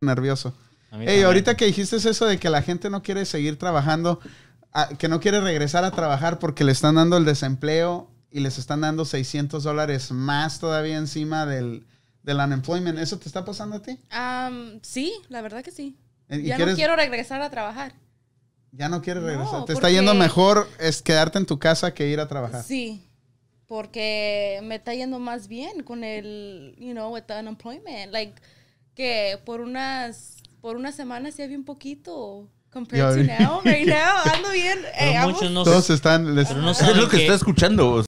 nervioso. A mí Ey, también. ahorita que dijiste eso de que la gente no quiere seguir trabajando, ah, que no quiere regresar a trabajar porque le están dando el desempleo y les están dando 600 dólares más todavía encima del, del unemployment, ¿eso te está pasando a ti? Am, sí, la verdad que sí. Eh, ¿Y Ya no quieres- quiero regresar a trabajar. Ya no quieres No, regresar. Te está porque- yendo mejor es quedarte en tu casa que ir a trabajar. Sí, porque me está yendo más bien con el, you know, with the unemployment. Like, que por unas, por unas semanas ya vi un poquito. Compared to Ya vi. now, right now, ando bien. Pero eh, amo- muchos no Todos están... les- Pero no Es saben lo que que- está escuchando. o sea,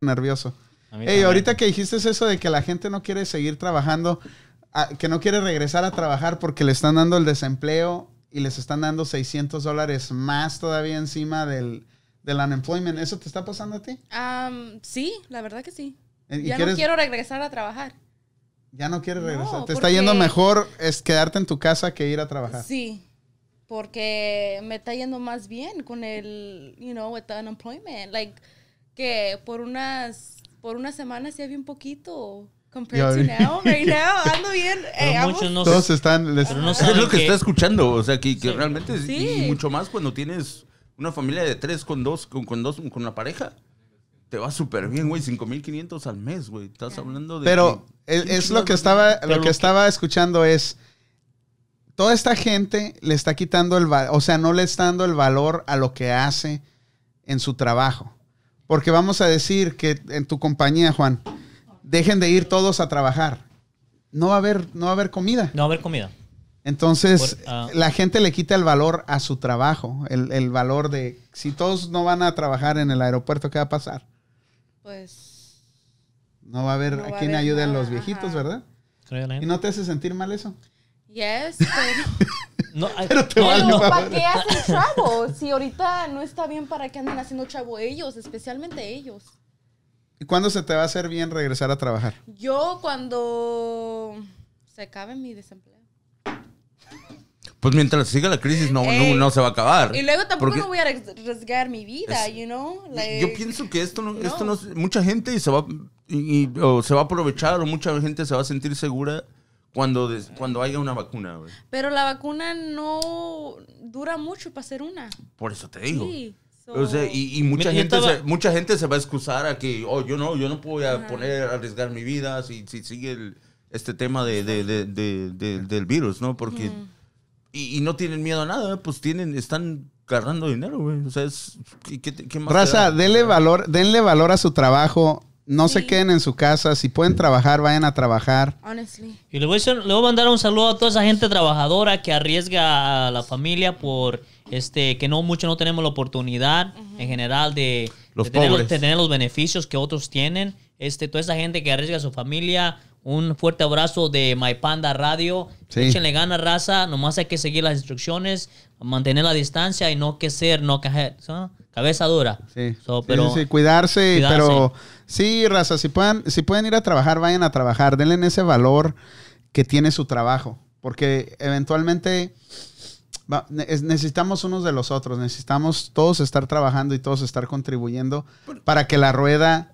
nervioso. A mí Ey, también. ahorita que dijiste eso de que la gente no quiere seguir trabajando, ah, que no quiere regresar a trabajar porque le están dando el desempleo y les están dando 600 dólares más todavía encima del, del unemployment, ¿eso te está pasando a ti? Am, sí, la verdad que sí. Eh, ¿Y Ya quieres- no quiero regresar a trabajar. ya no quieres No, regresar. Te está porque- yendo mejor es quedarte en tu casa que ir a trabajar. Sí, porque me está yendo más bien con el, you know, with the unemployment. Like, que por unas, por unas semanas ya vi un poquito. Ya Compared to vi. now, right now, ando bien. Pero eh, amo- muchos no Todos están... les- Pero no Es saben lo que que- está escuchando. O sea, que, que Sí. realmente. es- Sí. Y mucho más cuando tienes una familia de tres con dos, con, con dos, con la pareja. Te va súper bien, güey. 5.500 al mes, güey. Estás hablando de. Pero que- es, ¿quién es chingados lo que va a- estaba, Pero lo lo que que- estaba escuchando es toda esta gente le está quitando el valor, o sea, no le está dando el valor a lo que hace en su trabajo. Porque vamos a decir que en tu compañía, Juan, dejen de ir todos a trabajar. No va a haber, no va a haber comida. No, a ver comida. Entonces, Por- ah. la gente le quita el valor a su trabajo, el, el valor de si todos no van a trabajar en el aeropuerto, ¿qué va a pasar? Pues, No va a haber No va a a quien haber ayude a nada, los viejitos, ajá. ¿verdad? Creo yo la ¿Y gente. no te hace sentir mal eso? yes, pero. No, ay, te no, vale no, pero madre. ¿para qué hacen chavo? Si ahorita no está bien, ¿para qué andan haciendo chavo ellos? Especialmente ellos. ¿Y cuándo se te va a hacer bien regresar a trabajar? Yo cuando se acabe mi desempleo. Pues mientras siga la crisis, no, Ey. no, no se va a acabar. Eh, Y luego tampoco Porque- no voy a arriesgar mi vida, Es- you know? Yo Like- pienso que esto no, eh, no. esto no es- mucha gente se va y, y- o se va a aprovechar o mucha gente se va a sentir segura cuando des- cuando haya una vacuna, güey. Pero la vacuna no dura mucho para hacer una. Por eso te digo. Sí. so- O sea, y, y Mira, mucha yo gente estaba- se, mucha gente se va a excusar a que oh, yo no, yo no voy a poner a arriesgar mi vida si, si sigue el- este tema de, de- de- de- de- del virus, ¿no? Porque y, y no tienen miedo a nada, pues tienen están agarrando dinero, güey. O sea, es ¿qué, qué- qué más te da? Raza, denle valor, denle valor a su trabajo. No se Sí. queden en su casa. Si pueden trabajar, vayan a trabajar. Honestly. Y le voy, a hacer- le voy a mandar un saludo a toda esa gente trabajadora que arriesga a la familia por este que no mucho no tenemos la oportunidad en general de, Los de tener, los, pobres. de tener los beneficios que otros tienen. Este, toda esa gente que arriesga a su familia, un fuerte abrazo de My Panda Radio. Sí. Échenle ganas, raza. Nomás hay que seguir las instrucciones, mantener la distancia y no que ser, no caer. ¿so? Cabeza dura. Sí. So, Sí, pero sí, sí, cuidarse, cuidarse. Pero sí, raza, si pueden, si pueden ir a trabajar, vayan a trabajar. Denle ese valor que tiene su trabajo. Porque eventualmente va- ne- es- necesitamos unos de los otros. Necesitamos todos estar trabajando y todos estar contribuyendo para que la rueda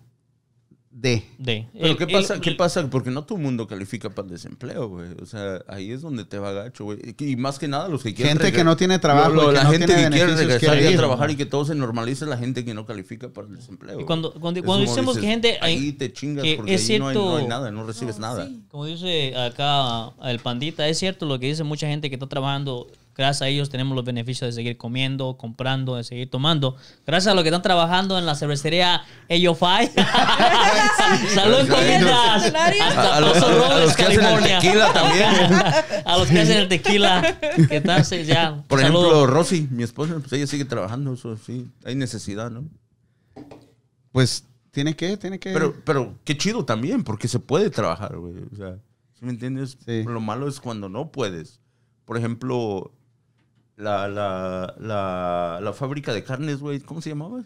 dé. de- Pero el- ¿qué el- pasa? ¿Qué pasa? Porque no todo el mundo califica para el desempleo, güey. O sea, ahí es donde te va gacho, güey. Y que- Y más que nada los que quieren... Gente regre- que no tiene trabajo y que la no gente tiene que quiere beneficios regresar quiere y a ir. trabajar y que todo se normalice, la gente que no califica para el desempleo. Y cuando- güey. cuando- Es cuando como decimos que gente- eh, Ahí te chingas que porque es ahí no hay, no hay cierto- nada, no recibes No, nada. sí. Como dice acá el pandita, es cierto lo que dice mucha gente que está trabajando. Gracias a ellos tenemos los beneficios de seguir comiendo, comprando, de seguir tomando. Gracias a los que están trabajando en la cervecería Eyofai. Salud, comidas. Hasta A, a los, Paso a los Robles, que hacen el California. tequila también. A los que hacen el tequila. Que están, sí, ya. Por Salud. ejemplo, Rosy, mi esposa, pues ella sigue trabajando, eso sí. Hay necesidad, ¿no? Pues tiene que, tiene que. Pero, pero qué chido también, porque se puede trabajar, güey. O sea, ¿sí me entiendes? Sí. Lo malo es cuando no puedes. Por ejemplo, la, la, la, la fábrica de carnes, güey, ¿cómo se llamaba?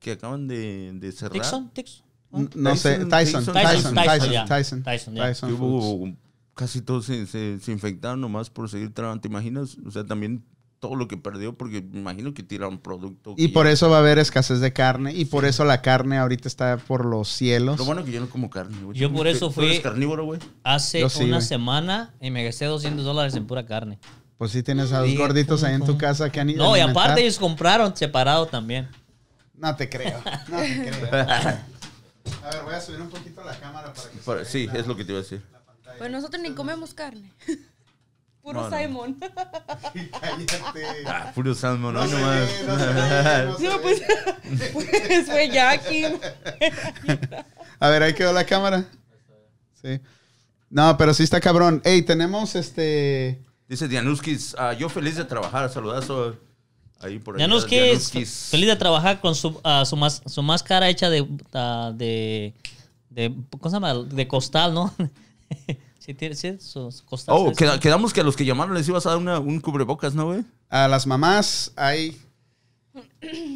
Que acaban de, de cerrar. Dixon, Dixon. N- no sé, Tyson, Tyson, Tyson, Tyson, Tyson, Tyson, ya. Tyson, Tyson, ya. Que Tyson Foods. hubo- casi todos se, se, se infectaron nomás por seguir trabajando. ¿Te imaginas? O sea, también todo lo que perdió, porque me imagino que tira un producto. Y que por ya- eso va a haber escasez de carne y por eso la carne ahorita está por los cielos. Lo bueno que yo no como carne, güey. Yo por ¿Tú- eso tú fui- eres carnívoro, güey? Hace Yo sí, una güey. semana y me gasté 200 dólares en pura carne. Pues sí tienes a dos Sí, gorditos ahí en tu pum, casa que han ido. a No, y alimentar. aparte ellos compraron separado también. No te creo. No te creo. A ver, voy a subir un poquito la cámara para que se Para- vea sí, la- es lo que te iba a decir. la pantalla. Pues nosotros ni comemos carne. Puro No, no. Simon. Cállate. Ah, puro salmón, No no, se No ve, más. no se ve, no se No, ve. pues, pues fue Jackie. A ver, ahí quedó la cámara. Sí. No, pero sí está cabrón. Ey, tenemos este. Dice Dianuskis, ah, yo feliz de trabajar, saludazo ahí por ahí. Yanuskis, feliz de trabajar con su, ah, su, mas- su máscara hecha de, ah, de, de- ¿Cómo se llama? De costal, ¿no? sí, tiene, sí, su, su costal. Oh, Sí, queda- sí. quedamos que a los que llamaron les ibas a dar una- un cubrebocas, ¿no, güey? A las mamás, ahí.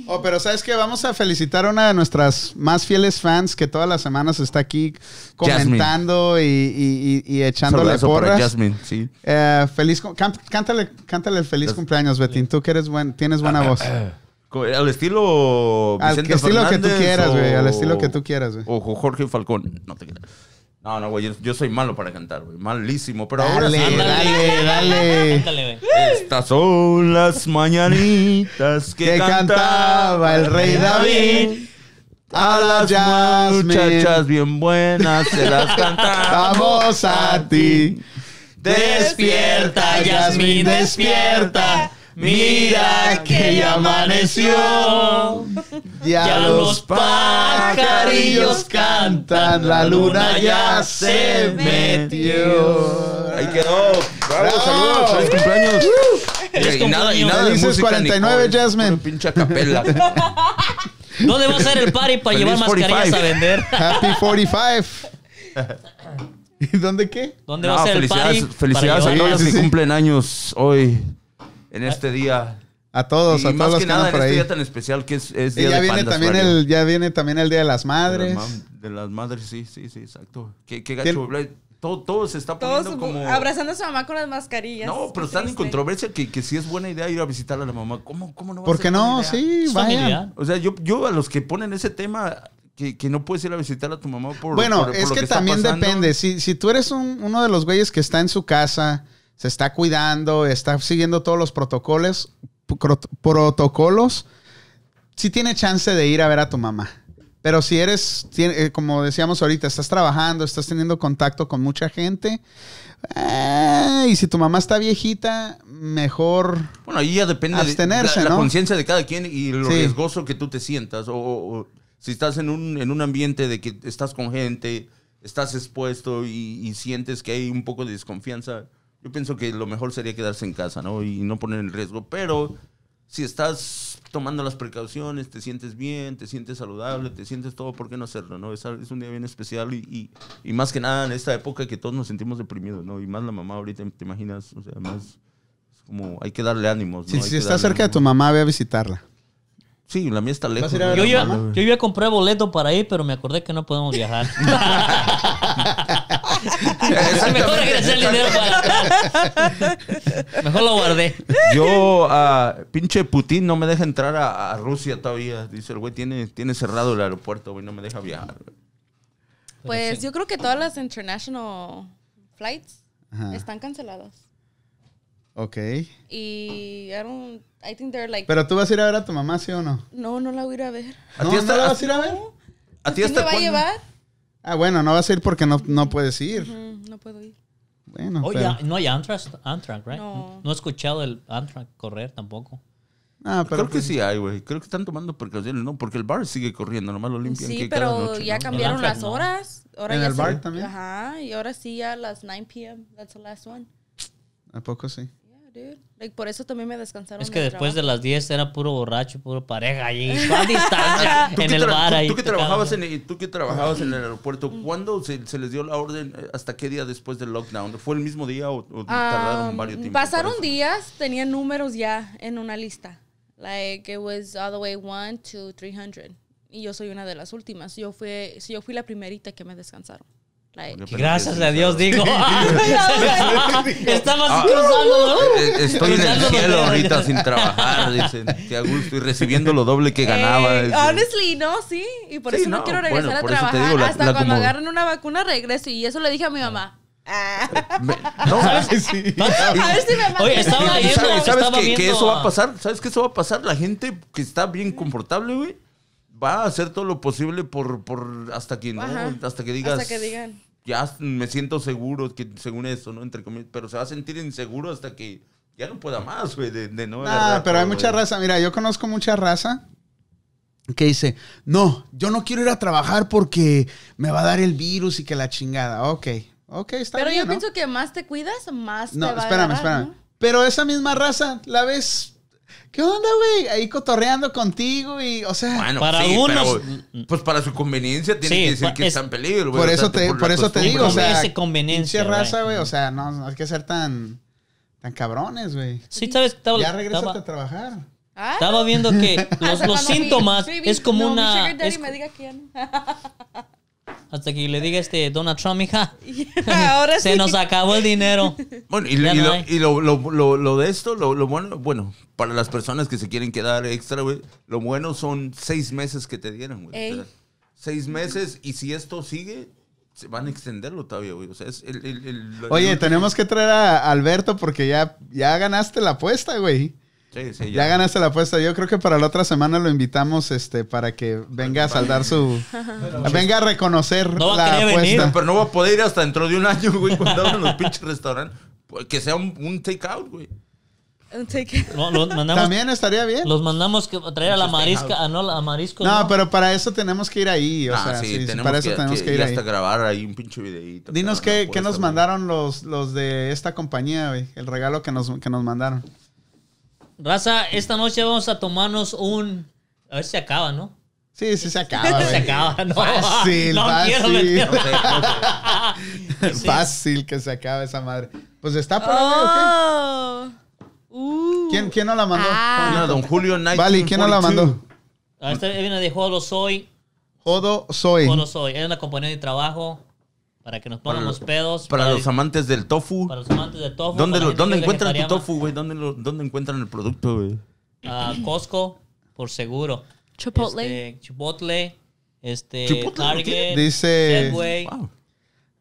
Oh, pero ¿sabes qué? Vamos a felicitar a una de nuestras más fieles fans que todas las semanas está aquí comentando y, y- y- y echándole Saludazo para porras. Jasmine, sí. Eh, feliz, cum- can- cántale, cántale el feliz Las- cumpleaños, Betín. Tú que eres buen, tienes buena voz. Co- eh, Al estilo Al Vicente estilo que tú Fernández quieras, o- güey, al estilo que tú quieras, güey. O jo- Jorge Falcón, no te creas. No, no, güey, yo, yo soy malo para cantar, güey, malísimo, pero ahora Dale, sí. dale, dale. Cuéntale, güey. Estas son las mañanitas que, Que cantaba el rey David. A las ya muchachas bien buenas se las cantamos. Vamos a ti. Despierta, Yasmin, despierta. Mira que ya amaneció. Ya, Ya los los pajarillos pajarillos cantan, la luna ya se metió. Ahí quedó. Bravo, Bravo. saludos. Feliz cumpleaños. Feliz Y nada, y cumpleaños. nada de Felices música 49, Nicole. Jasmine. Puro Pinche acapela. ¿Dónde va a ser el party para Feliz llevar mascarillas 45. a vender? Happy 45. ¿Y dónde qué? ¿Dónde No, va a ser el party? felicidades, para felicidades a llevar- llevarla. todos los Sí, que sí, sí. cumplen años hoy, en este día. A todos, y a más todos los que que andan nada en por este ahí. día tan especial que es, es Y Día ya de viene Pandas, también Mario. el, ya viene también el Día de las De Madres. las mam- De las madres, sí, sí, sí, exacto. Qué, qué Tien- gacho. bla- Todo, todo se está Todos poniendo como... abrazando a su mamá con las mascarillas. No, pero Qué están en triste. controversia que, que sí es buena idea ir a visitar a la mamá. ¿Cómo, cómo no va a ¿Por ser qué buena no? idea? Sí, Es familiar. vayan. O sea, yo, yo a los que ponen ese tema, que, que no puedes ir a visitar a tu mamá por Bueno, por- por es lo que, está también pasando. depende. Si, si tú eres un- uno de los güeyes que está en su casa, se está cuidando, está siguiendo todos los protocolos, prot- protocolos, sí tiene chance de ir a ver a tu mamá. Pero si eres, tiene- eh, como decíamos ahorita, estás trabajando, estás teniendo contacto con mucha gente, eh, y si tu mamá está viejita, mejor... Bueno, ahí ya depende de- Abstenerse, la, la ¿no? conciencia de cada quien y lo Sí. riesgoso que tú te sientas. O, o- o si estás en un, en un ambiente de que estás con gente, estás expuesto y, y sientes que hay un poco de desconfianza, yo pienso que lo mejor sería quedarse en casa, ¿no? Y no poner en riesgo. Pero si estás tomando las precauciones, te sientes bien, te sientes saludable, te sientes todo, ¿por qué no hacerlo, no? Es, es un día bien especial y, y- y más que nada en esta época que todos nos sentimos deprimidos, ¿no? Y más la mamá ahorita, ¿te imaginas? O sea, más... Es como hay que darle ánimos. Si, ¿no? Hay si que está darle cerca de tu ánimos. mamá, ve a visitarla. Sí, la mía está lejos. a ir a ¿no? Yo ver iba, a tu mamá? yo iba a comprar boleto para ir, pero me acordé que no podemos viajar. Mejor regresé el dinero para. Mejor lo guardé. Yo, ah, pinche Putin, no me deja entrar a, a Rusia todavía. Dice el güey, tiene, tiene cerrado el aeropuerto, güey, no me deja viajar. güey. Pues yo creo que todas las international flights Ajá. están canceladas. Ok. Y I don't, I think they're like, Pero tú vas a ir a ver a tu mamá, ¿sí o no? no, no la voy a ir a ver. ¿A ¿No, ti ¿No hasta- la vas a ir a ver? ¿A ti ¿Quién me hasta va a cuándo? llevar? Ah, bueno, no vas a ir porque no, no puedes ir. Mm, no puedo ir. Bueno, Oh, pero, ya, no hay Anthrax, Anthrax, right? No. No. he escuchado el Anthrax correr tampoco. Ah, pero Creo que sí hay, güey. Creo que están tomando precauciones, ¿no? Porque el bar sigue corriendo, nomás lo limpian. Sí, que pero cada noche, ya ¿no? cambiaron Antrax, las no. horas. Ahora ¿En ya el bar sí. también? Ajá, y ahora sí ya a las 9 p.m. That's the last one. ¿A poco sí? Yeah, dude. Like, por eso también me descansaron Es que del después de trabajo. las 10 era puro borracho, puro pareja allí. A distancia, Ah, ¿Tú en que el tra- bar tú- ahí. Tú que, trabajabas en, el- tú que trabajabas en el aeropuerto, Mm. ¿cuándo se, se les dio la orden? eh, ¿Hasta qué día después del lockdown? ¿Fue el mismo día o, o tardaron Um, varios tiempos? Pasaron para eso? días, tenía números ya en una lista. Like, it was all the way 1 to 300. Y yo soy una de las últimas. Yo fui, sí, yo fui la primerita que me descansaron. Like, pues, Gracias a Dios, digo. Estamos Ah. cruzando. Eh, Estoy en el Cruzando los cielo dedos. ahorita sin trabajar, dicen. Qué a gusto. Y recibiendo lo doble que ganaba. Ey, dicen. eh, honestly, no, sí. Y por Sí, eso no, no, quiero regresar bueno, a por eso te trabajar. digo, la- Hasta la cuando acomodo. agarren una vacuna regreso. Y eso le dije a mi mamá. Ah. Me- no, Sí. a ver si me mata. Oye, estaba ¿Y leyendo. sabes, sabes estaba que, que viendo eso va a- a pasar? ¿Sabes que eso va a pasar? La gente que está bien confortable, güey, va a hacer todo lo posible por, por hasta que no, Ajá. hasta que digas. Hasta que digan. Ya me siento seguro, que, según eso, ¿no? Entre comillas, pero se va a sentir inseguro hasta que ya no pueda más, güey, de, de no. Ah, agarrar pero hay todo, mucha güey. raza. Mira, yo conozco mucha raza que dice, no, yo no quiero ir a trabajar porque me va a dar el virus y que la chingada. Ok, ok, está Pero bien, yo ¿no? pienso que más te cuidas, más No, te va espérame, a agarrar, espérame. Pero esa misma raza, la ves, ¿qué onda, güey? Ahí cotorreando contigo y, o sea... Bueno, Para para sí, algunos- pero, pues para su conveniencia tiene Sí, que decir pa- que es- está en peligro, Por güey. o sea, eso te, por la por eso te costumbre, digo, o güey. sea, Ese conveniencia, pinche raza, right. güey, o sea, no, no hay que ser tan, tan cabrones, güey. Sí, sabes que estaba, Ya regrésate a estaba, trabajar. Ah, estaba viendo que los, hasta los cuando mi síntomas baby- es como no, mi una. sugar daddy es- me diga que ya no. hasta que le diga este Donald Trump, hija. Ahora Se sí. nos acabó el dinero. Bueno, y, Ya lo- y no lo, hay. y lo- lo- lo- lo de esto, lo, lo bueno, bueno, para las personas que se quieren quedar extra, güey, lo bueno son seis meses que te dieron, güey. Ey. O sea, seis meses y si esto sigue, se van a extenderlo todavía, güey. O sea, es el... el- el- la- Oye, el- tenemos que traer a Alberto porque ya, ya ganaste la apuesta, güey. Sí, sí, Ya ganaste la apuesta. Yo creo que para la otra semana lo invitamos este para que venga a saldar su. venga a reconocer No va a la querer apuesta. venir. Pero no va a poder ir hasta dentro de un año, güey, cuando abran los pinches restaurantes. Pues, Que sea un, un take-out, güey. Un take- Lo- los mandamos, También estaría bien. los mandamos que- a traer a la marisca. ah, no, la- a marisco. No, pero para eso tenemos que ir ahí. O Ah, sea, sí, sí, tenemos para eso tenemos que, y ir ahí. hasta grabar ahí un pinche videíto. Dinos pero no qué, puede qué nos estar, güey. mandaron los, los de esta compañía, güey. El regalo que nos, que nos mandaron. Raza, esta noche vamos a tomarnos un. A ver si acaba, ¿no? Sí, sí se acaba, Ah, Se güey. acaba, no. Fácil, no quiero fácil. meterme. O sea, no, Sí. Fácil que se acaba esa madre. Pues está por ahí, ¿o qué? Oh. Uh. ¿Quién, quién nos la mandó? Ah. Mira, don Julio Knight. Vali, ¿quién nos la mandó? A ver, Esta viene de Jolo Soy. Jodo Soy. Jolo Soy. Es una compañía de trabajo para que nos pongan Para- los pedos. Para los amantes del tofu. para los amantes de tofu. ¿Dónde, para la lo- gente dónde que es encuentran tu vegetariana. tofu, güey? ¿Dónde, lo- ¿Dónde encuentran el producto, güey? Ah, Costco, por seguro. Chipotle. Este, Chipotle. Este, Chipotle, Target. Dice- Subway. Wow.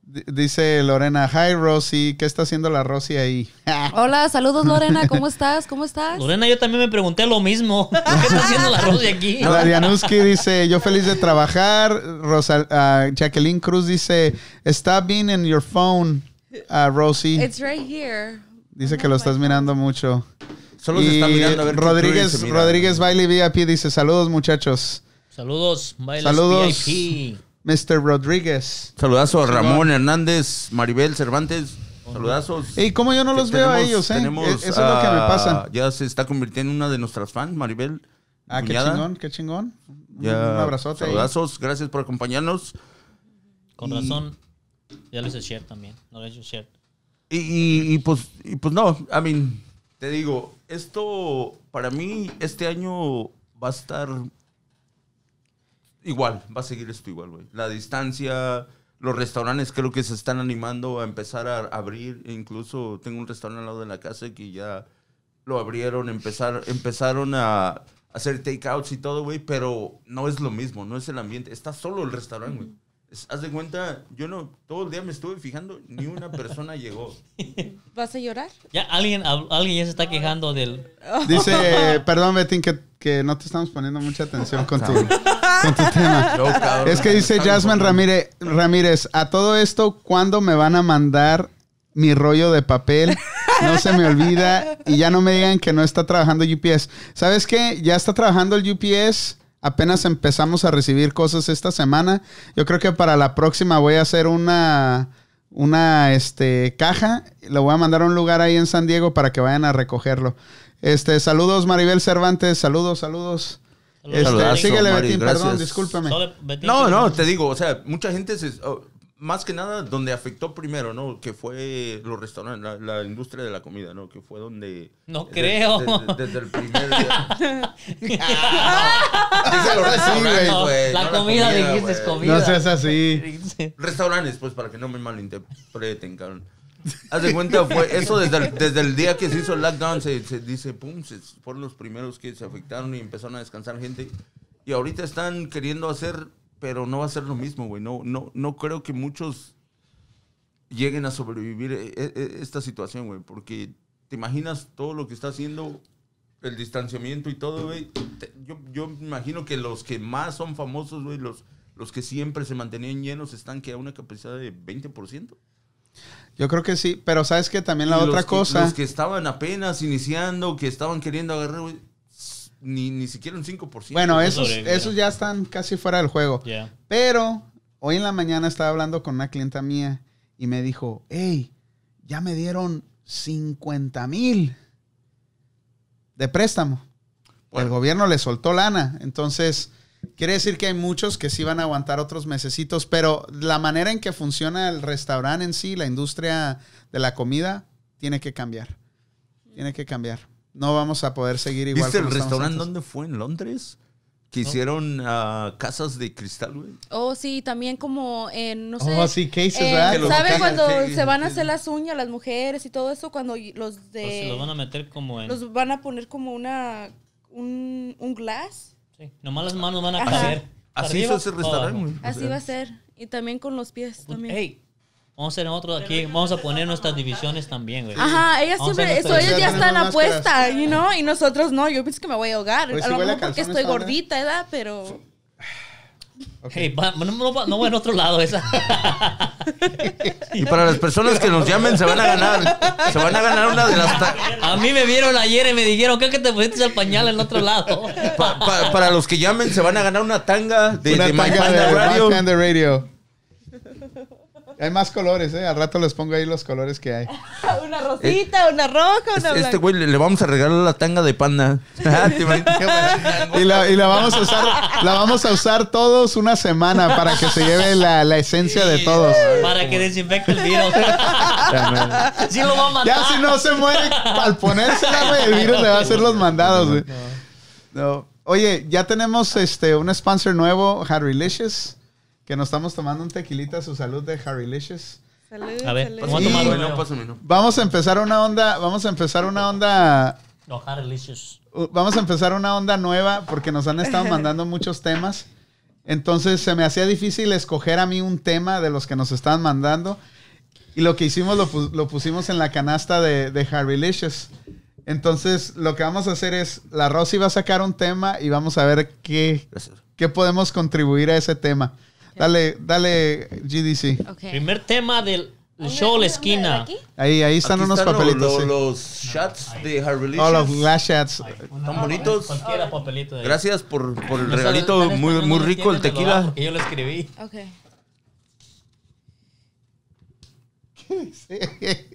D- Dice Lorena, hi Rosy, ¿qué está haciendo la Rosy ahí? Ah. Hola, saludos Lorena, ¿cómo estás? ¿Cómo estás? Lorena, yo también me pregunté lo mismo. ¿Qué está haciendo la Rosy aquí? Darianuski dice, yo feliz de trabajar. Rosa- ah, Jacqueline Cruz dice, stop being in your phone, ah, Rosy. It's right here. Dice que lo estás mirando mucho. Solo se Y está mirando a ver. qué Rodríguez, se mira. Rodríguez Bailey VIP dice, saludos muchachos. Saludos, bailes Saludos. VIP. Mr. Rodríguez. Saludazo a Ramón Hernández, Maribel Cervantes. Saludazos. Y cómo yo no los Que veo a tenemos- ellos, ¿eh? tenemos, E- Eso es lo que me ah, pasa. Ya se está convirtiendo en una de nuestras fans, Maribel. Ah, mi qué cuñada. chingón, qué chingón. Un- Ya, Un abrazote. ahí. Saludazos, gracias por acompañarnos. Con Y- razón, ya lo hice share también. No lo he hecho share. Y, y- y, pues, y pues no, I mean, te digo, esto para mí este año va a estar igual, va a seguir esto igual, güey. La distancia, los restaurantes creo que se están animando a empezar a abrir, incluso tengo un restaurante al lado de la casa que ya lo abrieron, empezar, empezaron a hacer takeouts y todo, güey, pero no es lo mismo, no es el ambiente, está solo el restaurante, güey. Es- Haz de cuenta, yo no, todo el día me estuve fijando, ni una persona llegó. ¿Vas a llorar? Ya alguien, hab- alguien ya se está quejando del. Dice, eh, perdón, Betín, que, que no te estamos poniendo mucha Ah, atención con tu, con tu tema. No, cabrón. Es que dice Está Jasmine bien, Ramírez, Ramírez, a todo esto, ¿cuándo me van a mandar mi rollo de papel? No se me olvida. Y ya no me digan que no está trabajando UPS. ¿Sabes qué? Ya está trabajando el UPS. Apenas empezamos a recibir cosas esta semana. Yo creo que para la próxima voy a hacer una, una este, caja. Lo voy a mandar a un lugar ahí en San Diego para que vayan a recogerlo. Este, saludos Maribel Cervantes. Saludos, saludos. Saludos, Este, Mari. Saludazo, síguele, Mari, Betín, perdón, gracias. discúlpame. Solo- Betín, No, ¿qué- no, te digo, o sea, mucha gente se... oh, más que nada, donde afectó primero, ¿no? Que fue los restaurantes, la, la industria de la comida, ¿no? Que fue donde... No de- creo. de- de- desde el primer día. Ah. Dice los restaurantes, No, güey. güey, la, no la comida, comida, dijiste güey. es comida. No seas así. Restaurantes, pues, para que no me malinterpreten, cabrón. Haz de cuenta, fue eso desde el, desde el día que se hizo el lockdown, se, se dice, pum, se- fueron los primeros que se afectaron y empezaron a descansar gente. Y ahorita están queriendo hacer, pero no va a ser lo mismo, güey. No, no, no creo que muchos lleguen a sobrevivir eh, eh, eh, esta situación, güey. Porque te imaginas todo lo que está haciendo el distanciamiento y todo, güey. Te- Yo, yo me imagino que los que más son famosos, güey, los, los que siempre se mantenían llenos están que a una capacidad de 20%. Yo creo que sí, pero sabes que también la Y los otra que- cosa. Los que estaban apenas iniciando, que estaban queriendo agarrar, güey, s- ni, ni siquiera un 5%. Bueno, güey. esos, Sobre- esos ya están casi fuera del juego. Ya. Pero hoy en la mañana estaba hablando con una clienta mía y me dijo, hey, ya me dieron 50 mil de préstamo. Bueno. El gobierno le soltó lana. Entonces, quiere decir que hay muchos que sí van a aguantar otros mesecitos, pero la manera en que funciona el restaurante en sí, la industria de la comida, tiene que cambiar. Tiene que cambiar. No vamos a poder seguir igual. ¿Viste como el estamos restaurante antes. dónde fue? ¿En Londres? Que No. hicieron ah, casas de cristal, güey. Oh, sí, también como en, no sé. Eh, Oh, sí, cases, en- ¿verdad? Que los ¿Saben tocan, cuando sí, se van a sí. hacer las uñas las mujeres y todo eso? Cuando y- los Pues se de. los van a meter como en. los van a poner como una. Un, un glass. sí, Nomás las manos van a Ajá. caer. Así ¿Arriba hizo ese o restaurante, abajo? güey. O Así sea, va a ser. Y también con los pies también. Hey, vamos a hacer nosotros aquí. Vamos a poner nuestras divisiones también, güey. Ajá, ellas Vamos a siempre, hacer eso, nuestra ellas ya división. están Tenemos máscaras. apuesta, you know, y nosotros no, yo pienso que me voy a ahogar, Pues a si lo huele a mejor porque calzones, estoy Paula. gordita, ¿verdad? Pero Ok. Hey, va- no, no, va- no va en otro lado esa. Y para las personas que nos llamen, se van a ganar. Se van a ganar una de las. ta- A mí me vieron ayer y me dijeron, ¿qué que te pusiste el pañal en otro lado? pa- pa- para los que llamen, se van a ganar una tanga de, Una de My tanga Panda de Radio. My Panda Radio. Hay más colores, ¿eh? Al rato les pongo ahí los colores que hay. una rosita, una roja, Es- una Este blanca. güey le, le vamos a regalar la tanga de panda. ¿Te imaginas? Y la, y la vamos a usar, la vamos a usar todos una semana para que se lleve la, la esencia de todos. Para que desinfecte el virus. Sí lo va a matar. Ya si no se muere, al ponérsela, güey, el virus le va a hacer los mandados, güey. No. Oye, ya tenemos este un sponsor nuevo, Harry Licious, que nos estamos tomando un tequilita a su salud de Harry Licious. Salud, A ver, salud. vamos a tomar Sí. uno. No, pásame, no. Vamos a empezar una onda, vamos a empezar una onda No, Harry Licious. Uh, Vamos a empezar una onda nueva porque nos han estado mandando muchos temas. Entonces se me hacía difícil escoger a mí un tema de los que nos estaban mandando. Y lo que hicimos lo, pus- lo pusimos en la canasta de, de Harry Licious. Entonces lo que vamos a hacer es, la Rosy va a sacar un tema y vamos a ver qué, Gracias. qué podemos contribuir a ese tema. Dale, dale, GDC. Ok. Primer tema del Una- show La una- Esquina. una de aquí. Ahí, ahí están Aquí unos están lo- papelitos. lo- sí. Los shots de Harry Oh, los Licious. glass shots. Están bonitos. Cualquiera papelito. de- Gracias por, por el Nosotros regalito. están Muy, muy escondiendo, rico el entienden, lo va, tequila. porque yo lo escribí. Ok. Sí.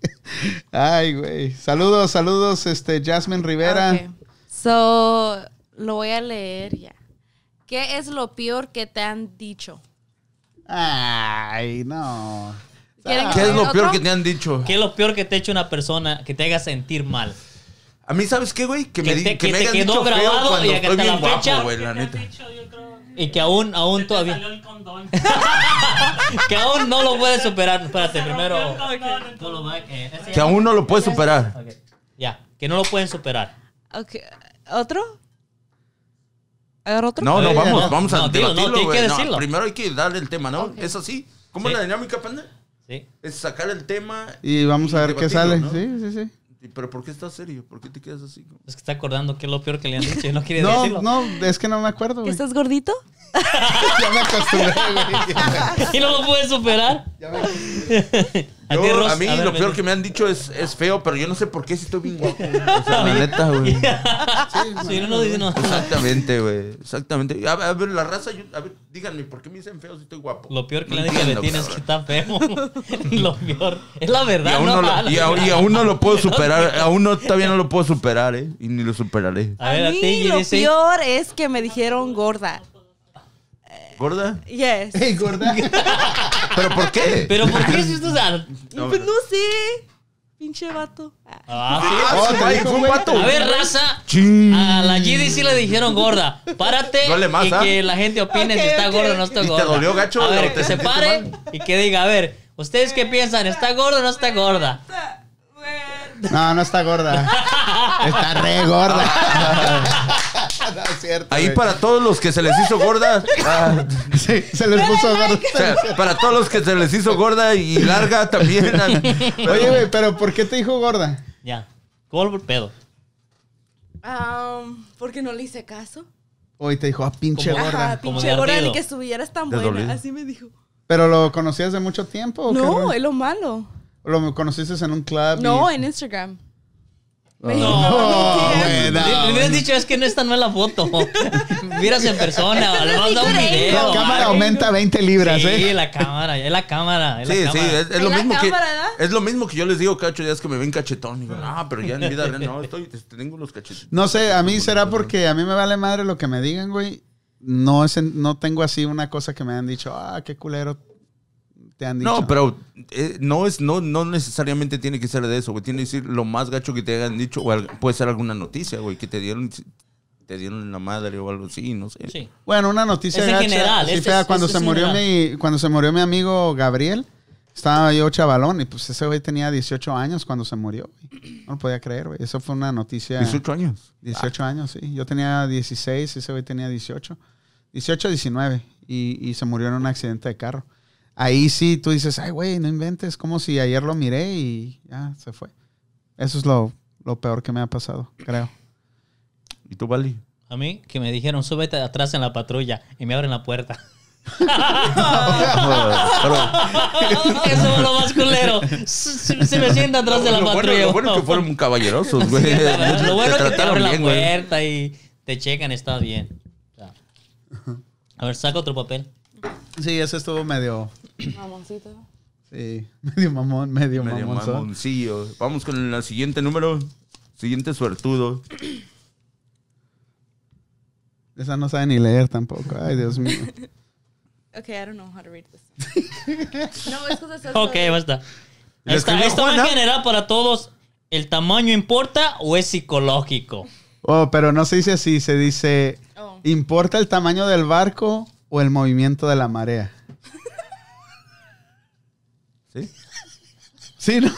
Ay, güey. Saludos, saludos, este, Jasmine Rivera. Ok. So, lo voy a leer ya. ¿Qué es lo peor que te han dicho? Ah, Ay, no. ¿Quieren Ah. ¿Qué es lo ¿Otro? peor que te han dicho? ¿Qué es lo peor que te ha hecho una persona que te haga sentir mal? A mí, ¿sabes qué, güey? Que, me, Que di- te- que que me te hayan quedó dicho feo grabado cuando y que estoy hasta bien la guapo, fecha- güey, la neta. Y que aún, aún todavía. que aún no lo puedes superar. Espérate, primero. Pull it back, eh, ese Que ya- aún no lo puedes superar. Ok, Ya, que no lo pueden superar. Ok, ¿Otro? ¿Agarra otro? No, no, Eh, vamos, no, vamos a no, dilo, no, debatirlo, tiene que güey. No, decirlo. primero hay que darle el tema, ¿no? Es así. ¿Cómo Sí. es la dinámica, panda? Sí. Es sacar el tema. Y vamos a ver qué debatirlo, sale. ¿no? Sí, sí, sí. Y- Pero ¿por qué estás serio? ¿Por qué te quedas así? como? Es que está acordando que es lo peor que le han dicho y no quiere No, decirlo. no, es que no me acuerdo, ¿Que güey. estás gordito? Ya me acostumbré, güey. Y no lo puedes superar. Yo, ti, Ros, a mí ver, lo ven. peor que me han dicho es, es feo, pero yo no sé por qué si estoy bien guapo. güey. O sea, la neta, güey. Sí, no, no, dice, no. Exactamente, güey. Exactamente. A, a ver, la raza, yo- a ver, díganme, ¿por qué me dicen feo si estoy guapo? Lo peor que No le han dicho a Betín entiendo, es que cabrón. está feo. lo peor. Es la y verdad, aún, no, no lo, vale. y, aún- y aún no lo puedo superar, aún no, todavía no lo puedo superar, ¿eh? Y ni lo superaré. A ver, a ti, mí lo GDC. peor es que me dijeron gorda. ¿Gorda? Yes. Hey, gorda. ¿Pero por qué? Pero ¿por qué si esto es al- No, pues pero- no sé. Pinche vato. Ah. Ah, Oh, te Ay, dijo, fue un güey. vato. sí. A ver, Ah. raza. Ching. A la GD sí le dijeron gorda. Párate Dale más, y ¿ah? que la gente opine Ok, si está ok. gorda o no está ¿Y te gorda. dolió, gacho? A ver, ¿O que te se sentiste pare mal? y que diga, a ver, ¿ustedes qué piensan? ¿Está gorda o no está gorda? Ah. No, no está gorda. Está re gorda. No, es cierto, Ahí güey. para todos los que se les hizo gorda. ah, Sí, se les puso gorda. o sea, para todos los que se les hizo gorda y larga también. ah, pero- Oye, güey, pero ¿por qué te dijo gorda? Ya. Colbert pedo. Um, porque no le hice caso. Hoy te dijo, ah, pinche Como- gorda. Ajá, Como pinche de gorda, ardido. ni que estuvieras tan De buena. dolido. Así me dijo. ¿Pero lo conocías de mucho tiempo? Oh, o qué No, rollo? es lo malo. ¿Lo conociste en un club? y- No, en Instagram. Ah. Me dijo, No, "No, güey, no. Le, le hubieras dicho, es que no esta no es la foto. Miras en persona, le vas a dar un video. La cámara algo. aumenta 20 libras, Sí, ¿eh? la cámara, es la cámara. es la Sí, sí, cámara. es, es lo En la mismo que, cámara, ¿verdad? es lo mismo que yo les digo, cacho, ya es que me ven cachetón. Digo, no, pero ya en mi vida real no, estoy, este, tengo los cachetones. No sé, a mí será porque a mí me vale madre lo que me digan, güey. No, es en- no tengo así una cosa que me han dicho, ah, qué culero te han dicho. No, pero eh, no es, no, no necesariamente tiene que ser de eso, güey. Tiene que decir lo más gacho que te hayan dicho, o al- puede ser alguna noticia, güey, que te dieron, te dieron la madre o algo así, no sé. Sí. Bueno, una noticia Es en gacha, general, sí, este fea, es- cuando este se es murió general. mi cuando se murió mi amigo Gabriel, estaba yo chavalón y pues ese güey tenía 18 años cuando se murió. güey. No lo podía creer, güey. Eso fue una noticia 18 años. 18 años, sí. Yo tenía 16, ese güey tenía 18. 18, 19. Y, y se murió en un accidente de carro. Ahí sí tú dices, ay, güey, no inventes. Como si ayer lo miré y ya se fue. Eso es lo, lo peor que me ha pasado, creo. ¿Y tú, Vali? A mí, que me dijeron, súbete atrás en la patrulla y me abren la puerta. Eso fue lo más culero. Se, se me sienta atrás de la lo, bueno, patrulla. lo bueno es que fueron caballerosos, güey. Lo bueno es que te trataron abren la bien, güey. puerta y te checan, estás bien. Ya. A ver, saca otro papel. Sí, eso estuvo medio. Mamoncito. Sí, medio mamón, medio, Medio mamonzón. mamoncillo. Vamos con el siguiente número. Siguiente suertudo. Esa no sabe ni leer tampoco. Ay, Dios mío. Okay, I don't know how to read this. no, es cosa Ok, basta. ¿Y lo Esta, escribió esta va en Juana? general para todos. ¿El tamaño importa o es psicológico? Oh, pero no se dice así, se dice. Oh. ¿Importa el tamaño del barco o el movimiento de la marea? ¿Sí? Sí, ¿no?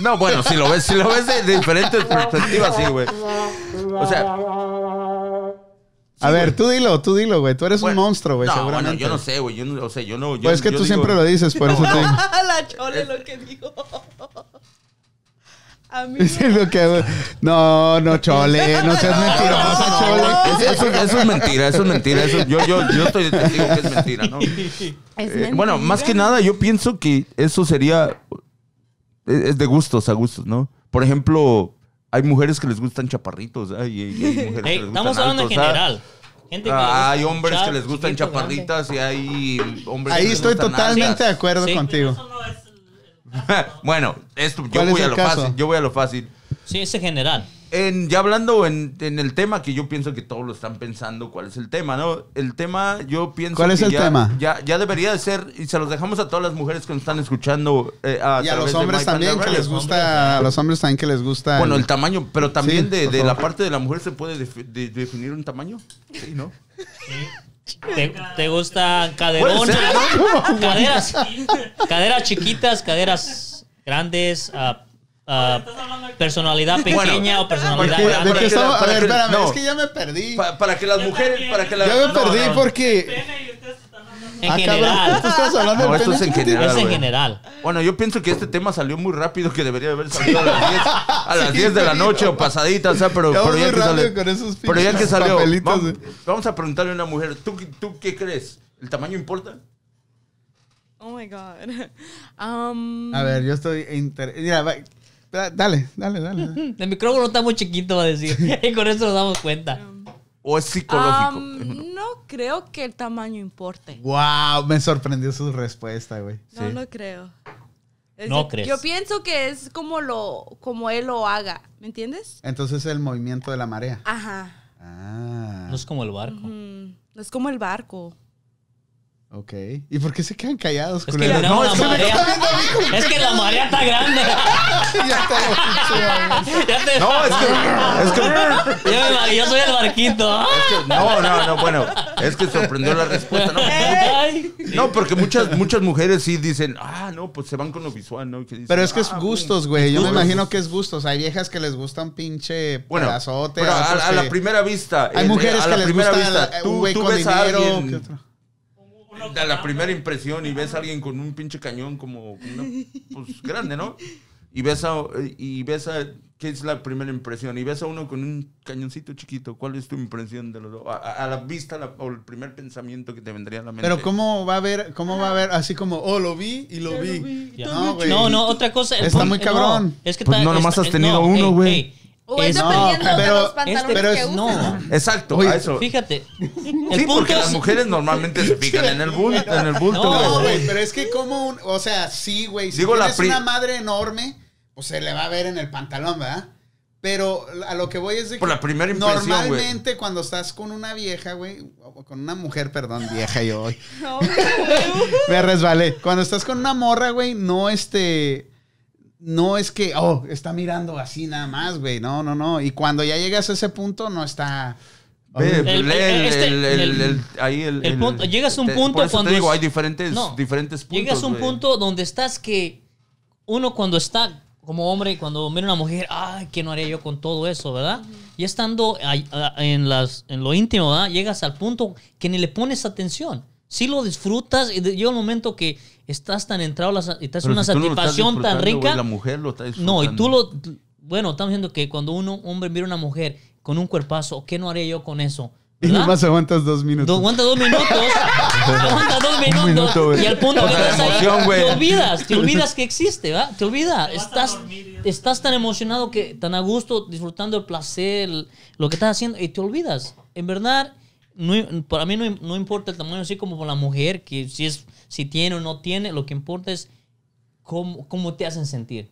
No, bueno, si lo ves, si lo ves de, de diferentes perspectivas, sí, güey. O sea, A ver, tú dilo, tú dilo, güey. Tú eres bueno, un monstruo, güey, no, seguramente. Bueno, yo no sé, güey. Yo no, o sea, yo no. Yo, Pues es que yo tú digo- siempre lo dices, por eso te Ah, la chole lo que digo. A mí Es lo que- No, no, Chole, no seas mentirosa, Chole. Eso, eso- eso es mentira, eso es mentira. Eso, yo, yo, yo estoy de testigo que es mentira, ¿no? Eh, bueno, más que nada, yo pienso que eso sería. e, Es, es de gustos a gustos, ¿no? Por ejemplo, hay mujeres que les gustan chaparritos, ¿ah? y, y hay mujeres Ey, que les gustan estamos hablando en altos, ¿ah? general. Gente que le Ah, gusta hay hombres char- que les gustan chiquito, grande. chaparritas y hay hombres que Ahí les estoy gustan totalmente de altas. acuerdo Sí. contigo. bueno, esto, yo ¿Cuál es voy a el lo caso? fácil. Yo voy a lo fácil. Sí, ese general. En, ya hablando en, en el tema, que yo pienso que todos lo están pensando, ¿cuál es el tema, no? El tema, yo pienso ¿Cuál es que el ya, tema? Ya, ya debería de ser, y se los dejamos a todas las mujeres que nos están escuchando. eh, a Y a los través de hombres My también Panda que les Radio. gusta, a los hombres también que les gusta. Bueno, el- el tamaño, pero también Sí, de, por de la favor. parte de la mujer se puede defi- de- definir un tamaño. Sí, ¿no? ¿Te, te gustan Puede caderonas? ser, caderas, caderas chiquitas, caderas grandes, ah, ah, personalidad Bueno, pequeña o ¿De personalidad qué- Para de que qué grande. la- estamos? A para ver, que la- espérame, no. es que ya me perdí. Pa- para que las mujeres, para que la... Ya me no, perdí no. porque. En Ah, cabrón, general. ¿tú estás hablando No, del esto es en pene? general. Es en güey. general. Bueno, yo pienso que este tema salió muy rápido, que debería haber salido a las 10, a las 10 de la noche o pasadita, o sea, pero, Ya pero, voy ya, muy que rápido salió, con esos pero ya que pinches salió, papelitos, eh. vam- güey. vamos, a preguntarle a una mujer, ¿tú, qué- tú qué crees? ¿El tamaño importa? Oh my god. Um, Ah, A ver, yo estoy. Inter... Mira, va- da- dale, dale, dale. dale. El micrófono está muy chiquito, va a decir. Y con eso nos damos cuenta. ¿O es psicológico? um, no creo que el tamaño importe. Wow, me sorprendió su respuesta, güey. No Sí. lo creo. Es No de- crees. Yo pienso que es como lo como él lo haga, ¿me entiendes? Entonces el movimiento de la marea. Ajá. Ah. No es como el barco. Mm, no es como el barco. Ok. ¿Y por qué se quedan callados, Es que le No, damos es que la me marea. está viendo a mí como- Es que la marea está grande. Ya te lo pinche, güey. Ya te- No, es que, es yo, que- me imag- yo soy el barquito. No, no, no, bueno. Es que sorprendió la respuesta, ¿no? Ay. No, porque muchas, muchas mujeres sí dicen, ah, no, pues se van con lo visual, ¿no? Que dicen, Pero es que es "Ah, gustos, boom". güey. Yo me Gustos. imagino que es gustos. Hay viejas que les gustan pinche Bueno, pedazote. pero a, otros a la que- primera vista. Hay eh, mujeres a que la les primera gusta vista. la- un tú güey tú con ves a dinero, ¿qué alguien. otro? A la primera impresión y ves a alguien con un pinche cañón como una, pues, grande, ¿no? Y ves a y ves a qué es la primera impresión y ves a uno con un cañoncito chiquito. ¿Cuál es tu impresión de los dos? A, a- a la vista la- o el primer pensamiento que te vendría a la mente. Pero cómo va a haber, cómo va a haber así como, oh, lo vi y lo vi. Ya. No, güey. No, no, otra cosa. el Está pun- muy no, cabrón. es que Pues está- no, nomás está- has tenido no, uno, ey, güey. ey, O es es- dependiendo no, pero- de los Eh, este- pantalones pero que es- usan. no, Exacto, Oye, a eso. fíjate. El sí, punto porque es- las mujeres normalmente se fijan en el bulto, en el bulto, No, No, güey. güey, pero es que como un, o sea, sí, güey, si Digo, la tienes pri- una madre enorme, pues se le va a ver en el pantalón, ¿verdad? Pero a lo que voy es de Por que la primera impresión, güey. normalmente cuando estás con una vieja, güey, o con una mujer, perdón, vieja yo hoy. No, güey. Me resbalé. Cuando estás con una morra, güey, no este. No es que, oh, está mirando así nada más, güey. No, no, no. Y cuando ya llegas a ese punto, no está. Ve, El- el- lee este- el- el- el- el- ahí el- el el- punto- llegas a un te- punto por eso cuando te digo, es- hay diferentes, No. diferentes puntos. Llegas a un güey. punto donde estás que uno cuando está como hombre, cuando mira a una mujer, ay, ¿qué no haría yo con todo eso, verdad? Y estando ahí, ah, en, las, en lo íntimo, ¿verdad? Llegas al punto que ni le pones atención. Sí lo disfrutas y de- llega un momento que estás tan entrado la sa- y te hace Pero una si tú no lo estás satisfacción tan disfrutando, rica. güey, la mujer lo está disfrutando. No, y tú lo. Bueno, estamos diciendo que cuando un hombre mira a una mujer con un cuerpazo, ¿qué no haría yo con eso? Y ¿Verdad? nomás aguantas dos Do- minutos. aguanta dos minutos. aguanta dos minutos. minuto, güey. y al punto que Otra estás ahí, emoción, güey. te olvidas, te olvidas que existe, ¿va? Te olvidas. estás, estás tan emocionado que tan a gusto, disfrutando el placer, el- lo que estás haciendo, y te olvidas. En verdad, no- para mí no, no importa el tamaño, así como con la mujer, que si, es, si tiene o no tiene, lo que importa es cómo, cómo te hacen sentir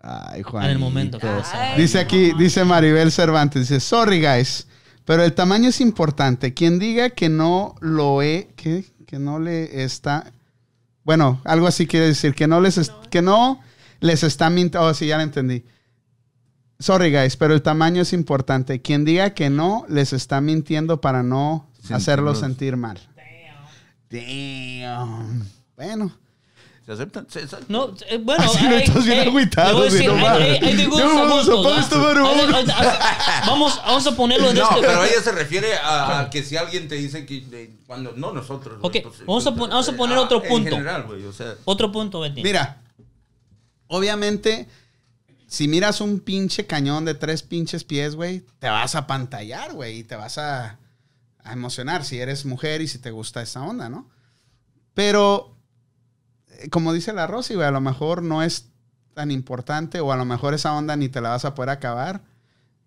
Ay, Juan. en el momento. Ay, Dice aquí, dice Maribel Cervantes, dice, sorry guys, pero el tamaño es importante. Quien diga que no lo he, que, que no le está, bueno, algo así quiere decir, que no les, es- que no les está mintiendo, oh sí, ya lo entendí. Sorry guys, pero el tamaño es importante. Quien diga que no les está mintiendo para no Sentirlos. hacerlo sentir mal. Damn. Bueno. ¿Se aceptan? Se aceptan. No, eh, bueno, Así no eh, estás bien eh, agüitado, le voy a decir, eh, güey, no hay- hay- mames. hay de gustos Ya a vamos a gustos, parar ¿va? esta madre, Hay de- vámonos. hay de- Vamos, vamos a ponerlo en No, este. pero ella se refiere a, a que si alguien te dice que de- cuando no nosotros. güey, pues, eh, Ok, vamos a pon- vamos a poner otro punto. ah, En general, güey, o sea, Otro punto, Betty. Mira, obviamente, si miras un pinche cañón de tres pinches pies, güey, te vas a pantallar, güey, y te vas a, a emocionar si eres mujer y si te gusta esa onda, ¿no? Pero, eh, como dice la Rosy, güey, a lo mejor no es tan importante o a lo mejor esa onda ni te la vas a poder acabar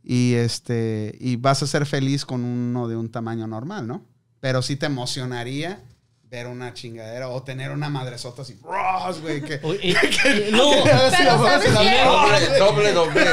y este y vas a ser feliz con uno de un tamaño normal, ¿no? Pero sí te emocionaría ver una chingadera o tener una madresota así, "Ros", güey, que Uy, eh, eh, luego, Pero ¿sabes qué? doble, doble, doble.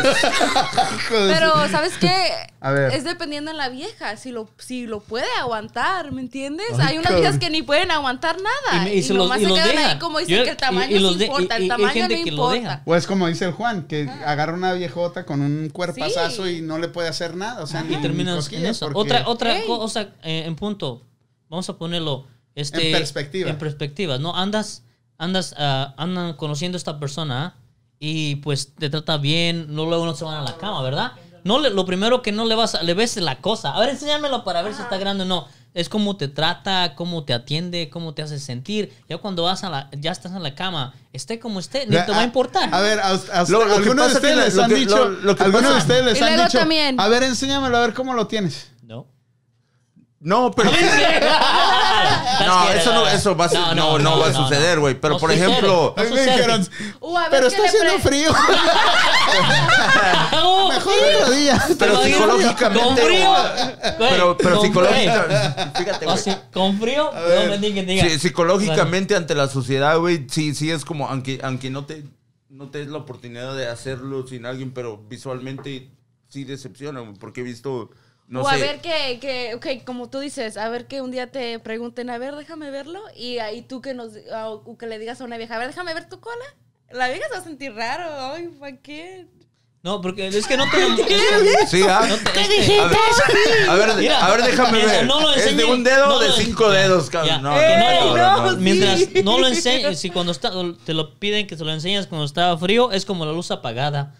Pero, ¿sabes qué? A ver. Es dependiendo de la vieja, si lo, si lo puede aguantar, ¿me entiendes? Ay, Hay unas cabrón. viejas que ni pueden aguantar Y nada. me- Y, y se los- nomás y se los quedan dejan. ahí como Yo- dicen que el tamaño y- y sí los de- y- y- importa, y el hay tamaño no gente que lo importa. O es como dice el Juan, que agarra una viejota con un cuerpazazo y no le puede hacer nada. O sea, ni- y ni terminas en cosquillas, eso. porque- Otra, otra Ey. cosa eh, en punto. Vamos a ponerlo este, En perspectiva. En perspectiva, ¿no? Andas, andas, ah, andan conociendo a esta persona ¿ah? y pues te trata bien, no, luego no se van a la cama, ¿verdad? No le- lo primero que no le vas a, le ves la cosa. A ver, enséñamelo para ver si está grande o no. Es cómo te trata, cómo te atiende, cómo te hace sentir. Ya cuando vas a la, ya estás en la cama, esté como esté, ni te va a importar. Ah, A ver, a, a- Lo- lo que algunos de pasa ustedes que la- les lo han que- dicho. lo- lo que algunos de pasa- ustedes les Y han luego dicho. también. A ver, enséñamelo, a ver cómo lo tienes. No. No, pero. No, eso no, eso va a, ser- no, no va a suceder, güey. Pero No por sucede. ejemplo, No A mí me sucede. dijeron, O a ver pero qué está le haciendo pre- frío. No. Mejor otro día. Pero Te imagino psicológicamente- Con frío. güey, pero, pero con- psicológicamente, güey, fíjate, güey. así, con frío, no me digan que diga. Sí, psicológicamente ante la sociedad, güey, sí, sí es como, aunque, aunque no te, no te des la oportunidad de hacerlo sin alguien, pero visualmente sí decepciona, güey, porque he visto No o sé. a ver que, que, ok, como tú dices, a ver que un día te pregunten, a ver, déjame verlo, y ahí tú que nos, a- o que le digas a una vieja, a ver, déjame ver tu cola. La vieja se va a sentir raro, ay, ¿para qué? No, porque es que no te lo... es- Sí, ah. no te- es que- A ver, a ver, de- Mira, a ver, déjame eso, ver. no lo es de enseñe, un dedo no o de lo- cinco dedos, Ya, cabrón. No, que no, no, cabrón, no, no. Mientras Sí. no lo enseñes, si cuando está, te lo piden que se lo enseñas cuando está frío, es como la luz apagada.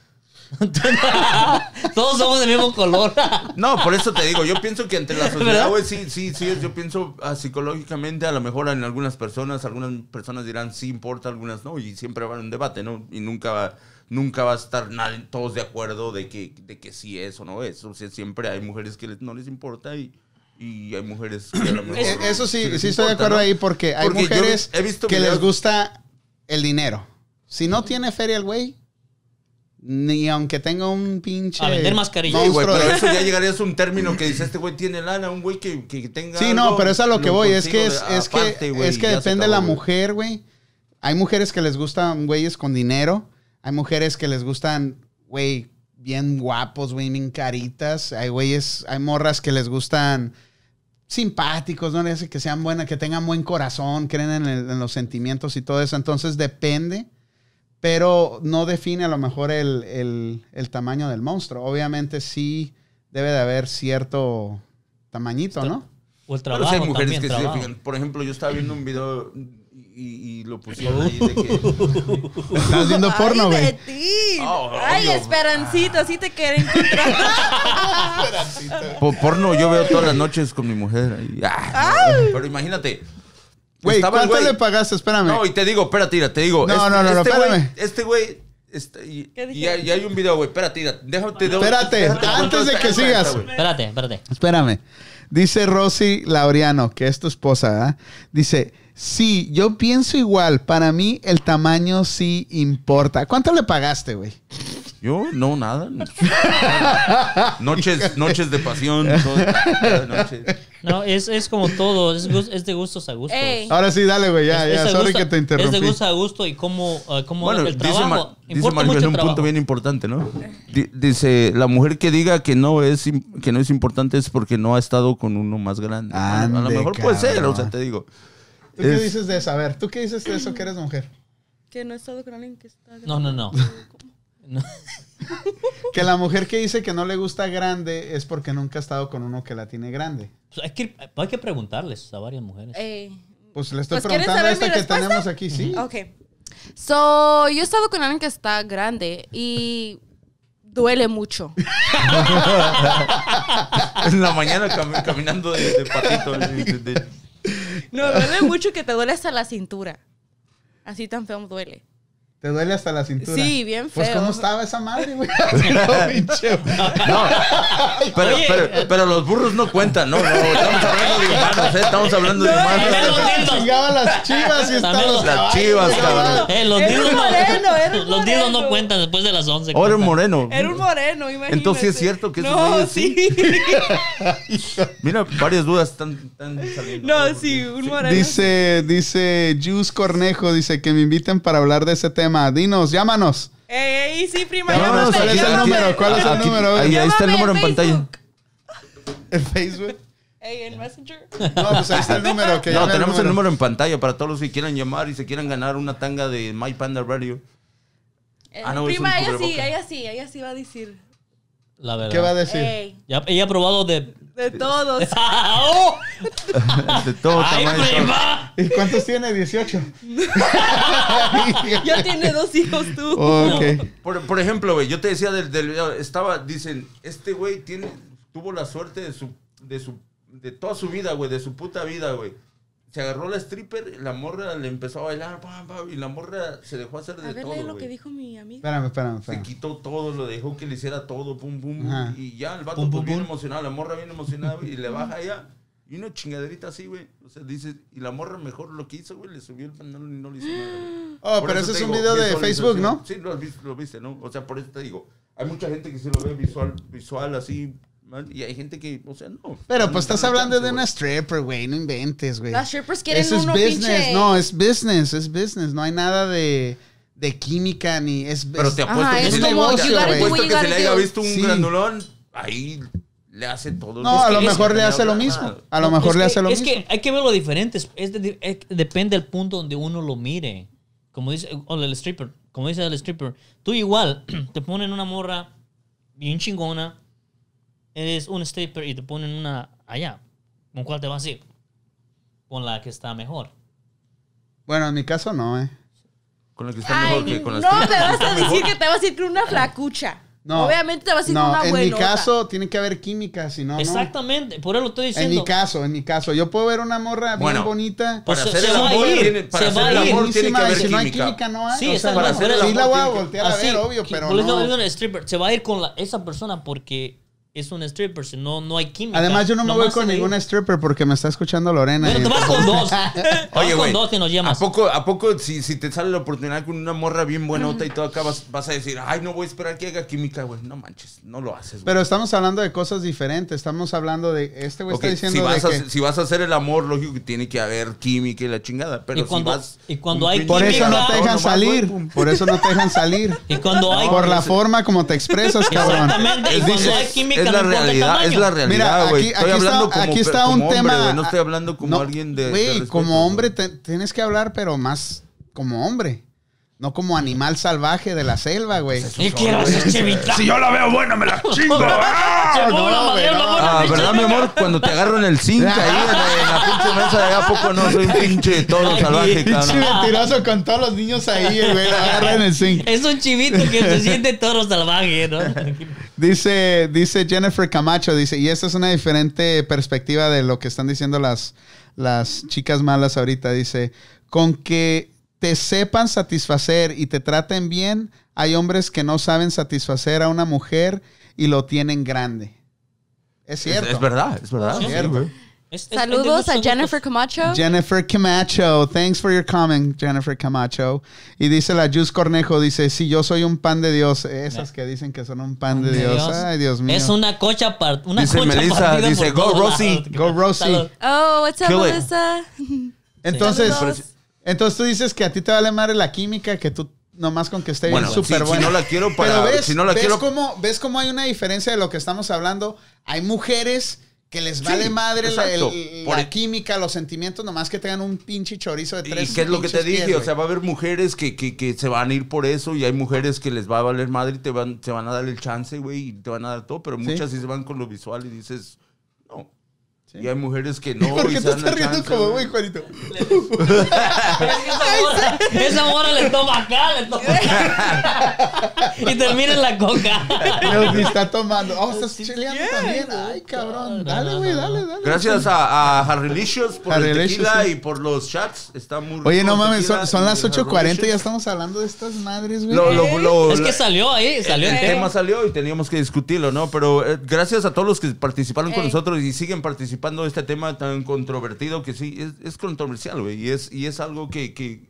Todos somos del mismo color. No, por eso te digo, yo pienso que entre la sociedad, ¿Verdad? güey, sí, sí, sí, yo pienso ah, psicológicamente, a lo mejor en algunas personas, algunas personas dirán sí importa, algunas no, y siempre va a haber un debate, ¿no? Y nunca va, nunca va a estar nadie, todos de acuerdo de que, de que sí es o no es. O sea, siempre hay mujeres que les- no les importa y, y hay mujeres que a lo mejor. Eh, Eso sí, les sí estoy de importa, acuerdo ¿no? ahí porque hay Porque yo mujeres he visto que videos- les gusta el dinero. Si no tiene feria el güey, ni aunque tenga un pinche. A vender mascarillas. Sí, güey, monstruo ¿eh? pero de- eso ya llegaría a un término que dice, este güey tiene lana, un güey que, que tenga Sí, no, algo, pero es a lo que voy. Es consigo que, de- es, es que, aparte, güey, es que ya se depende acabó, la güey. mujer, güey. Hay mujeres que les gustan güeyes con dinero. Hay mujeres que les gustan, güey, bien guapos, güey, bien caritas. Hay güeyes, hay morras que les gustan simpáticos, no les hace que sean buenas, que tengan buen corazón, creen en, el- en los sentimientos y todo eso. Entonces depende, pero no define a lo mejor el, el- el tamaño del monstruo. Obviamente sí debe de haber cierto tamañito, ¿no? O el Pero trabajo sí hay mujeres también, que trabajo. se fijan. Por ejemplo, yo estaba viendo un video y, y lo pusieron ahí de que... Estás viendo porno, Ay, de güey. ti. Oh, Ay, obvio. Esperancito, así te quieren encontrar. Po- porno yo veo todas las noches con mi mujer. ahí. Ah, Pero imagínate. Güey, estaba el ¿cuánto güey- le pagaste? Espérame. No, y te digo, espérate, mira, te digo. No, este, no, no, no, este güey- espérame. Este güey... está- y, ¿Qué y hay, y hay un video, güey. Espérate, mira, déjate... Espérate, déjate- antes de que espérate, sigas. espérate, güey. Espérate, espérate. Espérame. Dice Rosy Laureano, que es tu esposa, ¿verdad? Dice, sí, yo pienso igual. Para mí el tamaño sí importa. ¿Cuánto le pagaste, güey? Yo no nada. Noches, noches de pasión. todo- cada noche. No, es, es como todo, es, gus- es de gustos a gustos. Ey. Ahora sí, dale, güey. Ya, Es- es ya. de Sorry gusto- que te Es de interrumpí. gusto a gusto y cómo, uh, cómo Bueno, el dice, trabajo. Ma- dice Importa Maribel mucho el un trabajo. punto bien importante, ¿no? Di- dice, la mujer que diga que no es im- que no es importante es porque no ha estado con uno más grande. A lo- a lo Ande, mejor puede ser, cabrón. o sea, te digo. ¿Tú qué Es- dices de eso? A ver, ¿tú qué dices de eso que eres mujer? que no he estado con alguien que está. No, no, no. No. Que la mujer que dice que no le gusta grande es porque nunca ha estado con uno que la tiene grande. Pues hay, que, ir- hay que preguntarles a varias mujeres. Ey. Pues le estoy Pues, ¿quieres preguntando a saber esta mi que respuesta? tenemos aquí, sí. Eh, Ok. So, yo he estado con alguien que está grande y duele mucho. En la mañana cami- caminando de, de patito. de- de- de- No, duele mucho que te duele hasta la cintura. Así tan feo duele. Te duele hasta la cintura. Sí, bien Pues, feo. ¿cómo estaba esa madre, güey? No, pinche- Pero, Oye. pero, pero los burros no cuentan, ¿no? no, estamos hablando de humanos, ¿eh? Estamos hablando de no, humanos. no. Contentos. Chingaba las chivas y También estaba los- Las chivas, cabrón. Eh, los Eres dildos moreno, no, eres los dildos moreno. no cuentan después de las 11. Ahora cuentan. moreno. Era un moreno, imagínate. Entonces, ¿sí es cierto que esos No, güeyes sí. Mira, varias dudas están, están saliendo. No, sí, un moreno. Dice, dice Juice Cornejo, dice que me inviten para hablar de ese tema. Dinos, llámanos. Ey, ey, sí, prima. No, no, llámame, ¿cuál es el llámame. número? ¿Cuál es el Aquí- número? Ahí, ahí está el Llámame número en en pantalla. Facebook. En Facebook. Ey, en Messenger. No, pues ahí está el número. Que No, llame al tenemos el número en pantalla para todos los que quieran llamar y se quieran ganar una tanga de My Panda Radio. Ah, no, es un prima, ella sí, cubreboca. ella sí, ella sí va a decir. La verdad. ¿Qué va a decir? Ey, Ya, ella ha probado de. de todos. ¡Oh! De todo ¡Ay, tamaño. de todo. prima! ¿Y cuántos tiene? 18. Ya tiene dos hijos tú. Oh, ok. Por, por ejemplo, güey, yo te decía del, del video, estaba, dicen, este güey tiene, tuvo la suerte de su, de su, de toda su vida, güey, de su puta vida, güey. Se agarró la stripper, la morra le empezó a bailar, pam, pam, y la morra se dejó hacer de A ver, todo, lee lo güey. que dijo mi amiga. Espérame, espérame, Se espérame. quitó todo, lo dejó que le hiciera todo, pum, pum, pum. Ajá. Y ya el vato Pum, pues, pum, bien pum. emocionado, la morra bien emocionada, güey, y le baja allá. Y una chingaderita así, güey. O sea, dice, y la morra mejor lo que hizo, güey, le subió el pantalón y no le hizo nada. güey. Oh, Por pero ese eso es te un digo, video de visualización. Facebook, ¿no? Sí, lo, has visto- lo viste, ¿no? O sea, por eso te digo, hay mucha gente que se lo ve visual, visual así, man, y hay gente que, o sea, no. Pero No pues le estás dan hablando chance, de güey. una stripper, güey. No inventes, güey. Las strippers quieren Eso uno es business. pinche. No, es business, es business. No hay nada de, de química ni es Pero te es- apuesto Ajá, que es si le- como, te you gotta do apuesto what you que si le gotta haya do. visto un Sí. granulón, ahí le hace todo No, Es a que lo es- mejor le hace lo mismo. A lo mejor Es le que- hace lo Es mismo. que hay que verlo diferente. es- es de- es- depende del punto donde uno lo mire. Como dice o el stripper. Como dice el stripper. Tú igual te ponen una morra bien chingona. Eres un stripper y te ponen una allá. ¿Con cuál te vas a ir? Con la que está mejor. Bueno, en mi caso no, ¿eh? Con la que está Ay, mejor que con no las me vas que- a está decir mejor. que te vas a ir con una flacucha. No. Obviamente te vas a ir con No, una en buena. mi caso tiene que haber química, si Ah, no, no. Exactamente. Por eso lo estoy En diciendo. mi caso, en mi caso. Yo puedo ver una morra Bueno. bien bonita. Pues Para se- hacer se el va a amor ir, tiene- para se va hacer el a ir. amor tiene que buenísima, y haber si no hay química. química, no hay. Sí, O sea, esa para no, hacer el sí amor la voy a tiene que- voltear a ver, obvio, que- pero por eso es no. un stripper. Se va a ir con la- esa persona porque es un stripper. Si no, no hay química. Además, yo no me Nomás voy con se va a ir. ninguna stripper porque me está escuchando Lorena. Bueno, y te vas con dos. Te vas Oye, con güey. dos y nos ¿A llamas. poco, a poco si, si te sale la oportunidad con una morra bien buenota y todo acá vas, vas a decir, ay, no voy a esperar que haga química, güey? No manches, no lo haces, güey. Pero estamos hablando de cosas diferentes. Estamos hablando de. Este güey Ok, está si, diciendo vas a, de que. si vas a hacer el amor, lógico que tiene que haber química y la chingada. Pero Y cuando- si vas. y cuando un hay pinche Por eso no química, te nomás, dejan güey, pum. salir. Por eso no te dejan salir. Y cuando hay. Por la sí. forma como te expresas, cabrón. Exactamente. Y Es, cuando dices, hay química, es no la importa el realidad, es tamaño. la Mira, realidad, aquí- güey. Estoy aquí está- hablando como, aquí per- está como un hombre, tema- güey, no estoy hablando como No, alguien de. de güey, respeto, como hombre güey. te- tienes que hablar, pero más como hombre. No como animal salvaje de la selva, güey. Pues ¿Y qué vas a chevita? Si yo la veo buena, me la chingo. ¡Ah! Se pone la no, madera, güey, la no. pone Ah, pinche ¿verdad, mi amiga? amor? Cuando te agarro en el cinco ahí, en la, en la pinche mesa de allá, ¿a poco no? Soy un pinche toro salvaje, Pinche cabrón. mentiroso con todos los niños ahí, el güey. la agarra en el zinc. Es un chivito que se siente toro salvaje, ¿no? Dice, dice Jennifer Camacho, dice, y esta es una diferente perspectiva de lo que están diciendo las, las chicas malas ahorita. Dice, con que te sepan satisfacer y te traten bien, hay hombres que no saben satisfacer a una mujer y lo tienen grande. Es Es, cierto. es verdad, es verdad. Es cierto. Es- es- es Saludos de a gustos, Jennifer gustos. Camacho. Jennifer Camacho, thanks for your comment, Jennifer Camacho. Y dice la Jus Cornejo, dice, si yo soy un pan de Dios, esas que dicen que son un pan de Dios. Ay, Dios mío. Es una cocha part- una Dice cocha Melissa, partida dice, por "Go, todos Rosy, lados". go, Rosy. Salud. Oh, what's up, Kill it. Melissa? Entonces, Saludos. entonces tú dices que a ti te vale madre la química, que tú nomás con que esté Bueno, bien si- súper si buena. no la quiero para- Pero ves, si no la ves quiero- cómo, ves cómo hay una diferencia de lo que estamos hablando. Hay mujeres que les Sí, vale madre la, el- exacto. Por la el- química, los sentimientos, nomás que tengan un pinche chorizo de ¿Y tres qué es lo que te pinches dije? pies, o sea, va a haber mujeres que, que, que se van a ir por eso y hay mujeres que les va a valer madre y te van, se van a dar el chance, güey, y te van a dar todo, pero muchas sí se van con lo visual y dices, no. Y hay mujeres que no. güey. ¿Por y qué se te dan estás el riendo chance, como, güey. güey, Juanito? Esa mora- Esa mora le toma acá, le toma acá. Y termina en la coca. Nos está tomando. Oh, estás chileando yeah. también. Ay, cabrón. No, Dale, no, güey, no, dale, dale. Gracias a, a Harrilicious por el Harrilicious, tequila sí. y por los chats. Está muy Oye, rico no el mames, tequila son, son y las el 8.40 y ya Harrilicious. estamos hablando de estas madres, güey. Lo, lo, lo- Es que la- salió ahí, salió el el tema tema. salió y teníamos que discutirlo, ¿no? Pero eh, gracias a todos los que participaron con Ey. nosotros y siguen participando de este tema tan controvertido que sí, es, es controversial, güey. Y es, y es algo que, que,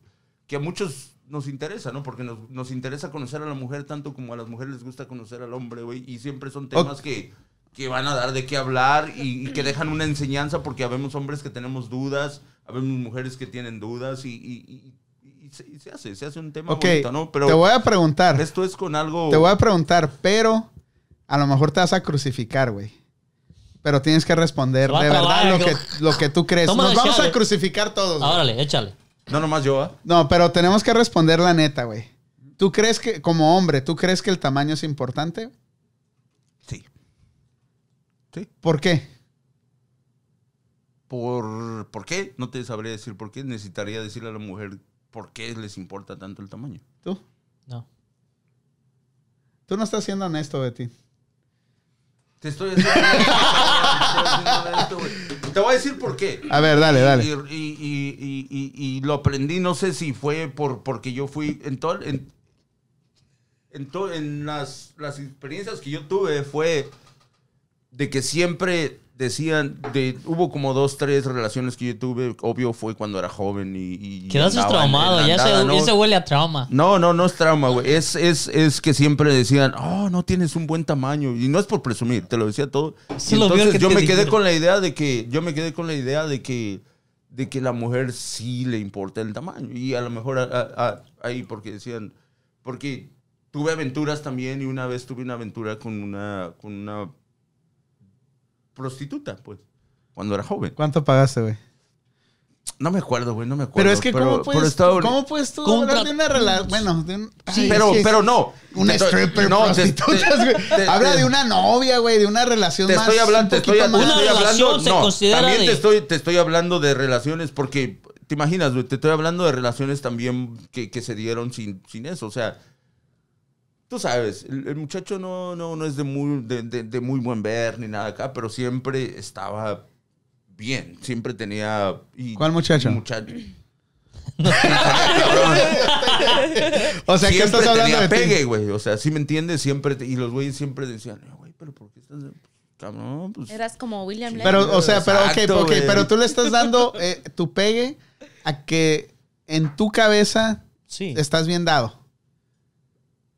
que a muchos nos interesa, ¿no? Porque nos, nos interesa conocer a la mujer tanto como a las mujeres les gusta conocer al hombre, güey. Y siempre son temas que, que van a dar de qué hablar y, y que dejan una enseñanza porque habemos hombres que tenemos dudas, habemos mujeres que tienen dudas y... y- y- y se, y se hace, se hace un tema Ok, bonito, ¿no? Pero te voy a preguntar. esto es con algo... Te voy a preguntar, pero a lo mejor te vas a crucificar, güey. Pero tienes que responder Se va a de acabar, verdad lo que, hijo. lo que tú crees. Toma Nos la vamos a chave. crucificar todos. güey. Árale, échale. No nomás yo, ¿ah? No, pero tenemos que responder la neta, güey. ¿Tú crees que, como hombre, tú crees que el tamaño es importante? Sí. ¿Por qué? ¿Por, ¿Por qué? No te sabría decir por qué. Necesitaría decirle a la mujer por qué les importa tanto el tamaño. Tú. No. Tú no estás siendo honesto, Betty. Te estoy haciendo- te estoy haciendo esto, güey. Te voy a decir por qué. A ver, dale, Y, dale. y- y- y- y lo aprendí, no sé si fue por, porque yo fui en todo... En, en, to- en las, las experiencias que yo tuve fue de que siempre decían, de, hubo como dos, tres relaciones que yo tuve, obvio fue cuando era joven y... y Quedaste andaba en- traumado, en ya andada, se, ¿no? Mm. ya se huele a trauma. No, no, no es trauma, güey. Es, es, es que siempre decían, oh, no tienes un buen tamaño. Y no es por presumir, te lo decía todo. Sí, Y lo veo entonces que yo te me quedé dijeron. con la idea de que, yo me quedé con la idea de que, de que la mujer sí le importa el tamaño. Y a lo mejor a- a- a- ahí porque decían, porque tuve aventuras también y una vez tuve una aventura con una, con una prostituta, pues, cuando era joven. ¿Cuánto pagaste, güey? No me acuerdo, güey, no me acuerdo. Pero es que, ¿cómo, puedes, pero estaba- ¿cómo puedes tú Contra- hablar de una relación? Bueno, de un. Sí, Ay, pero, es que- pero no. Una Te- stripper, no, te- prostitutas, te- güey. te- Habla te- de una novia, güey, de una relación Te más. estoy hablando, un te estoy, poquito te más- Una estoy hablando. relación se no, considera también de- te estoy, te estoy hablando de relaciones porque, te imaginas, güey, te estoy hablando de relaciones también que, que se dieron sin, sin eso. O sea, tú sabes, el, el muchacho no, no, no es de muy, de, de- de muy buen ver ni nada acá, pero siempre estaba bien. Siempre tenía. y- ¿Cuál muchacho? muchacho. O sea, ¿qué siempre estás hablando tenía de ti? pegue, güey. O sea, si me entiendes, siempre. te- y los güeyes siempre decían, "Eh, güey, pero ¿por qué estás.? Cabrón, pues. Eras como William Lane. Pero, o sea, pero, ok, Exacto, ok, güey. pero tú le estás dando eh, tu pegue a que en tu cabeza Sí. estás bien dado.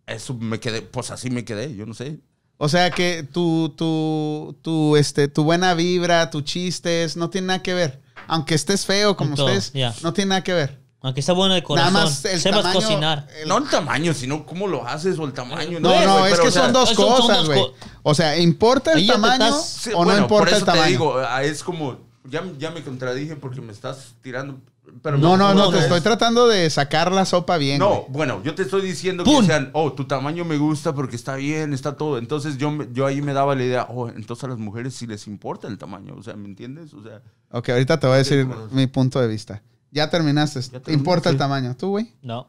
Eso me quedé, pues así me quedé, yo no sé. O sea, que tu, tu, tu, este, tu buena vibra, tus chistes, no tiene nada que ver. Aunque estés feo como En todo, estés, ya. no tiene nada que ver. Aunque está bueno de corazón. Nada más el sepas tamaño, cocinar. el- No el tamaño, sino cómo lo haces o el tamaño. No, Güey, no, pero, es que o sea, son dos son- son cosas, dos güey. co- O sea, ¿importa Ahí el ya te tamaño estás- sí, o bueno, no por importa el eso te tamaño? digo, ah, es como, ya, ya me contradije porque me estás tirando. Pero no, no, no, No, te no. estoy tratando de sacar la sopa bien. No, güey. bueno, yo te estoy diciendo ¡Pum! que sean, oh, tu tamaño me gusta porque está bien, está todo. Entonces yo, me- yo ahí me daba la idea, oh, entonces a las mujeres sí les importa el tamaño, o sea, ¿me entiendes? O sea, Ok, ahorita te voy a decir Sí, por- mi punto de vista. Ya terminaste. Ya ¿Te importa terminé, el sí. tamaño? ¿Tú, güey? No.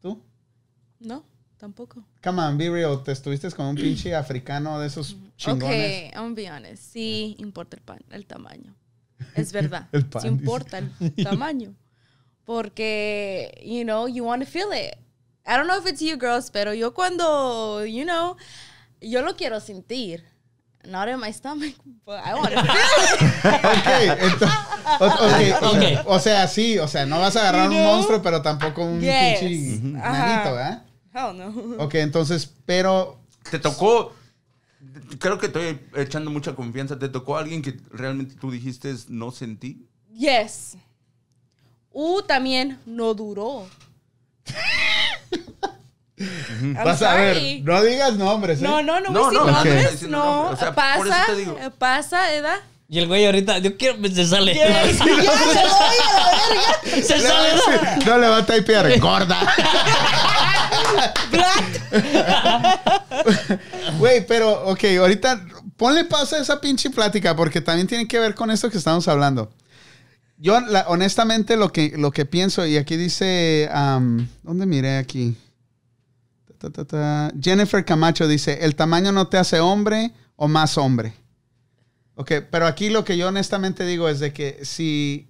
¿Tú? No, tampoco. Come on, be real. Te estuviste con un pinche africano de esos chingones. Ok, I'm be honest. Sí importa el, pan, el tamaño. Es verdad. El pan, sí importa el tamaño. Porque, you know, you want to feel it. I don't know if it's you girls, pero yo cuando, you know, yo lo quiero sentir. Not in my stomach, but I want to feel it. Ok, ento- o- ok, o sea- Ok. O sea, sí, o sea, no vas a agarrar un No. monstruo, pero tampoco un Yes. pinche Ujú. manito, Ajá. ¿verdad? Hell no. Ok, entonces, pero te tocó, creo que estoy echando mucha confianza, te tocó alguien que realmente tú dijiste no sentí. Yes. U también no duró. I'm vas a ver, sorry. no digas nombres, ¿eh? No, no, no, No, voy a decir no, no estoy nombres, no. diciendo nombres, o sea, por eso pasa, eh, te digo. pasa, edad. Y el güey ahorita, yo quiero, se sale. Yes, ya, te voy a la verga. Se Le va a sale. ¿no? decir- no le va a typear, gorda. Black. Güey, pero, ok, ahorita ponle pausa a esa pinche plática porque también tiene que ver con esto que estamos hablando. Yo, la- honestamente, lo que, lo que pienso, y aquí dice, am, ¿dónde miré aquí? Ta, ta, ta, ta. Jennifer Camacho dice, el tamaño no te hace hombre o más hombre. Ok, pero aquí lo que yo honestamente digo es de que si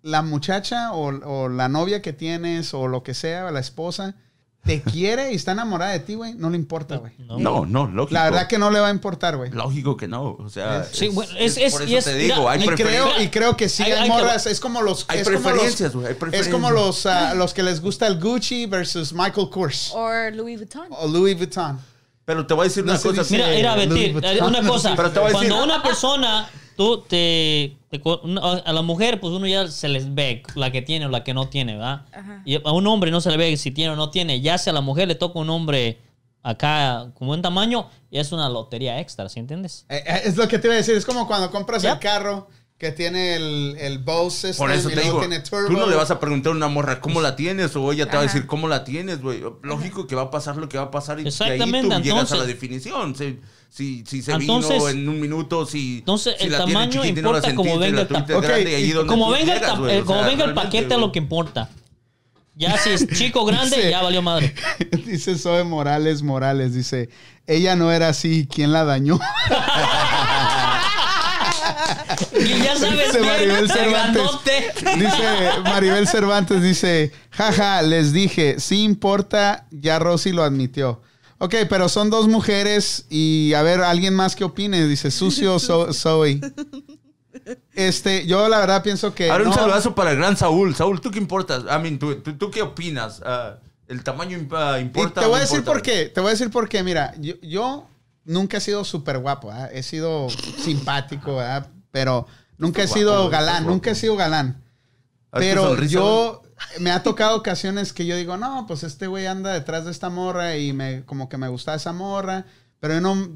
la muchacha o, o la novia que tienes o lo que sea, la esposa, te quiere y está enamorada de ti, güey, no le importa, güey. No. No, no, lógico. La verdad que no le va a importar, güey. Lógico que no, o sea, Sí, bueno, es- es- por y eso es- te mira, digo, hay, Y preferen- creo, y creo que sí Hay- hay, hay que- morras, es como los... hay es como los- preferencias, güey, hay Es preferencias. como los, ah, los que les gusta el Gucci versus Michael Kors Or Louis Vuitton. Oh, o Louis Vuitton. Pero te voy a decir No una se cosa. dice- Mira, Sí, era Louis vestir. Vuitton. eh, Una cosa, Pero te voy a cuando decir- una persona, tú te, te co- una- A la mujer, pues uno ya se les ve la que tiene o la que no tiene, ¿verdad? Ajá. Y a un hombre no se le ve si tiene o no tiene. Ya si a la mujer le toca un hombre acá con buen tamaño, ya es una lotería extra, ¿sí entiendes? Eh, eh, es lo que te iba a decir, es como cuando compras Yep. el carro que tiene el, el Bose system Por eso y te luego digo, tiene turbo. tú no le vas a preguntar a una morra cómo la tienes o ella te va a Ajá. decir cómo la tienes, güey. Lógico que va a pasar lo que va a pasar y, y ahí tú Exactamente, llegas a la entonces- definición. Si, si, si se Entonces- vino en un minuto, si, entonces si el tienes tamaño y no la importa como sentiste, venga la el tuviste tamaño. grande Ok, y ahí y donde Como tú venga, el, quieras, pa- güey. eh, O como sea, venga el realmente, paquete güey. lo que importa. Ya si es chico grande, Dice- ya valió madre. dice Zoe Morales Morales, dice, ella no era así, ¿quién la dañó? Y ya sabes Dice bien, el Maribel Cervantes. grandote. Dice Maribel Cervantes, dice, jaja, les dije, sí importa, ya Rosy lo admitió. Ok, pero son dos mujeres y a ver, alguien más que opine, dice, sucio So- Zoe. Este, yo la verdad pienso que... Ahora un no. saludazo para el gran Saúl. Saúl, ¿tú qué importas? I mean, ¿tú, tú, tú qué opinas? Ah, ¿El tamaño imp- ah, Y importa? te o voy a no decir importa? por qué, te voy a decir por qué, mira, yo, yo nunca he sido súper guapo, ¿ah? he sido simpático, ¿ah? pero nunca he Guapo, sido güey, galán, guapo. nunca he sido galán. A ver tu Pero sonrisa, yo me ha tocado ocasiones que yo digo, no, pues este güey anda detrás de esta morra y me como que me gusta esa morra, pero yo no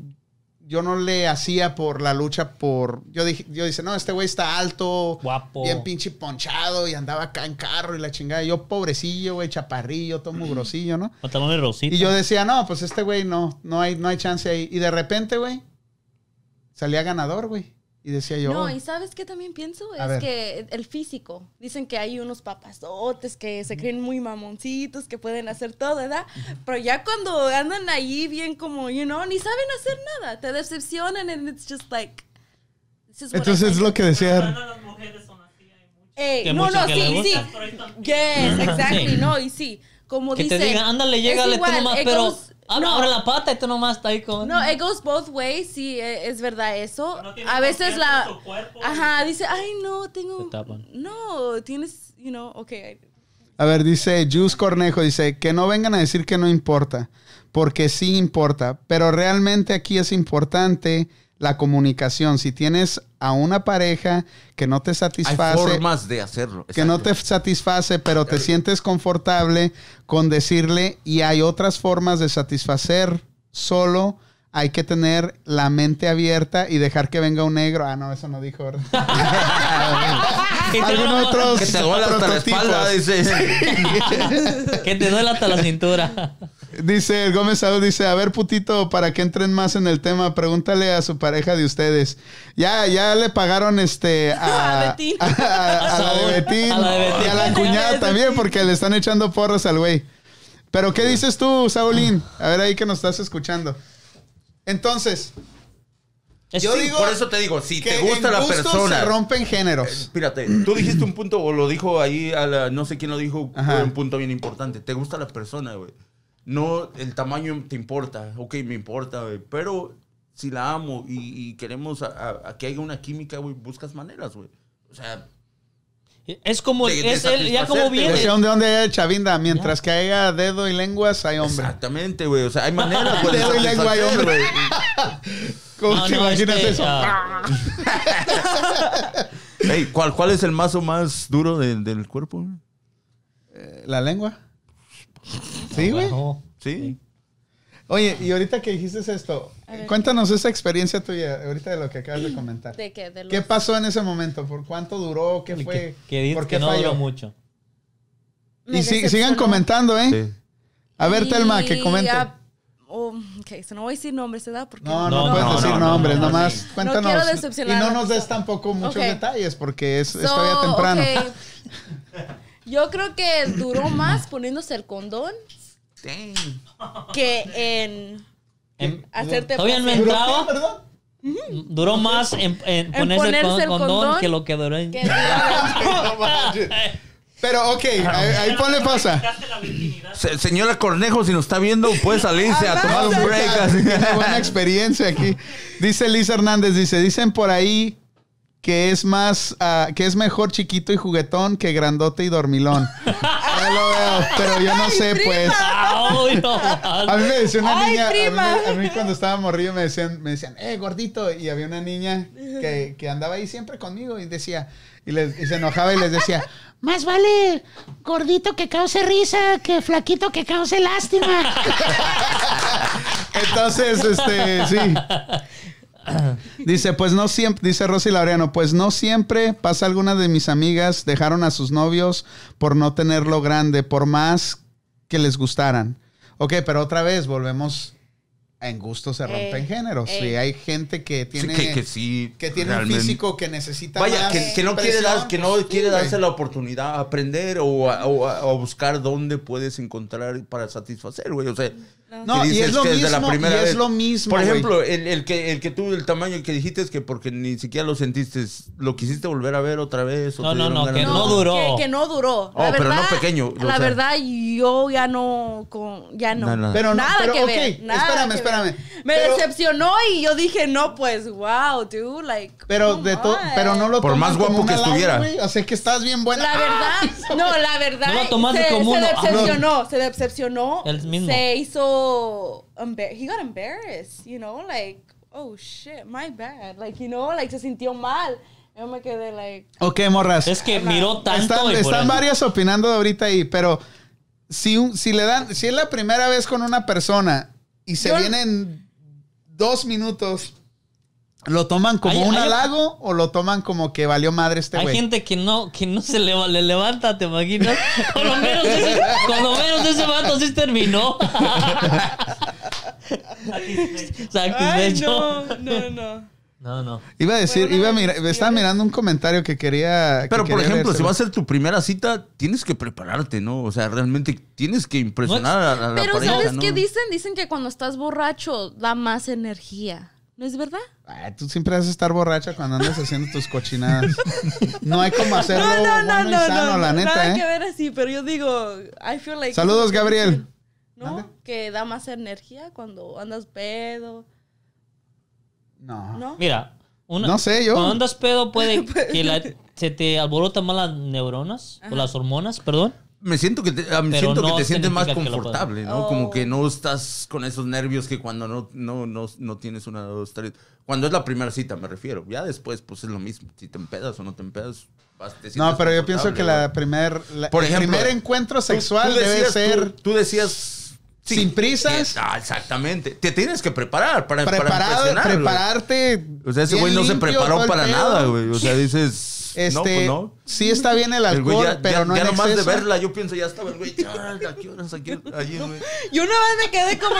yo no le hacía por la lucha por... Yo dije, yo dice, no, este güey está alto, Guapo. bien pinche ponchado y andaba acá en carro y la chingada. Yo pobrecillo, güey, chaparrillo, todo mugrosillo, ¿no? Pantalones rositas. Y yo decía, no, pues este güey no, no hay, no hay chance ahí. Y de repente, güey, salía ganador, güey. Y decía yo, No, oh, y sabes qué también pienso, A es ver. que el físico, dicen que hay unos papazotes que se creen muy mamoncitos, que pueden hacer todo, ¿verdad? Pero ya cuando andan ahí bien como, you know, ni saben hacer nada, te decepcionan and it's just like... this is what I entonces es think. lo que decía. Las mujeres son así, hay mucho. Ey, Que no, mucho no, que sí, le sí. gusta. Pero ahí también. Yes, exactly, Sí. no, y sí. Como que dice, te digan, ándale, es llégale tú igual, nomás, it pero goes- abre, abre la pata y tú nomás está ahí con... No, it goes both ways, sí, e- es verdad eso. No tiene a veces confianza la... en su cuerpo. Ajá, dice, ay, no, tengo... Te tapan. No, tienes, you know, okay. A ver, dice Jus Cornejo, dice, que no vengan a decir que no importa, porque sí importa, pero realmente aquí es importante la comunicación. Si tienes a una pareja que no te Hay satisface, formas de hacerlo. que no te exacto. satisface, pero te sientes confortable con decirle y hay otras formas de satisfacer solo. Hay que tener la mente abierta y dejar que venga un negro. Ah, no, eso no dijo. ¿verdad? Que te Algunos duela- otros, Que te duele hasta la otros espalda, tipos. dice. Que te duela hasta la cintura. Dice el Gómez Saúl, dice, a ver putito, para que entren más en el tema, pregúntale a su pareja de ustedes. Ya, ya le pagaron este A a, Betín. a- a- a la Saúl, de Betín a la de Betín. y a la cuñada también, porque le están echando porras al güey. Pero ¿qué dices tú, Saulín? A ver ahí que nos estás escuchando. Entonces, Es- Yo Sí, digo por eso te digo, si que te gusta en la gustos persona. se Mm. rompen géneros. Espérate, tú dijiste un punto, o lo dijo ahí, a la- no sé quién lo dijo, Ajá. fue un punto bien importante. Te gusta la persona, güey. No, el tamaño te importa, ok, me importa, güey. Pero si la amo y, y queremos a, a- a que haya una química, güey, buscas maneras, güey. O sea, Es como, De- de es el- ya como satisfacerte, viene. Decía, ¿de dónde hay chavinda? Mientras que haya dedo y lenguas, hay hombre. exactamente, güey. O sea, hay maneras, güey. de Dedo y lengua y satisfacer, hombre. güey. ¿Cómo No, te no, imaginas este, eso? ah, Ey, ¿cuál, ¿Cuál es el mazo más duro de- del cuerpo? güey? ¿La lengua? Sí, güey. no. Sí. Oye, y ahorita que dijiste esto, cuéntanos esa experiencia tuya, ahorita de lo que acabas de comentar. ¿De qué? De los- ¿Qué pasó en ese momento? ¿Por cuánto duró? ¿Qué Que- fue? que dices ¿Por qué que no duró falló? mucho. Me Y si- sigan decepcionó. comentando, ¿eh? Sí. A ver, Telma, que Y comente. a- oh, ok, so no voy a decir nombres, ¿verdad? Porque No, no, pues, puedes no, decir no, nombres, no, nomás sí. cuéntanos. quiero decepcionar y a no la nos des persona. tampoco muchos Ok. detalles porque es, es So, todavía temprano. ok. Yo creo que duró más poniéndose el condón que en En- hacerte todavía no placer. ¿Duró entraba. qué, perdón? Duró más en, en ponerse, En el con- ponerse el condón, condón que lo que duró en... Que duró- No manches. Pero ok, ahí, ahí ponle pausa. Quitaste la virginidad. Se- señora Cornejo, si nos está viendo, puede salirse a tomar un break. así. Tiene buena experiencia aquí. Dice Liz Hernández, dice, dicen por ahí que es más, ah, que es mejor chiquito y juguetón que grandote y dormilón. Ya lo veo, pero yo no sé, prima. pues. Ay, no, A mí me decía una Ay, niña, a mí, prima. a mí cuando estaba morrillo me decían, me decían, eh, gordito. Y había una niña que, que andaba ahí siempre conmigo y decía, y, les- y se enojaba y les decía, Más vale gordito que cause risa que flaquito que cause lástima. Entonces, este, sí. Dice, pues no siempre, dice Rosy Laureano, pues no siempre pasa algunas de mis amigas dejaron a sus novios por no tenerlo grande, por más que les gustaran. Ok, pero otra vez volvemos a en gusto se rompen Ey, géneros. ey. Sí, hay gente que tiene, Sí, que, que, que sí. tiene un realmente. físico que necesita Vaya, más que, que no quiere, presión, dar- que no pues, quiere sí, güey. darse la oportunidad a aprender o a, o a- o a buscar dónde puedes encontrar para satisfacer, güey. O sea, No, que y dices es lo que desde mismo, la primera y es vez. lo mismo, Por güey. ejemplo, el, el que, el que tú, el tamaño que dijiste es que porque ni siquiera lo sentiste, lo quisiste volver a ver otra vez. o No, te no, dieron no, ganas que de- no duró. Que, que no duró. Oh, pero no pequeño, o La sea. verdad, yo ya no. Con, ya no. No, nada. Pero no, nada pero que ok, ver. nada espérame, que ver. espérame. Me Pero- decepcionó y yo dije, no, pues, wow, dude. Like, Pero come de todo, on. pero no lo Por toman más guapo como un que halago, estuviera. güey. O sea, que estás bien buena. La ¡Ah! verdad, no, la verdad. No lo tomaste se, como se uno. Ah, decepcionó, se decepcionó. El mismo. Se hizo embar- he got embarrassed, you know, like, oh shit, my bad. Like, you know, like se sintió mal. Yo me quedé like Ok, morras. Es que miró tanto Están, y por están eso. varias opinando de ahorita ahí, pero si, un- si le dan, si es la primera vez con una persona y se Yo- vienen dos minutos ¿Lo toman como Hay- un hay- halago o lo toman como que valió madre este Hay güey? gente que no, que no se le, va- le levanta, ¿te imaginas? Por lo menos ese, por lo menos ese vato sí terminó. Ay, Satisfecho. no, no, no. No, no. Iba a decir, Bueno, iba a no, mirar, estaba mirando un comentario que quería. que Pero, por quería ejemplo, leérselo. si va a ser tu primera cita, tienes que prepararte, ¿no? O sea, realmente tienes que impresionar a, a la Pero pareja, ¿sabes ¿no? qué dicen? Dicen que cuando estás borracho da más energía. ¿No es verdad? Ay, tú siempre vas a estar borracha cuando andas haciendo tus cochinadas. No hay como hacerlo no, no, no, bueno y no, sano, no, la no, neta, nada que ¿eh? ver así, pero yo digo, I feel like Saludos, Gabriel. ¿No? Que da más energía cuando andas pedo. No. ¿No? Mira, una, No sé, yo. cuando andas pedo puede que la- se te alborotan más las neuronas o las hormonas, perdón. Me siento que te, a mí Pero siento no que te sientes más significa que lo confortable, ¿no? Oh. Como que no estás con esos nervios que cuando no, no, no, no tienes una, dos, tres. Cuando es la primera cita, me refiero. Ya después, pues es lo mismo. Si te empedas o no te empedas, vas- te No, sientes pero yo pienso que la confortable, primer, la- Por el ejemplo, primer encuentro sexual Tú debe decías- ser Tú, tú decías. sí, sin prisas, que- ah, exactamente. Te tienes que preparar eh, para, para preparado, impresionarlo. prepararte. O sea, ese bien güey no se limpio, todo preparó el para pedo. nada, güey. O sea, dices. no, Este, pues no. sí está bien el El alcohol, güey ya, pero ya- no ya en nomás de exceso. verla, yo pienso, ya estaba el güey. "Ah, ¿A qué horas? ¿A qué horas?" Allí, güey. Yo una vez me quedé como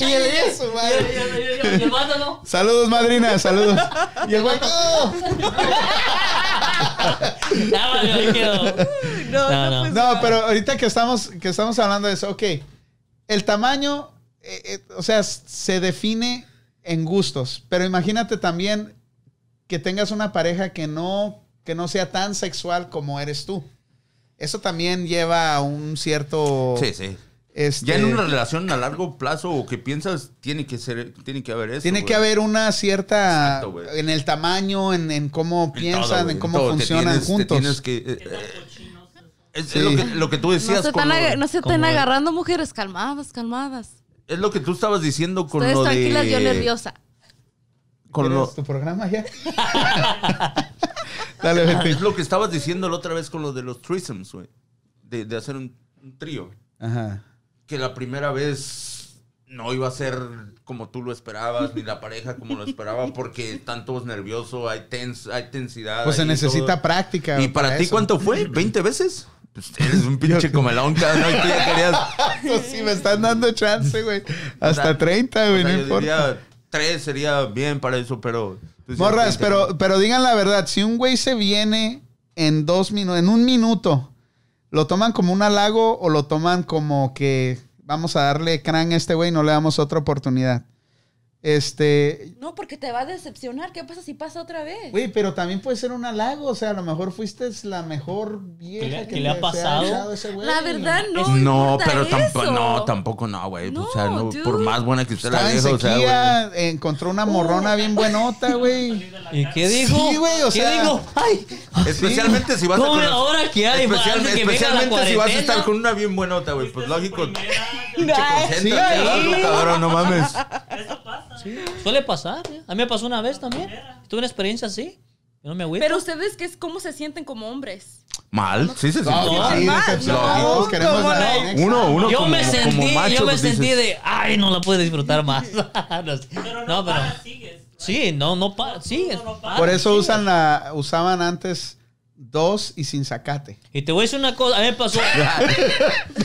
y el eso, madre. Y el vato no. Saludos, madrina, saludos. Y el güey, ¡oh! Ya valió, ahí quedó. No, no, no, no. pues, No, pero ahorita que estamos, que estamos hablando de eso, ok. El tamaño, eh, eh, o sea, s- se define en gustos, pero imagínate también que tengas una pareja que no, que no sea tan sexual como eres tú. Eso también lleva a un cierto... Sí, sí. Oh. este, Ya en una relación a largo plazo o que piensas, tiene que ser, tiene que haber eso. Tiene que güey. haber una cierta... Exacto, güey. en el tamaño, en, en cómo En piensan, todo, güey, en cómo todo. Te funcionan tienes- te juntos. tienes que- eh, eh, es, es lo Sí. que, lo que tú no decías se están, con lo- aga- no se estén como- agarrando mujeres calmadas, calmadas. es lo que tú estabas diciendo con Ustedes lo de tranquilas, yo nerviosa. con lo- ¿Quieres tu programa ya? Dale, es vete. lo que estabas diciendo la otra vez con lo de los threesomes, güey. De, de hacer un, un trío. Ajá. Que la primera vez no iba a ser como tú lo esperabas, ni la pareja como lo esperaba, porque están todos nerviosos, hay, tens, hay tensidad. Pues se hay necesita todo. práctica. ¿Y para, ti eso. cuánto fue? ¿20 veces? Pues eres un pinche comelón cada noche. Ya querías. Pues sí, me están dando chance, güey. Hasta O sea, 30, o güey, sea, no yo importa. diría pues, tres sería bien para eso, pero. tú decías Morras, 20, pero, ¿no? pero digan la verdad, si un güey se viene en dos minutos, en un minuto, ¿lo toman como un halago o lo toman como que vamos a darle crán a este güey y no le damos otra oportunidad? Este. No, porque te va a decepcionar. ¿Qué pasa si pasa otra vez? Güey, pero también puede ser un halago, o sea, a lo mejor fuiste la mejor vieja ¿Qué le- que le ha se pasado? echado ese güey. La verdad, no. No, importa pero eso. tampoco, no, tampoco no, güey. pues, No, o sea, no, dude. por más buena que usted la Estaba en vieja, o sea, güey. sequía, encontró una morrona bien buenota, güey. ¿Y qué dijo? Sí, güey, o ¿Qué sea- digo? Ay, Ah, Especialmente si vas a ¿Cómo conocer- ahora que hay- especial- antes que venga la especialmente si vas a cuarentena? estar con una bien buenota, güey. Pues lógico. Ay, Sí, Concéntrate, hazlo, cabrón, no mames. Eso pasa. Suele pasar. ¿eh? A mí me pasó una vez también. Tuve una experiencia así. Yo no me agüito. Pero ustedes, qué es, ¿cómo se sienten como hombres? Mal, sí se No, sintió que sí, mal. decepcionados, Lógico. queremos la no? next. Uno, uno yo como, me como sentí, macho, yo me pues, sentí dices, de, ay, no la puedes disfrutar más. no, sé. Pero No, pero- no, para, sigues. Sí, no, no pa, sí. es- Por eso usan la, usaban antes dos y sin zacate. Y te voy a decir una cosa, a mí me pasó.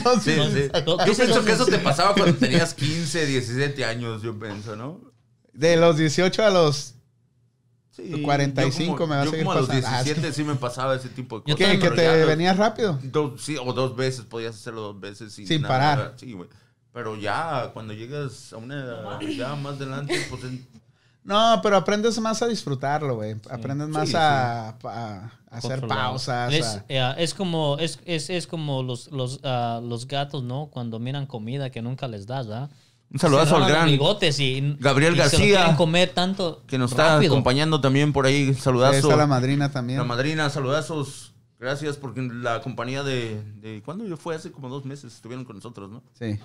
Dos Sí, sin- sí. No, Yo dice pienso no que eso te pasaba cuando tenías 15, 17 años, yo pienso, ¿no? De los 18 a los... Sí. 45 yo como- me va a yo seguir como pasando. a Ah, los es 17 sí me pasaba ese tipo de Yo cosas. ¿Qué? ¿Que pero ya te los- venía rápido? dos- sí, o dos veces, podías hacerlo dos veces sin, Sin nada. parar. Sí, güey. Pero ya, cuando llegas a una edad ya más adelante, pues en- No, pero aprendes más a disfrutarlo, güey. Aprendes más Sí, a, a- a hacer Controlado. ah. pausas. Es, a- eh, es como, es, es, es como los, los, ah, los gatos, ¿no? Cuando miran comida que nunca les das, ¿ah? un saludazo Se al lavan los gran bigotes y, Gabriel y se lo García, quieren comer tanto que nos está rápido. acompañando también por ahí. Ahí Saludazo. está la madrina también. La madrina, saludazos. Gracias porque la compañía de, de... ¿Cuándo fue? Hace como dos meses estuvieron con nosotros, ¿no? Sí.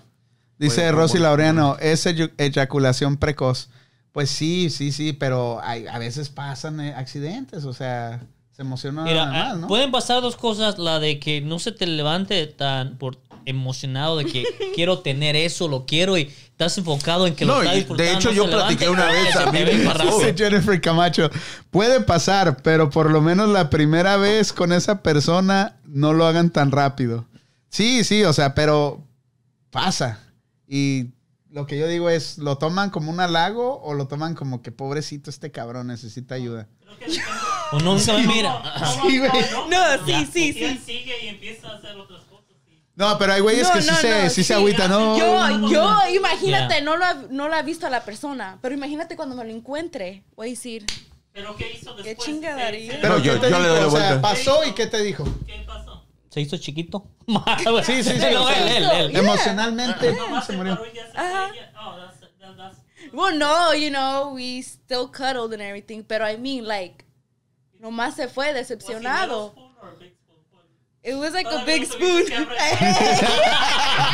Dice Bueno, Rosy bueno. Laureano, es eyu- eyaculación precoz. Pues sí, sí, sí, pero hay- a veces pasan eh, accidentes, o sea, se emocionan Mira, nada más, ah, ¿no? pueden pasar dos cosas, la de que no se te levante tan por emocionado de que quiero tener eso, lo quiero y estás enfocado en que No, lo estás y de disfrutando. hecho, se yo levanta platiqué y una se vez, te a mí ve me embarrado. pasó. Dice Jennifer Camacho, puede pasar, pero por lo menos la primera vez con esa persona no lo hagan tan rápido. Sí, sí, o sea, pero pasa. Y lo que yo digo es, ¿lo toman como un halago o lo toman como que pobrecito este cabrón necesita ayuda? Creo que depende O no se me cómo- mira. cómo Sí, güey. actúa, Ah, No, sí, Ya, sí, porque él sí. sigue y empieza a hacer otras cosas. sí. No, pero hay güeyes No, que sí, no, se, no, sí se sí. agüita, ¿no? Yo, yo, imagínate, Yeah. no, lo ha, no lo ha visto a la persona, pero imagínate cuando me lo encuentre. Voy a decir, Pero ¿qué hizo después? chingadaría. Pero No, yo- ¿qué te yo le doy dijo? la O sea, vuelta. pasó y ¿qué te dijo? ¿Qué pasó? Se hizo chiquito. Sí, sí, sí. No, él, él, él. Yeah. Emocionalmente Nomás se se murió. paró y ya se Ajá. fue, ya- oh, that's- that- that's- well, no, you know, we still cuddled and everything, pero I mean, like, nomás se fue Was he middle decepcionado. spoon or big spoon? It was like a Todavía big no spoon. Pues tuviste I que was abrir. like,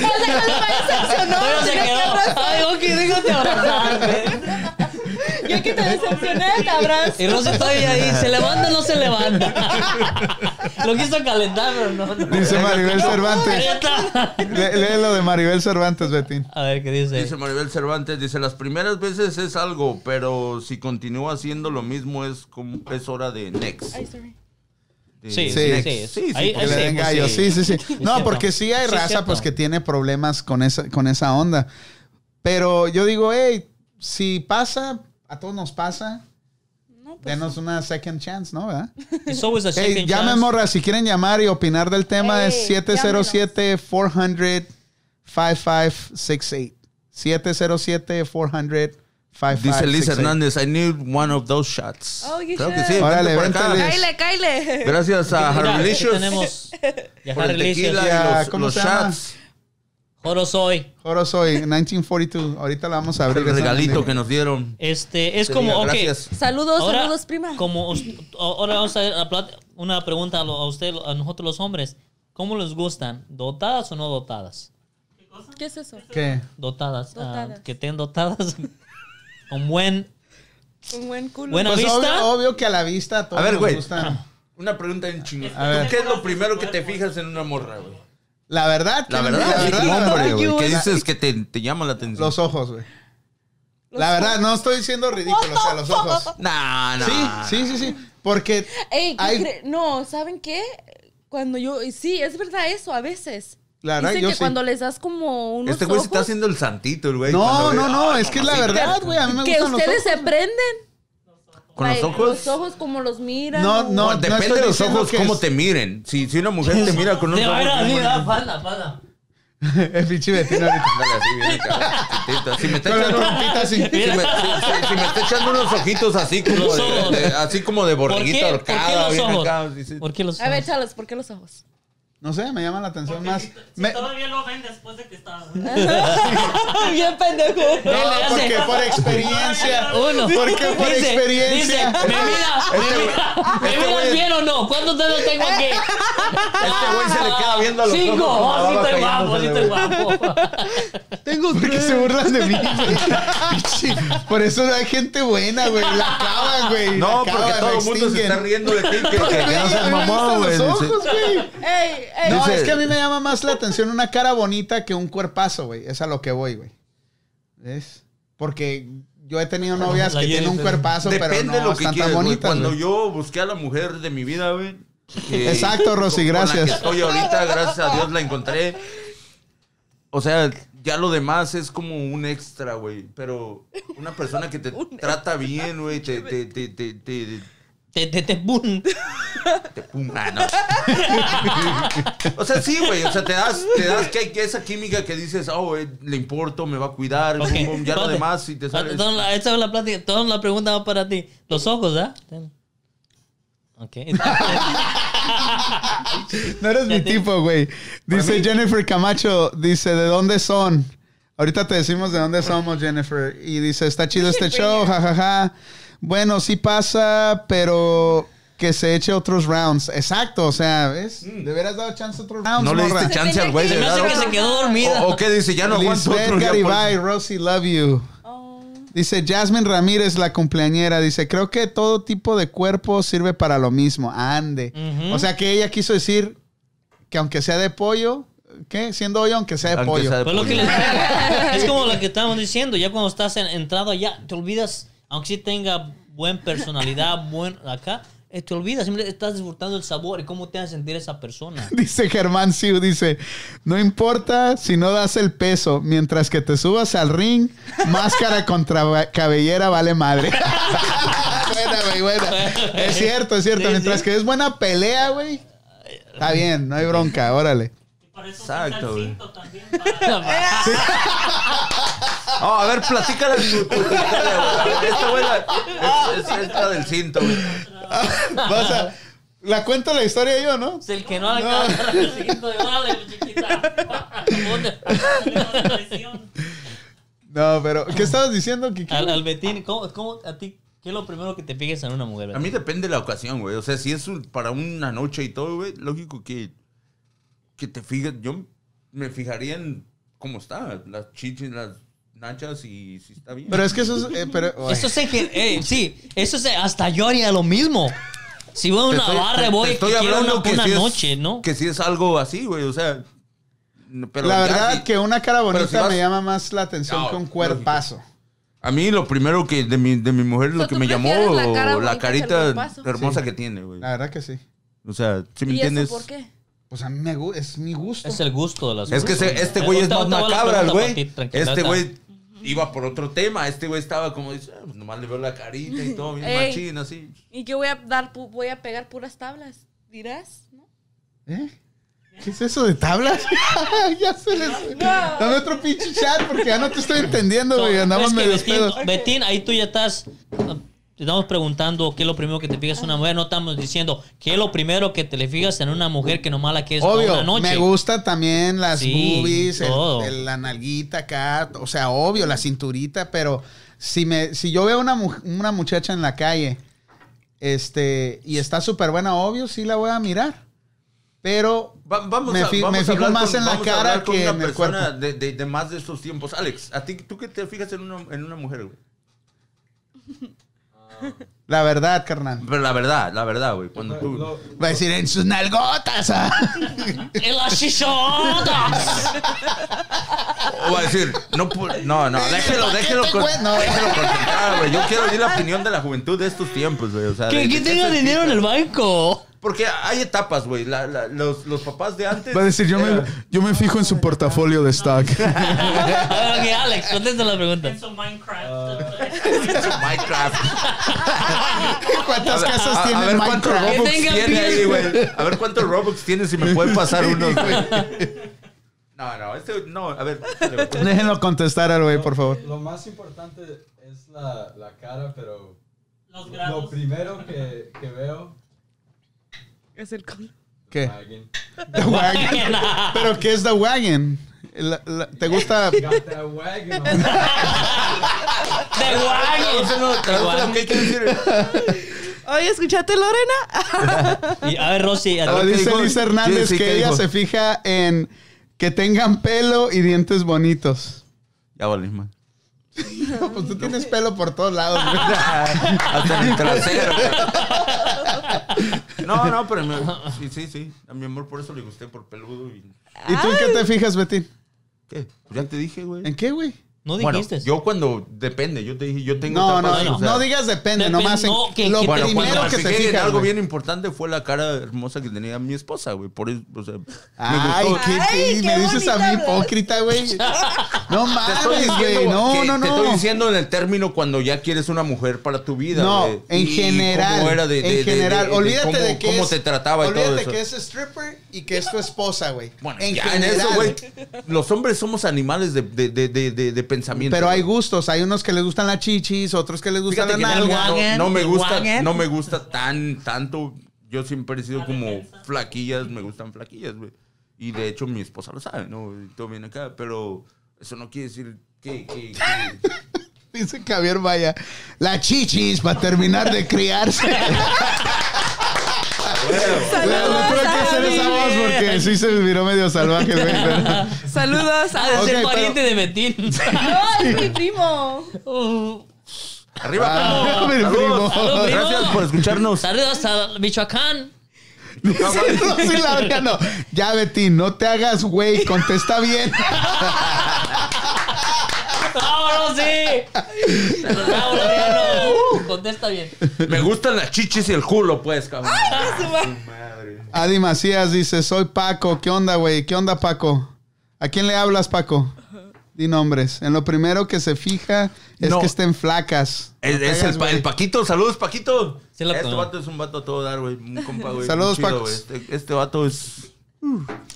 cuando me decepcionó, Pero se tenía que quedó. abrazar. Ay, ok, déjate abrazar. Yo que te decepcioné, te abrazo. Y Rosy todavía ahí, ¿se levanta o no se levanta? Lo quiso calentar, pero no. ah, no. Dice Maribel Ahí Cervantes. está. Lé- Léelo de Maribel Cervantes, Betín. A ver, ¿qué dice? Dice Maribel Cervantes, dice, las primeras veces es algo, pero si continúa haciendo lo mismo es como es hora de next. Ay, sorry. De- Sí, sí, next. sí. sí, Ahí- Que porque- le sí, den pues, gallo. sí. Sí, sí, sí. Es No, cierto. porque sí hay Sí, es raza cierto. pues que tiene problemas con esa, con esa onda. Pero yo digo, hey, si pasa, a todos nos pasa, No, pues. denos una second chance, ¿no? ¿Verdad? It's always a Hey, second llamen chance. morra, si quieren llamar y opinar del tema Ey, es 707-400-5568. 707-400-5568. Dice Liz Hernández, I need one of those shots. Oh, you Claro que should. sí. Órale, vente por vente, Liz. acá. Cáile, cáile. Gracias a Mira, aquí Harlicious tenemos ya por el Harlicious. tequila Ya, y los, ¿cómo los se llama? shots. Joro soy. Joro soy, 1942. Ahorita la vamos a abrir. El esa regalito manera. que nos dieron. Este, es Te como, digo, ok. gracias. Saludos, ahora, saludos, prima. Como, us- ahora vamos a hacer la plat- una pregunta a, lo- a usted, a nosotros los hombres. ¿Cómo les gustan? ¿Dotadas o no dotadas? ¿Qué es eso? ¿Qué? Dotadas. ah, Dotadas. que estén dotadas con buen... Un buen culo. Buena Pues vista. obvio, obvio que a la vista a todos A ver, nos güey. gustan. Una pregunta en chingón. A ver. ¿Qué es lo primero que te fijas en una morra, güey? La verdad, La que- verdad, la sí, la hombre, verdad. güey, La- que dices que te, te llama la atención. Los ojos, güey. La verdad, no estoy siendo ridículo, o sea, los ojos. Nah, nah. Sí, sí, sí, sí. Porque Ey, ¿qué hay- cre- no, ¿saben qué? Cuando yo, sí, es verdad eso, a veces. La verdad, Dicen yo que sí. cuando les das como unos Este güey se está ojos, haciendo el santito, el güey. No, cuando no, ve- no, es que es la sí, verdad, claro. güey. A mí me que gustan los ustedes ojos. se prenden. ¿Con los Like, ojos? Los ojos como los miran. No, o- no, No, depende estoy de los diciendo ojos que cómo es- te miren. Si, si una mujer te mira con un De ojo... verdad, bien sí, da, bonito. pala, pala. El pinche vecino ahorita. Ándale, así, bien acá, chiquito. Si me está Con la echando... trompita así. Si me, si- si- si me está echando unos ojitos así como Los de, ojos. de- así como de ¿Por qué? borreguita ¿Por qué ahorcada. los bien ojos? acá, dices, ¿Por qué los A ver, ojos? Charles, ¿por qué los ojos? No sé, me llama la atención Porque más. si- si Me- todavía lo ven después de que está. Bien pendejo. No, le hace- porque por experiencia. Uno. Porque por Dice- experiencia. Dice, me mira, me mira. ¿Me este miras güey- bien o no? ¿Cuántos dedos tengo aquí? Este güey se le queda viendo a los Cinco. ojos. como Oh, sí baba estoy guapo, sí cayéndosele, estoy güey. guapo. Tengo Porque se burlan de mí, güey. Pinche, Por eso no hay gente buena, güey. La acaban, güey. la No, porque acaban, todo la el mundo se está extinguen. riendo de ti. Que, que- que no A seas mí me mamá, gustan güey. los dice. ojos, güey. Ey, ey. No, Dice- es que a mí me llama más la atención una cara bonita que un cuerpazo, güey. Es a lo que voy, güey. ¿Ves? Porque yo he tenido novias La que tienen un Jennifer. cuerpazo, pero no Depende de lo que están quieras, tan güey. bonitas. Cuando güey. yo busqué a la mujer de mi vida, güey. que- Exacto, Rosy, con- con la que gracias. estoy ahorita, gracias a Dios la encontré. O sea, ya lo demás es como un extra, güey. Pero una persona que te trata bien, güey, te, te, te, te, te, Te, te, te, boom. te puma, Ah, ¿no? O sea, sí, güey. O sea, te das, te das que hay que esa química que dices, oh, güey, le importo, me va a cuidar, Ok. pum, pum, ya lo Espérate. demás, si te sale. Entonces, la- Esta es la plática. Toda la pregunta va para ti. Los ojos, ¿ah? Ten. Ok. No eres mi tipo, güey. Dice Jennifer Camacho, dice, ¿de dónde son? Ahorita te decimos de dónde somos, Jennifer. Y dice, está chido este show, jajaja. Bueno, sí pasa, pero que se eche otros rounds. Exacto, o sea, ¿ves? Le hubieras dado chance a otros rounds, Mm. No le morra. diste chance al güey Se de Me me dar hace que otro. se quedó dormida. O, o qué dice, ya no aguanto Lisbeth otro. ya por- Garibay, Rosie, love you. Oh. Dice Jasmine Ramírez, la cumpleañera, dice, creo que todo tipo de cuerpo sirve para lo mismo, ande. Ujú. O sea que ella quiso decir que aunque sea de pollo, ¿qué? Siendo hoyo, aunque sea de Aunque pollo. sea de Fue lo que pollo. les digo. Es como lo que estábamos diciendo. Ya cuando estás en- entrado allá, te olvidas, aunque sí tenga buena personalidad, buen acá, eh, te olvidas. Siempre estás disfrutando el sabor y cómo te hace sentir esa persona. Dice Germán Siu, dice, no importa si no das el peso, mientras que te subas al ring, máscara contra ba- cabellera vale madre. buena, güey, buena. Es cierto, es cierto. Sí, mientras sí. que es buena pelea, güey. Está bien, no hay bronca, órale. Y para eso Exacto, Exacto, güey. el cinto también. Para... Oh, a ver, platícala tu, tu, tu historia, güey. Esta güey la- es, es, es la del cinto, güey. Vas a- la cuento la historia yo, ¿no? Es el que no alcanza el recinto de vale, chiquita. No, pero, ¿qué estabas diciendo, Kiki? Al, al Betín, ¿cómo, cómo, a ti, ¿qué es lo primero que te fijas en una mujer? A Betín? mí depende de la ocasión, güey. O sea, si es un- para una noche y todo, güey, lógico que, que te fijas. Yo me fijaría en cómo está, las chichis, las nachas y si está bien. Pero es que eso es... eh, pero, güey. Eso sé que, eh, sí, eso sé, hasta yo haría lo mismo. Si voy a Te una estoy- barra, te- voy te que quiero una, una si es- noche, ¿no? Que si es algo así, güey. O sea, no, pero la ya verdad si- que una cara bonita si vas- me llama más la atención No, que un cuerpazo. A mí lo primero que de mi, de mi mujer, O sea, lo que ¿tú me llamó, prefieres la cara bonita la que el carita cuerpazo? hermosa Sí. Ah. que tiene, güey. La verdad que sí. O sea, si me ¿Y eso entiendes? por qué? Pues a mí me gusta, es mi gusto. Es el gusto de las Es que personas. se- este güey es Ahorita- más ahorita va la macabra, el pregunta para güey. ti, tranquila, Este ahorita. güey iba por otro tema. Este güey estaba como, dice, "Ah, pues nomás le veo la carita y todo, bien Ey. machín, así. ¿Y que voy a dar? pu- Voy a pegar puras tablas. ¿Dirás? ¿No? ¿Eh? ¿Qué es eso de tablas? ya se les. Dame otro pinche chat porque ya no te estoy entendiendo, güey. No, Andamos es que medio Betín, pedos. Betín, ahí tú ya estás. ah, Te estamos preguntando qué es lo primero que te fijas en una mujer. No estamos diciendo qué es lo primero que te le fijas en una mujer que nomás la quieres para una Obvio, noche. me gustan también las Sí, boobies, el- todo. el- la nalguita acá, o sea, obvio, la cinturita, pero si me, si yo veo una, mu- una muchacha en la calle, este, y está súper buena, obvio, sí la voy a mirar. Pero Va- vamos Me a, fi- vamos me a fijo hablar más con- en la vamos a cara hablar con que una en el persona cuerpo. De, de- de más de estos tiempos. Alex, ¿a ti tú qué te fijas en una, en una mujer, güey? la verdad, carnal, Pero la verdad, la verdad, güey. Cuando tú... va a decir en sus nalgotas. ah". ¡En las chichotas! O va a decir, no, pu- no, no, déjelo, ¿Para qué déjelo, te con- cuen- no. déjelo concentrar, güey. Yo quiero oír la opinión de la juventud de estos tiempos, güey. O sea, de- que, que de- tenga de- dinero en el banco. Porque hay etapas, güey. La- la- los, los papás de antes. Va a decir yo me, yo me fijo en su portafolio de stock. A ver, ok, Alex, contesta la pregunta. En su Minecraft. Ah. Minecraft. ¿Cuántas casas a, tiene ver cuántos Minecraft? Robux Que tenga tiene ahí, bien. güey. A ver cuántos Robux tiene si me puede pasar uno, güey. No, no, este, no, a ver. dale, güey. Déjenlo contestar al güey, por favor. Lo más importante es la, la cara, pero Los lo grados. primero que, que veo Es el color. ¿Qué? alguien The Wagon. ¿Pero qué es The Wagon? La- la- ¿Te gusta? got that wagon on. ¡De Traduce, no, traduce lo que hay que decir. Oye, ¿escuchaste, Lorena? Y, a ver, Rosy, a ti- A ver, ¿qué dice dijo? Luis Hernández Sí, sí, que ¿qué ella dijo? se fija en que tengan pelo y dientes bonitos. Ya vale, man. Pues tú tienes pelo por todos lados, güey. Hasta en el trasero. güey. No, no, pero me- sí, sí, sí. A mi amor por eso le gusté por peludo y. ¿Y tú en qué te fijas, Betín? ¿Qué? Pues ya te dije, güey. ¿En qué, güey? no Bueno, dijiste. yo cuando depende, yo te dije, yo tengo No, no, etapas, no, o sea, no digas depende, Depende, nomás en no, que- lo que- Bueno, primero cuando que me te fijé en fijas. algo güey. bien importante fue la cara hermosa que tenía mi esposa, güey. Por eso, o sea, me Ay, gustó. qué, Ay, pi- qué me dices a mí bonito, ¿verdad? hipócrita, güey. No Te mames, estoy güey. diciendo No, que- no, no. Te estoy diciendo en el término cuando ya quieres una mujer para tu vida. No, güey. en Y general. cómo era de- de- en de- de- general. de olvídate cómo- de que cómo es- te trataba y todo Olvídate eso. que es stripper y que es tu esposa, güey. Bueno, ya en eso, güey. Los hombres somos animales de, de, de, de, de- de pensamiento. Pero hay güey. gustos. Hay unos que les gustan las chichis, otros que les gustan Fíjate que las no, nalgas. no, no me gusta, Wagen. no me gusta tan tanto. Yo siempre he sido como flaquillas, me gustan flaquillas, güey. Y de hecho mi esposa lo sabe, ¿no? Y Todo bien acá, pero eso no quiere decir que... que- que- Dice Javier Vaya. Las chichis para terminar de criarse. Le le tuve que hacer esa voz porque sí se miró medio salvaje, güey. pero- Saludos Ha de Ok, ser pero- pariente de Betín. No, es mi primo. Uh, Arriba, Ah, primo. mi primo. Saludos. Salud, primo. Gracias por escucharnos. Saludos a Michoacán. Sí, no, sí, la verdad, no. Ya, Betty, no te hagas, güey. Contesta bien. ¡Vámonos, sí! ¡Vámonos, ya no! Contesta bien. Me gustan las chichis y el culo, pues, cabrón. Adi Macías dice, soy Paco. ¿Qué onda, güey? ¿Qué onda, Paco? ¿A quién le hablas, Paco? Di nombres. En lo primero que se fija es No. que estén flacas. Es, No es te hagas, el, pa- güey. el Paquito, saludos, Paquito. Sí, la este conozco. vato es un vato a todo dar, güey. Un compa, güey. Saludos, Paco. Pacos. Este, este vato es.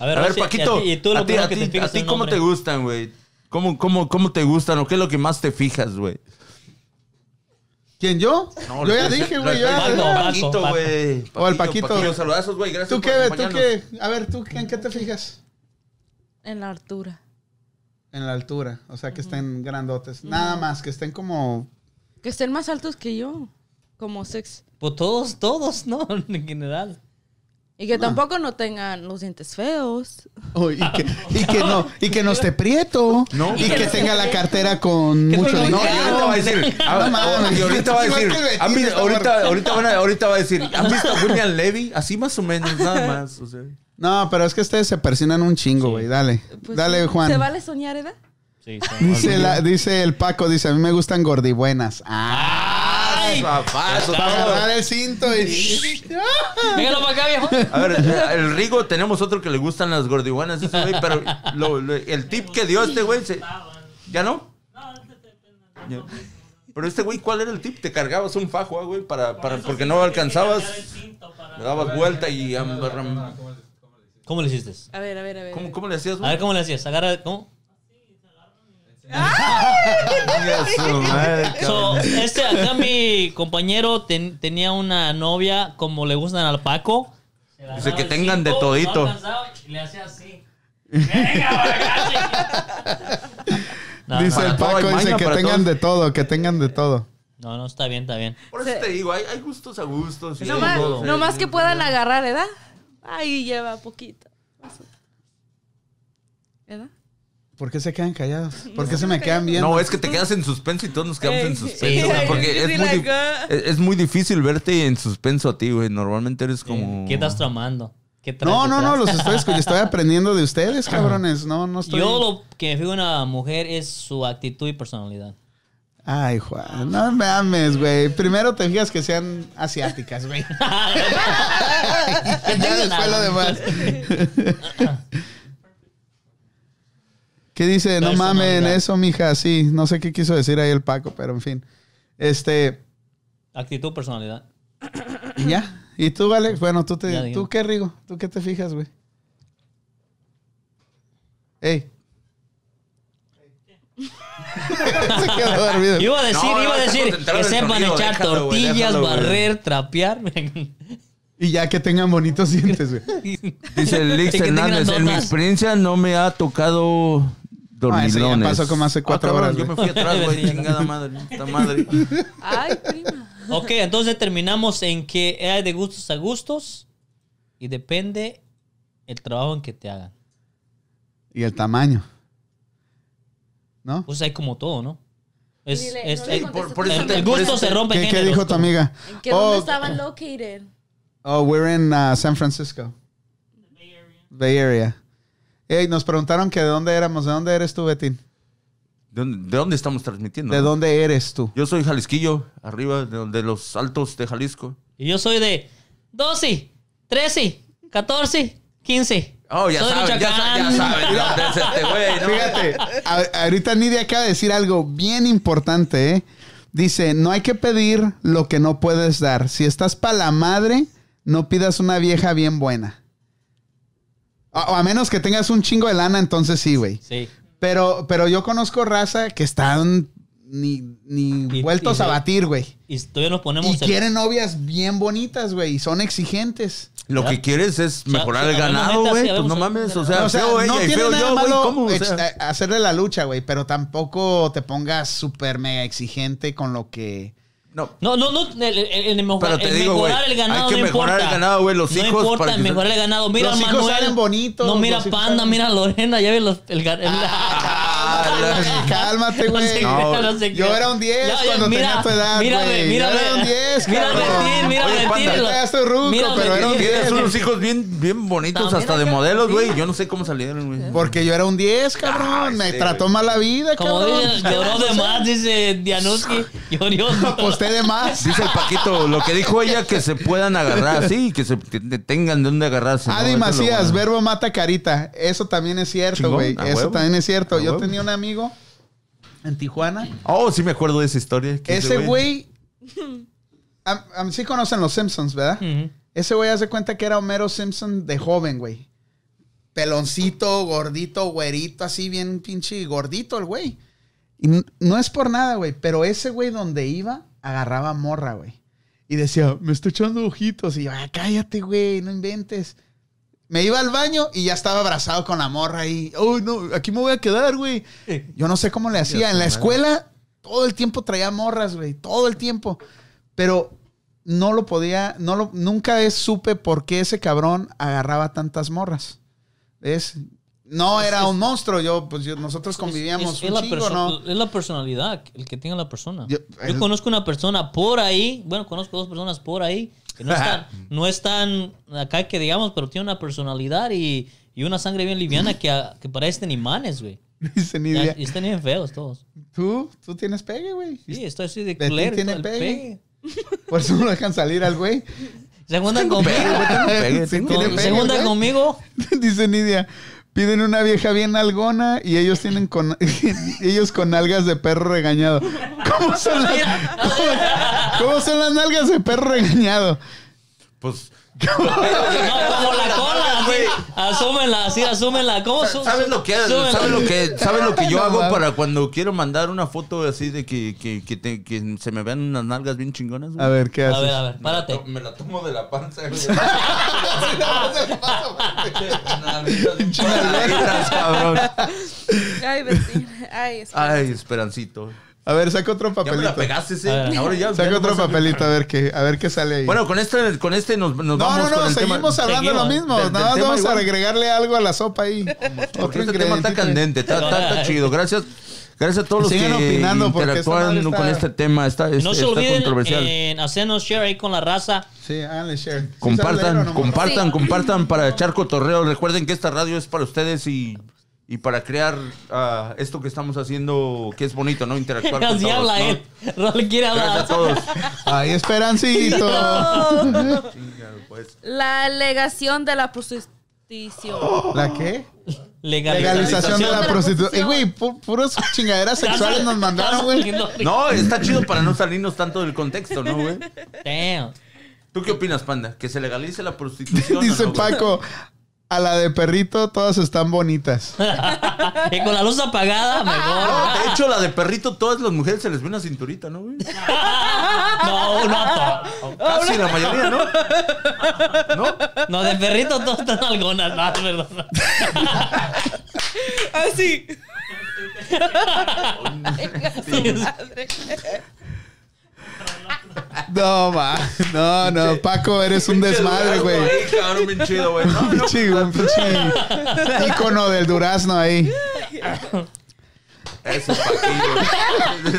A a ver, Rosy, Paquito. ¿Y a ti, y tú lo a ti, primero a que ti- te fijas a ti en un ¿cómo hombre? te gustan, güey? ¿Cómo, cómo, ¿Cómo te gustan o qué es lo que más te fijas, güey? ¿Quién, yo? yo le- ya le- dije, le- güey. le- yo ya- Paco, Paco, Paquito, Paco. güey. O el Paquito. saludazos, güey. Gracias ¿Tú por qué? ¿Tú acompañarnos. qué? A ver, ¿tú en qué te fijas? En la altura. En la altura. O sea, que estén grandotes. Nada más, que estén como... Que estén más altos que yo. Como six. Pues todos, todos, ¿no? En general. Y Ah. que tampoco no tengan los dientes feos. Oh, y, que, y que no, y que no esté prieto. No. Y que tenga la cartera con Que mucho no lo dinero. No, y ahorita va a decir. No ah, mames. y ahorita va a Igual decir. que el Betín, ¿han visto- esta ahorita, morra. ahorita, van a- ahorita va a decir. ¿Han visto a William Levy? Así más o menos, nada más. O sea. No, pero es que ustedes se persinan un chingo, güey. Dale. Pues, Dale, sí. Juan. ¿Se vale soñar, edad? Sí, sí. Dice, la- dice el Paco, dice, a mí me gustan gordibuenas. Ah, ¡Ay! pues, Papá, eso para está- agarrar el cinto y... Véngalo para acá, viejo. A ver, el Rigo tenemos otro que le gustan las gordibuenas, ese güey, pero lo- lo- el tip que dio este güey, se- ¿ya no? Ya. Pero este güey, ¿cuál era el tip? Te cargabas un fajo, ah, güey, para, para, porque no alcanzabas, le dabas vuelta y... am- ¿Cómo le- cómo le ¿Cómo lo hiciste? A ver, a ver, a ver. ¿Cómo, cómo le hacías, A ver güey? cómo le hacías. Agarra, ¿cómo? Chinga su madre, cabrón. So, este acá mi compañero ten- tenía una novia como le gustan al Paco. Dice que tengan de todito. No alcanzaba y le hacía así. Venga, para acá, chico. No, dice para el todo hay Paco, dice maña, que para tengan de todo. todo, que tengan de todo. no, no, está bien, está bien. Por eso te digo, hay, hay gustos a gustos. y No hay más, todo, no sí. más que puedan agarrar, ¿verdad? Ahí lleva poquito. ¿Verdad? ¿Por qué se quedan callados? Pues ¿Por qué se me quedan viendo? No, es que te quedas en suspenso y todos nos quedamos Ey, en sí, suspenso, güey, sí, porque sí, ah. es sí, muy, la di- ca- es- es muy difícil verte en suspenso a ti, güey. Normalmente eres como... ¿Qué estás tramando? ¿Qué traes No, no, no, detrás? los estoy escu- estoy aprendiendo de ustedes, cabrones. No, no estoy. Yo lo que me fijo en una mujer es su actitud y personalidad. Ay, Juan, no mames, güey. Primero te fijas que sean asiáticas, güey. ya después lo demás. ¿Qué dice? No mamen Personalidad. eso, mija. Sí, no sé qué quiso decir ahí el Paco, pero en fin. Este, Actitud, personalidad. y ya. ¿Y tú, Alex? Bueno, tú Ya te, digo. ¿tú qué, Rigo? ¿Tú qué te fijas, güey? Ey. Se quedó dormido. Iba a decir, No, no, iba a hay que decir concentrar que el sepan sonido, echar déjalo, güey, tortillas, déjalo, güey. barrer, trapear. Y ya que tengan bonitos dientes, güey. Dice Lix Sí, que tengan Hernández, en mi notas. experiencia no me ha tocado Ah, dormilones. ese ya pasó como hace cuatro Ah, cabrón, horas, Yo me güey. fui atrás, güey, Sí, chingada madre, puta madre. Ay, prima. Ok, entonces terminamos en que hay de gustos a gustos y depende el trabajo en que te hagan. Y el tamaño. ¿No? Pues hay como todo, ¿no? Es, Dile, es- no le el- contestes por- por eso el, te- el gusto eso se te- rompe en ¿Qué, qué géneros, dijo tu como- amiga? ¿En qué Oh, dónde estaban located? oh, we're in uh, San Francisco. Bay Area. Ey, nos preguntaron que de dónde éramos. ¿De dónde eres tú, Betín? ¿De dónde, de dónde estamos transmitiendo? ¿De dónde eres tú? Yo soy Jalisquillo, arriba de, de los altos de Jalisco. Y yo soy de 12, 13, 14, 15. Oh, ya Soy de sabes, ya Michoacán. sabes, ya sabes. de dónde es este güey, ¿no? Fíjate, a- ahorita Nidia acaba de decir algo bien importante, ¿eh? Dice, no hay que pedir lo que no puedes dar. Si estás pa' la madre, no pidas una vieja bien buena. A- o a menos que tengas un chingo de lana, entonces sí, güey. Sí. Pero, pero yo conozco raza que están ni, ni Y- vueltos y- a batir, güey. Y todavía nos ponemos... Y el- quieren novias bien bonitas, güey. Y son exigentes. Lo Ya. que quieres es Ya, mejorar sí, el habemos ganado, neta, güey. sí, Pues no habemos mames, neta. o sea, O sea, feo no ella y tiene feo nada de yo, güey. malo ¿Cómo? O ex- sea, a- hacerle la lucha, güey. Pero tampoco te pongas súper mega exigente con lo que... no, No, no, no, el, el, el Pero mejorar, te el digo, mejorar güey, el ganado. hay que no mejorar importa. el ganado, güey, los No hijos importa para que- mejorar el ganado. Mira, Los hijos Manuel. salen bonitos, No, mira los hijos Panda, salen- mira Lorena, ya ve los, el, gan- el- Ah, Cálmate, güey. No, no sé yo qué. era un 10 Ya, oye, cuando tenía tu edad, Mírame, güey. Yo mírame. era un 10, Mírame, cabrón. Tim, mírame, Oye, panda, Tim, yo lo- ya estoy ruco, mírame, pero era un Tim. diez. eh, Tienes unos hijos bien, bien bonitos, También hasta de acá, modelos, sí. güey. Yo no sé cómo salieron, güey. Porque yo era un 10, cabrón. Ay, Me sí, trató güey. mala vida, Como cabrón. dice, lloró de más, dice Dianuski. Lloró. Aposté de más. Dice el Paquito, lo que dijo ella, que se puedan agarrar, sí, que se que te- tengan de dónde agarrarse. ¿no? Adi Eso es lo Macías, bueno. Ah, verbo mata carita. Eso también es cierto, Chingón, güey. a Eso huevo, también es cierto. a Yo huevo. tenía un amigo en Tijuana. Oh, sí me acuerdo de esa historia. que Ese güey. Am- am- sí conocen los Simpsons, ¿verdad? Ujú. Ese güey hace cuenta que era Homero Simpson de joven, güey. Peloncito, gordito, güerito, así bien pinche gordito el güey. Y n- no es por nada, güey, pero ese güey donde iba, agarraba morra, güey. Y decía, me estoy echando ojitos. Y yo, "Ah, cállate, güey, no inventes. Me iba al baño y ya estaba abrazado con la morra ahí. Uy, no, aquí me voy a quedar, güey. Yo no sé cómo le hacía. En la escuela, todo el tiempo traía morras, güey. Todo el tiempo. Pero no lo podía, no lo, nunca es- supe por qué ese cabrón agarraba tantas morras. ¿Ves? No era un monstruo. Yo, pues yo- nosotros convivíamos Es- es un la chingo, perso- ¿no? Es la personalidad, el que tenga la persona. Yo- eh, Yo, el- conozco una persona por ahí, bueno, conozco dos personas por ahí que no están, no están acá que digamos, pero tiene una personalidad y, y una sangre bien liviana que, a- que parecen imanes, güey. Dice ni idea. Y están bien feos todos. Tú, tú tienes pegue, güey. Sí, estoy así de ti culero. y tiene todo pegue. el pegue. Por eso no lo dejan salir al güey. Se juntan conmigo. pegue, Sí, tengo tiene con- pegue, se juntan güey. conmigo. Dice Nidia, piden una vieja bien algona y ellos tienen con ellos con algas de perro regañado. ¿Cómo son las, cómo- cómo son las nalgas de perro regañado? Pues, No, como la cola, así. Asúmenla, así, asúmenla. ¿Cómo su- ¿sabes lo que, súmenla? ¿sabes lo que, sabes lo que yo No, hago mames. para cuando quiero mandar una foto así de que, que, que, te- que se me vean unas nalgas bien chingonas? güey? A ver, ¿qué A ver, haces? a ver, párate. Me la tomo de la panza, güey. Nalguitas bien paradas. Nalgas, cabrón. Ay, vecina. Ay, es Ay, Esperancito. A ver, saca otro Ya me papelito. Ah. la pegaste, sí. A ver. Ahora ya. ya Saca no otro pasa- papelito a ver qué, a ver qué sale ahí. Bueno, con este, con este nos, nos no, no, vamos con no, el tema. seguimos hablando de lo Seguimos. mismo. Del- del Nada más tema vamos igual. a agregarle algo a la sopa ahí. Porque este tema está candente, está, está- está chido. Gracias, gracias a todos los Sigan que opinando, porque esta interactúan madre está- con este tema. Está, es- No se está olviden eh, controversial. en hacernos share ahí con la raza. Sí, háganle share. ¿Sí sabes leer o compartan, no, morro? compartan, Sí. compartan para echar cotorreo. Recuerden que esta radio es para ustedes y, y para crear ah, esto que estamos haciendo, que es bonito, ¿no? Interactuar con Así todos. habla ¿no? él. No le quiere Gracias a hablar. todos. Ay, Esperancito. cierto. Chingado, pues. La alegación de la prostitución. ¿La qué? Legalización Legalización. de de la la prostitución. prostitución. Eh, güey, pu- puras chingaderas sexuales nos mandaron, güey. No, está chido para no salirnos tanto del contexto, ¿no, güey? Damn. ¿Tú qué opinas, Panda? ¿Que se legalice la prostitución? o Dice no, güey? Paco, a la de perrito todas están bonitas. Y con la luz apagada, mejor. No, de hecho, la de perrito, todas las mujeres se les ve una cinturita, ¿no, güey? No, no, Casi la mayoría, ¿no? ¿No? to- no, de perrito todos están algunas. No, es verdad. Así. No, ma. No, no, Paco, eres un desmadre, güey. Ay, cabrón, bien chido, güey. No, no, Pinche, un pinche ícono del durazno ahí. Ese paquillo.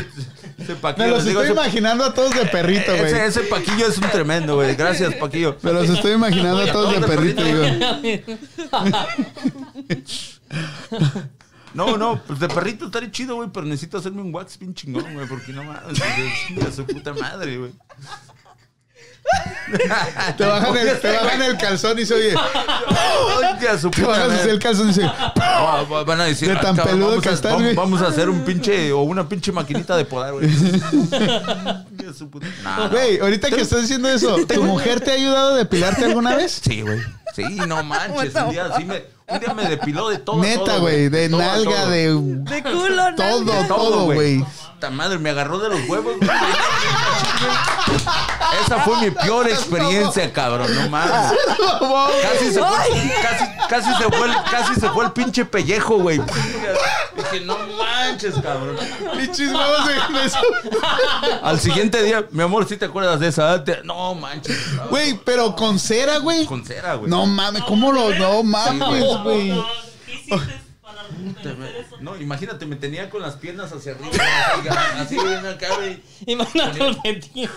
Ese paquillo. Me los les digo, estoy ese- imaginando a todos de perrito, ese, güey. ese paquillo es un tremendo, güey. Gracias, paquillo. Me los estoy imaginando a todos de perrito, güey. No, no, pues de perrito estaría chido, güey, pero necesito hacerme un wax bien chingón, güey, porque no mames, güey, chinga su puta madre, güey. Te bajan el, te bajan el calzón y se oye. Chinga su Te puta bajas madre. el calzón y se Ah, va- van a decir, De ah, tan peludo vamos que a, estás, vam- güey. vamos a hacer un pinche o una pinche maquinita de podar, güey. Chinga su puta- Nah, no. Güey, ahorita que estás diciendo eso, ¿tu mujer te ha ayudado a depilarte alguna vez? Sí, güey. Sí, no manches. Un día, sí me, un día me depiló de todo. a Neta, todo, güey, de todo a nalga, todo. de De culo, todo, nalga. todo, güey. Puta madre, me agarró de los huevos, güey. Esa fue mi peor experiencia, cabrón. No mames. Casi se fue, casi, casi se fue, el, casi se fue el pinche pellejo, güey. Dije, no manches, cabrón. Pinches huevos de eso. Al siguiente día, mi amor, si te acuerdas de esa? Te- No manches. cabrón. Güey, pero con cera, güey. Con cera, güey. No mames, ¿cómo lo? No Sí, mames, güey. güey. ¿Qué hiciste para Te me- No, imagínate, me tenía con las piernas hacia arriba. así, así en la cara y- Imagínate el vestido.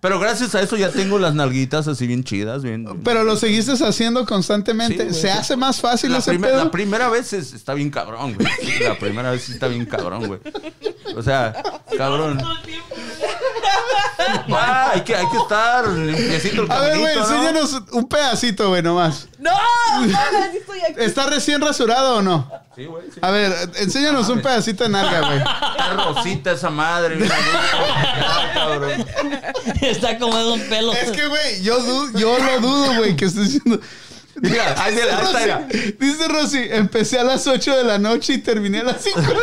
Pero gracias a eso ya tengo las nalguitas así bien chidas. Bien, Pero lo seguiste haciendo Sí, constantemente. güey. ¿Se hace más fácil la, ese primer- pedo? la primera vez es- está bien cabrón, güey. La primera vez sí está bien cabrón, güey. O sea, cabrón. Ah, hay, que, hay que estar limpiecito el A ver, güey, caminito, ¿no? enséñanos un pedacito, güey, nomás. No, mames, estoy aquí. ¿Está recién rasurado o no? Sí, güey. Sí. A ver, enséñanos un pedacito de nalga, güey. Está rosita esa madre. mira, güey. cabrón. Está como de un pelo. Es que, güey, yo, du- yo lo dudo, güey, que estoy diciendo. Mira, ahí está, ahí está, mira. Rosy, dice Rosy, empecé a las 8 de la noche y terminé a las 5 de la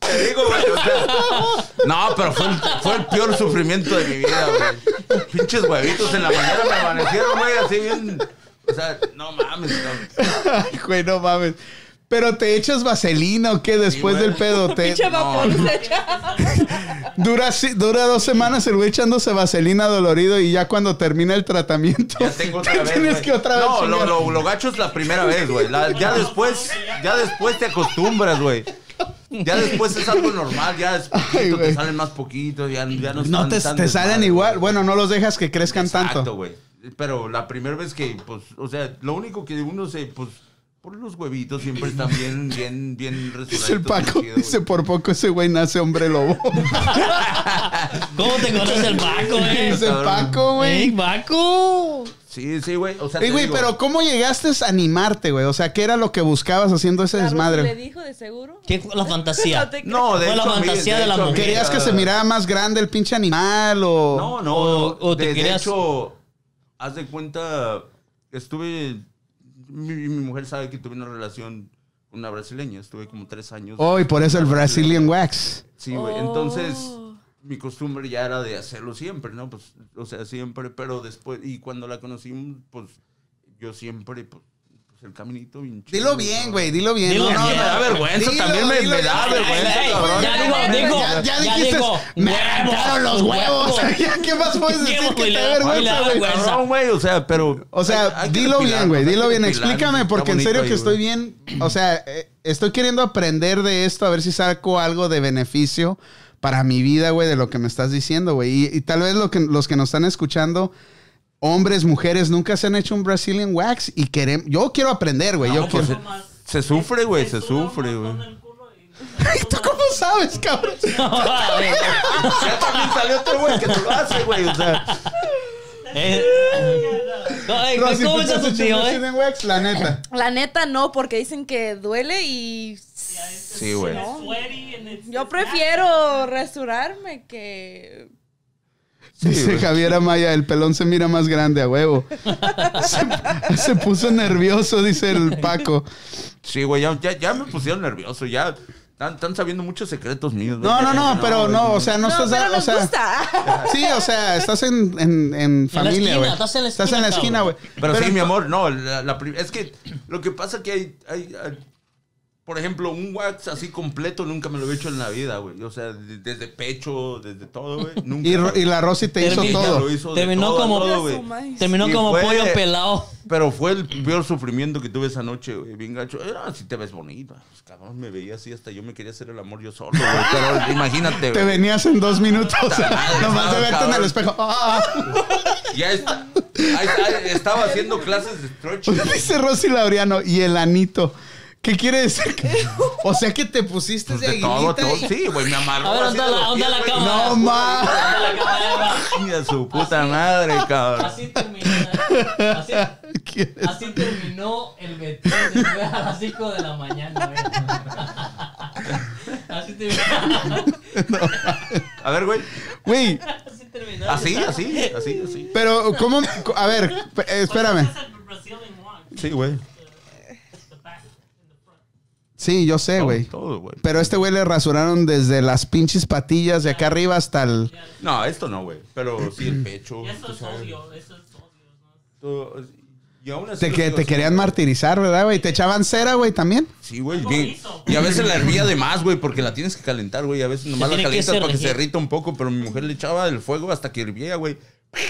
Te digo, güey, o sea, no, pero fue el, fue el peor sufrimiento de mi vida, güey. Pinches huevitos en la mañana me amanecieron, güey, así bien. O sea, no mames, cabrón. Ay, güey, no mames. Pero te echas vaselina o qué después güey. del pedo. Te- Pinche vapor se echa. dura, si- dura dos semanas el güey echándose vaselina dolorido y ya cuando termina el tratamiento. Ya tengo otra te vez. Tienes güey. que otra vez. No, lo, chingar. lo, lo gacho es la primera vez, güey. La- Ya después, ya después te acostumbras, güey. Ya después es algo normal, ya es poquito, Ay, güey. te salen más poquito, ya, ya no No están te, tan te salen desmadre, igual. güey. Bueno, no los dejas que crezcan Exacto, tanto. güey. Pero la primera vez que, pues, o sea, lo único que uno se, pues, por los huevitos siempre están bien, bien, bien Dice el resueltos, Paco, bien chido, dice por poco ese güey nace hombre lobo. ¿Cómo te conoces el Paco, eh? dice el cabrón. ¿Eh? Paco, ¡Ey, güey. Paco! Sí, sí, güey. O sea, Ey, te güey, digo, pero ¿cómo llegaste a animarte, güey? O sea, ¿qué era lo que buscabas haciendo ese Le desmadre? dijo de seguro. ¿Qué fue la fantasía? No te- No, de Fue la hecho, a mí- fantasía de la hecho, a mí mujer. ¿Querías era- que se mirara más grande el pinche animal o...? No, no. O- no. o te de, de querías- hecho, haz de cuenta, estuve... Mi, mi mujer sabe que tuve una relación con una brasileña. Estuve como tres años. Oh, y por eso el Brazilian Wax. Sí, güey. Oh. Entonces, mi costumbre ya era de hacerlo siempre, ¿no? Pues, o sea, siempre, pero después, y cuando la conocí, pues, yo siempre, pues, pues, el caminito bien chido, Dilo bien, ¿no? güey, dilo bien. Dilo bien. Me da vergüenza, también me- me da vergüenza, Ey, cabrón. ya digo, digo, ya, ya ya dijiste, digo, me huevos, arrancaron los huevos. huevos. Ya, ¿Qué más puedes decir Huevos, que te le da da- le vergüenza, da güey? vergüenza. pues, Cabrón, güey, o sea, pero... O sea, hay- hay que dilo bien, respirar, güey, ¿no? dilo Hay que bien. respirar, Explícame está porque en bonito serio ahí, que estoy güey. bien, o sea, eh, estoy queriendo aprender de esto, a ver si saco algo de beneficio para mi vida, güey, de lo que me estás diciendo, güey. Y, y tal vez lo que, los que nos están escuchando, hombres, mujeres, nunca se han hecho un Brazilian Wax y queremos, yo quiero aprender, güey. yo No, pues, quiero... se, se sufre, güey, se sufre, güey. ¿Tú cómo sabes, cabrón? Ya también salió otro güey que te lo hace, güey, o sea... Eh, no, eh, Rosy, ¿Cómo ¿tú te está has tu hecho tío, pues, un eh? Brazilian Wax? La neta. La neta no, porque dicen que duele y Sí, güey. yo prefiero rasurarme que Dice Javier Amaya, el pelón se mira más grande a huevo. Se, se puso nervioso, dice el Paco. Sí, güey, ya, ya, ya me pusieron nervioso, ya... Están, están sabiendo muchos secretos míos. güey. No, no, no, pero no, o sea, no, No, estás... pero da- o nos sea, gusta. Sí, o sea, estás en, en, en familia, güey. esquina, estás en la Estás en la esquina, esquina, güey. cabrón. Pero, sí, mi amor, no, la, la pri- es que lo que pasa que hay, hay- hay- por ejemplo, un wax así completo nunca me lo he hecho en la vida, güey. O sea, de- desde pecho, desde todo, güey. Nunca. Y, Ro- y la Rosy te hizo Termina, todo. lo hizo de Terminó todo a como- todo, Su güey. madre. Terminó Y como fue- pollo pelado. Pero fue el peor sufrimiento que tuve esa noche, güey. Bien gacho. Era, si te ves bonita. Pues, cabrón, me veía así hasta yo me quería hacer el amor yo solo, güey. Pero Te imagínate, güey. venías en dos minutos. madre, Nomás de no, verte en el cabrón. espejo. Ah, Ya está. Ahí está, estaba haciendo clases de stretch. ah. dice Rosy Laureano y el anito. ¿Qué quiere decir? O sea que te pusiste Pues, de de todo, aguilita todo. y- Sí, güey, me amarró. A ver, así ¿dónde de la- los dónde pies, la güey. cámara? No, ma. Mira su puta madre, cabrón. Así terminó. Así, ¿Quién es? así terminó el Betín de nueve a las 5 de la mañana. güey. Así terminó. A ver, güey. Güey, Así terminó. Así, así, así, así. pero ¿cómo? A ver, eh, espérame. Sí, güey. Sí, yo sé, Todo, güey. Todo, güey. Pero a este güey le rasuraron desde las pinches patillas de acá arriba hasta el... No, esto no, güey. Pero sí el pecho. Eso tú es sabes, obvio, eso es obvio. todo. Y aún así Te, lo que, sigo te haciendo. querían martirizar, ¿verdad, güey? Te echaban cera, güey, también. Sí, güey. bien. Y a veces la hervía de más, güey, porque la tienes que calentar, güey. A veces nomás la tiene que calientas para que derretir. se irrita un poco, pero mi mujer le echaba el fuego hasta que hervía, güey.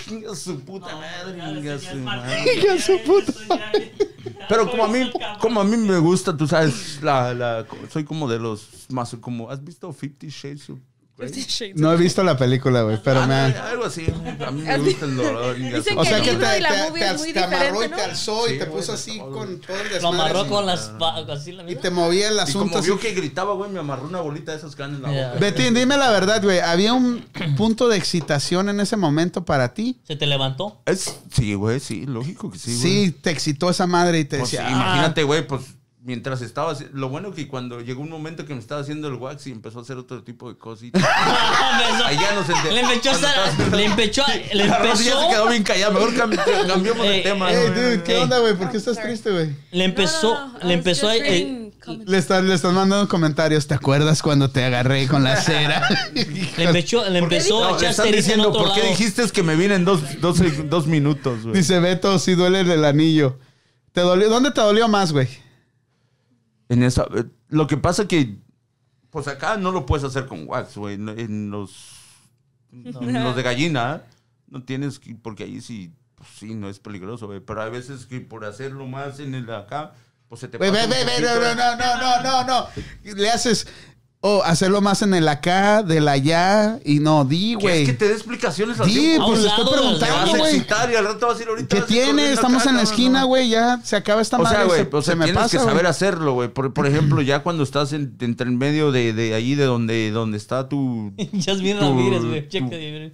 Chinga su puta madre. Ya, chinga eso ya su es mal- madre. ya, su eso ya- ya Pero como a mí, fue esa como a mí me gusta, tú sabes, la, la, soy como de los más, como, ¿has visto Fifty Shades of Pues Grey? Ah, No he visto la película, güey, pero me han... Algo así. A mí me gusta el dolor. chinga su Dicen O sea Ah, el que te, madre. libro y la te- movie te- es muy te amarró y diferente, te ¿no? alzó y Sí, te güey, puso de así todo, con güey. todo el Lo desmadre. amarró así. con las pa- así la Y mira. te movía el Ah. Y asunto como así. vio que gritaba, güey, me amarró una bolita de esas que dan en la Ya. boca. Betín, dime la verdad, güey. ¿Había un punto de excitación en ese momento para ti? Se te levantó. Es, sí, güey, sí, lógico que sí, Sí, güey. te excitó esa madre y te Pues, decía... sí, "Ah". imagínate, güey, pues mientras estaba. haci- Lo bueno que cuando llegó un momento que me estaba haciendo el wax y empezó a hacer otro tipo de cositas. Ahí ya nos entendemos. Le empezó a hacer- le empezó a- le La raza ya empezó- Eh, se quedó bien callada. Mejor cambi- cambiamos Ey, de tema. Hey, ¿no? dude, ¿qué Ey. onda, güey? ¿Por qué Oh, estás sorry. triste, güey? Le empezó, No, no, no, le I was empezó a... just eh, reading comments. Le estás, le estás mandando comentarios. ¿Te acuerdas cuando te agarré con la cera? le empezó, le empezó a No, le echar ceriza están en diciendo, otro ¿por qué lado. dijiste que me vienen dos, dos, dos minutos, güey? Dice Beto, sí duele el anillo. ¿Te dolió? ¿Dónde te dolió más, güey? En esa, eh, lo que pasa que, pues acá no lo puedes hacer con wax, güey. En, en los, en los de gallina, no tienes que, porque ahí sí, pues sí, no es peligroso, güey. Pero hay veces que por hacerlo más en el de acá, pues se te Güey, pasa ve, ve, un ve, poquito. no, no, no, no, no, no, no. Le haces... O hacerlo más en el acá, del allá, y no, di, Que güey. es que te dé explicaciones al Di, tiempo. A pues un te estoy lado, Te vas preguntando, a güey. excitar y al rato vas a ir ahorita. ¿Qué vas a ir tiene? corriendo Estamos acá, en la cabrón, esquina, no. güey. Ya se acaba esta O madre. sea, y güey, se, o sea, se me tienes pasa. que saber güey. hacerlo, güey. Por, por ejemplo, ya cuando estás en- entre el medio de, de ahí de donde, donde está tu... Yasmín Tu- Ramírez, güey. tu- Checa, güey.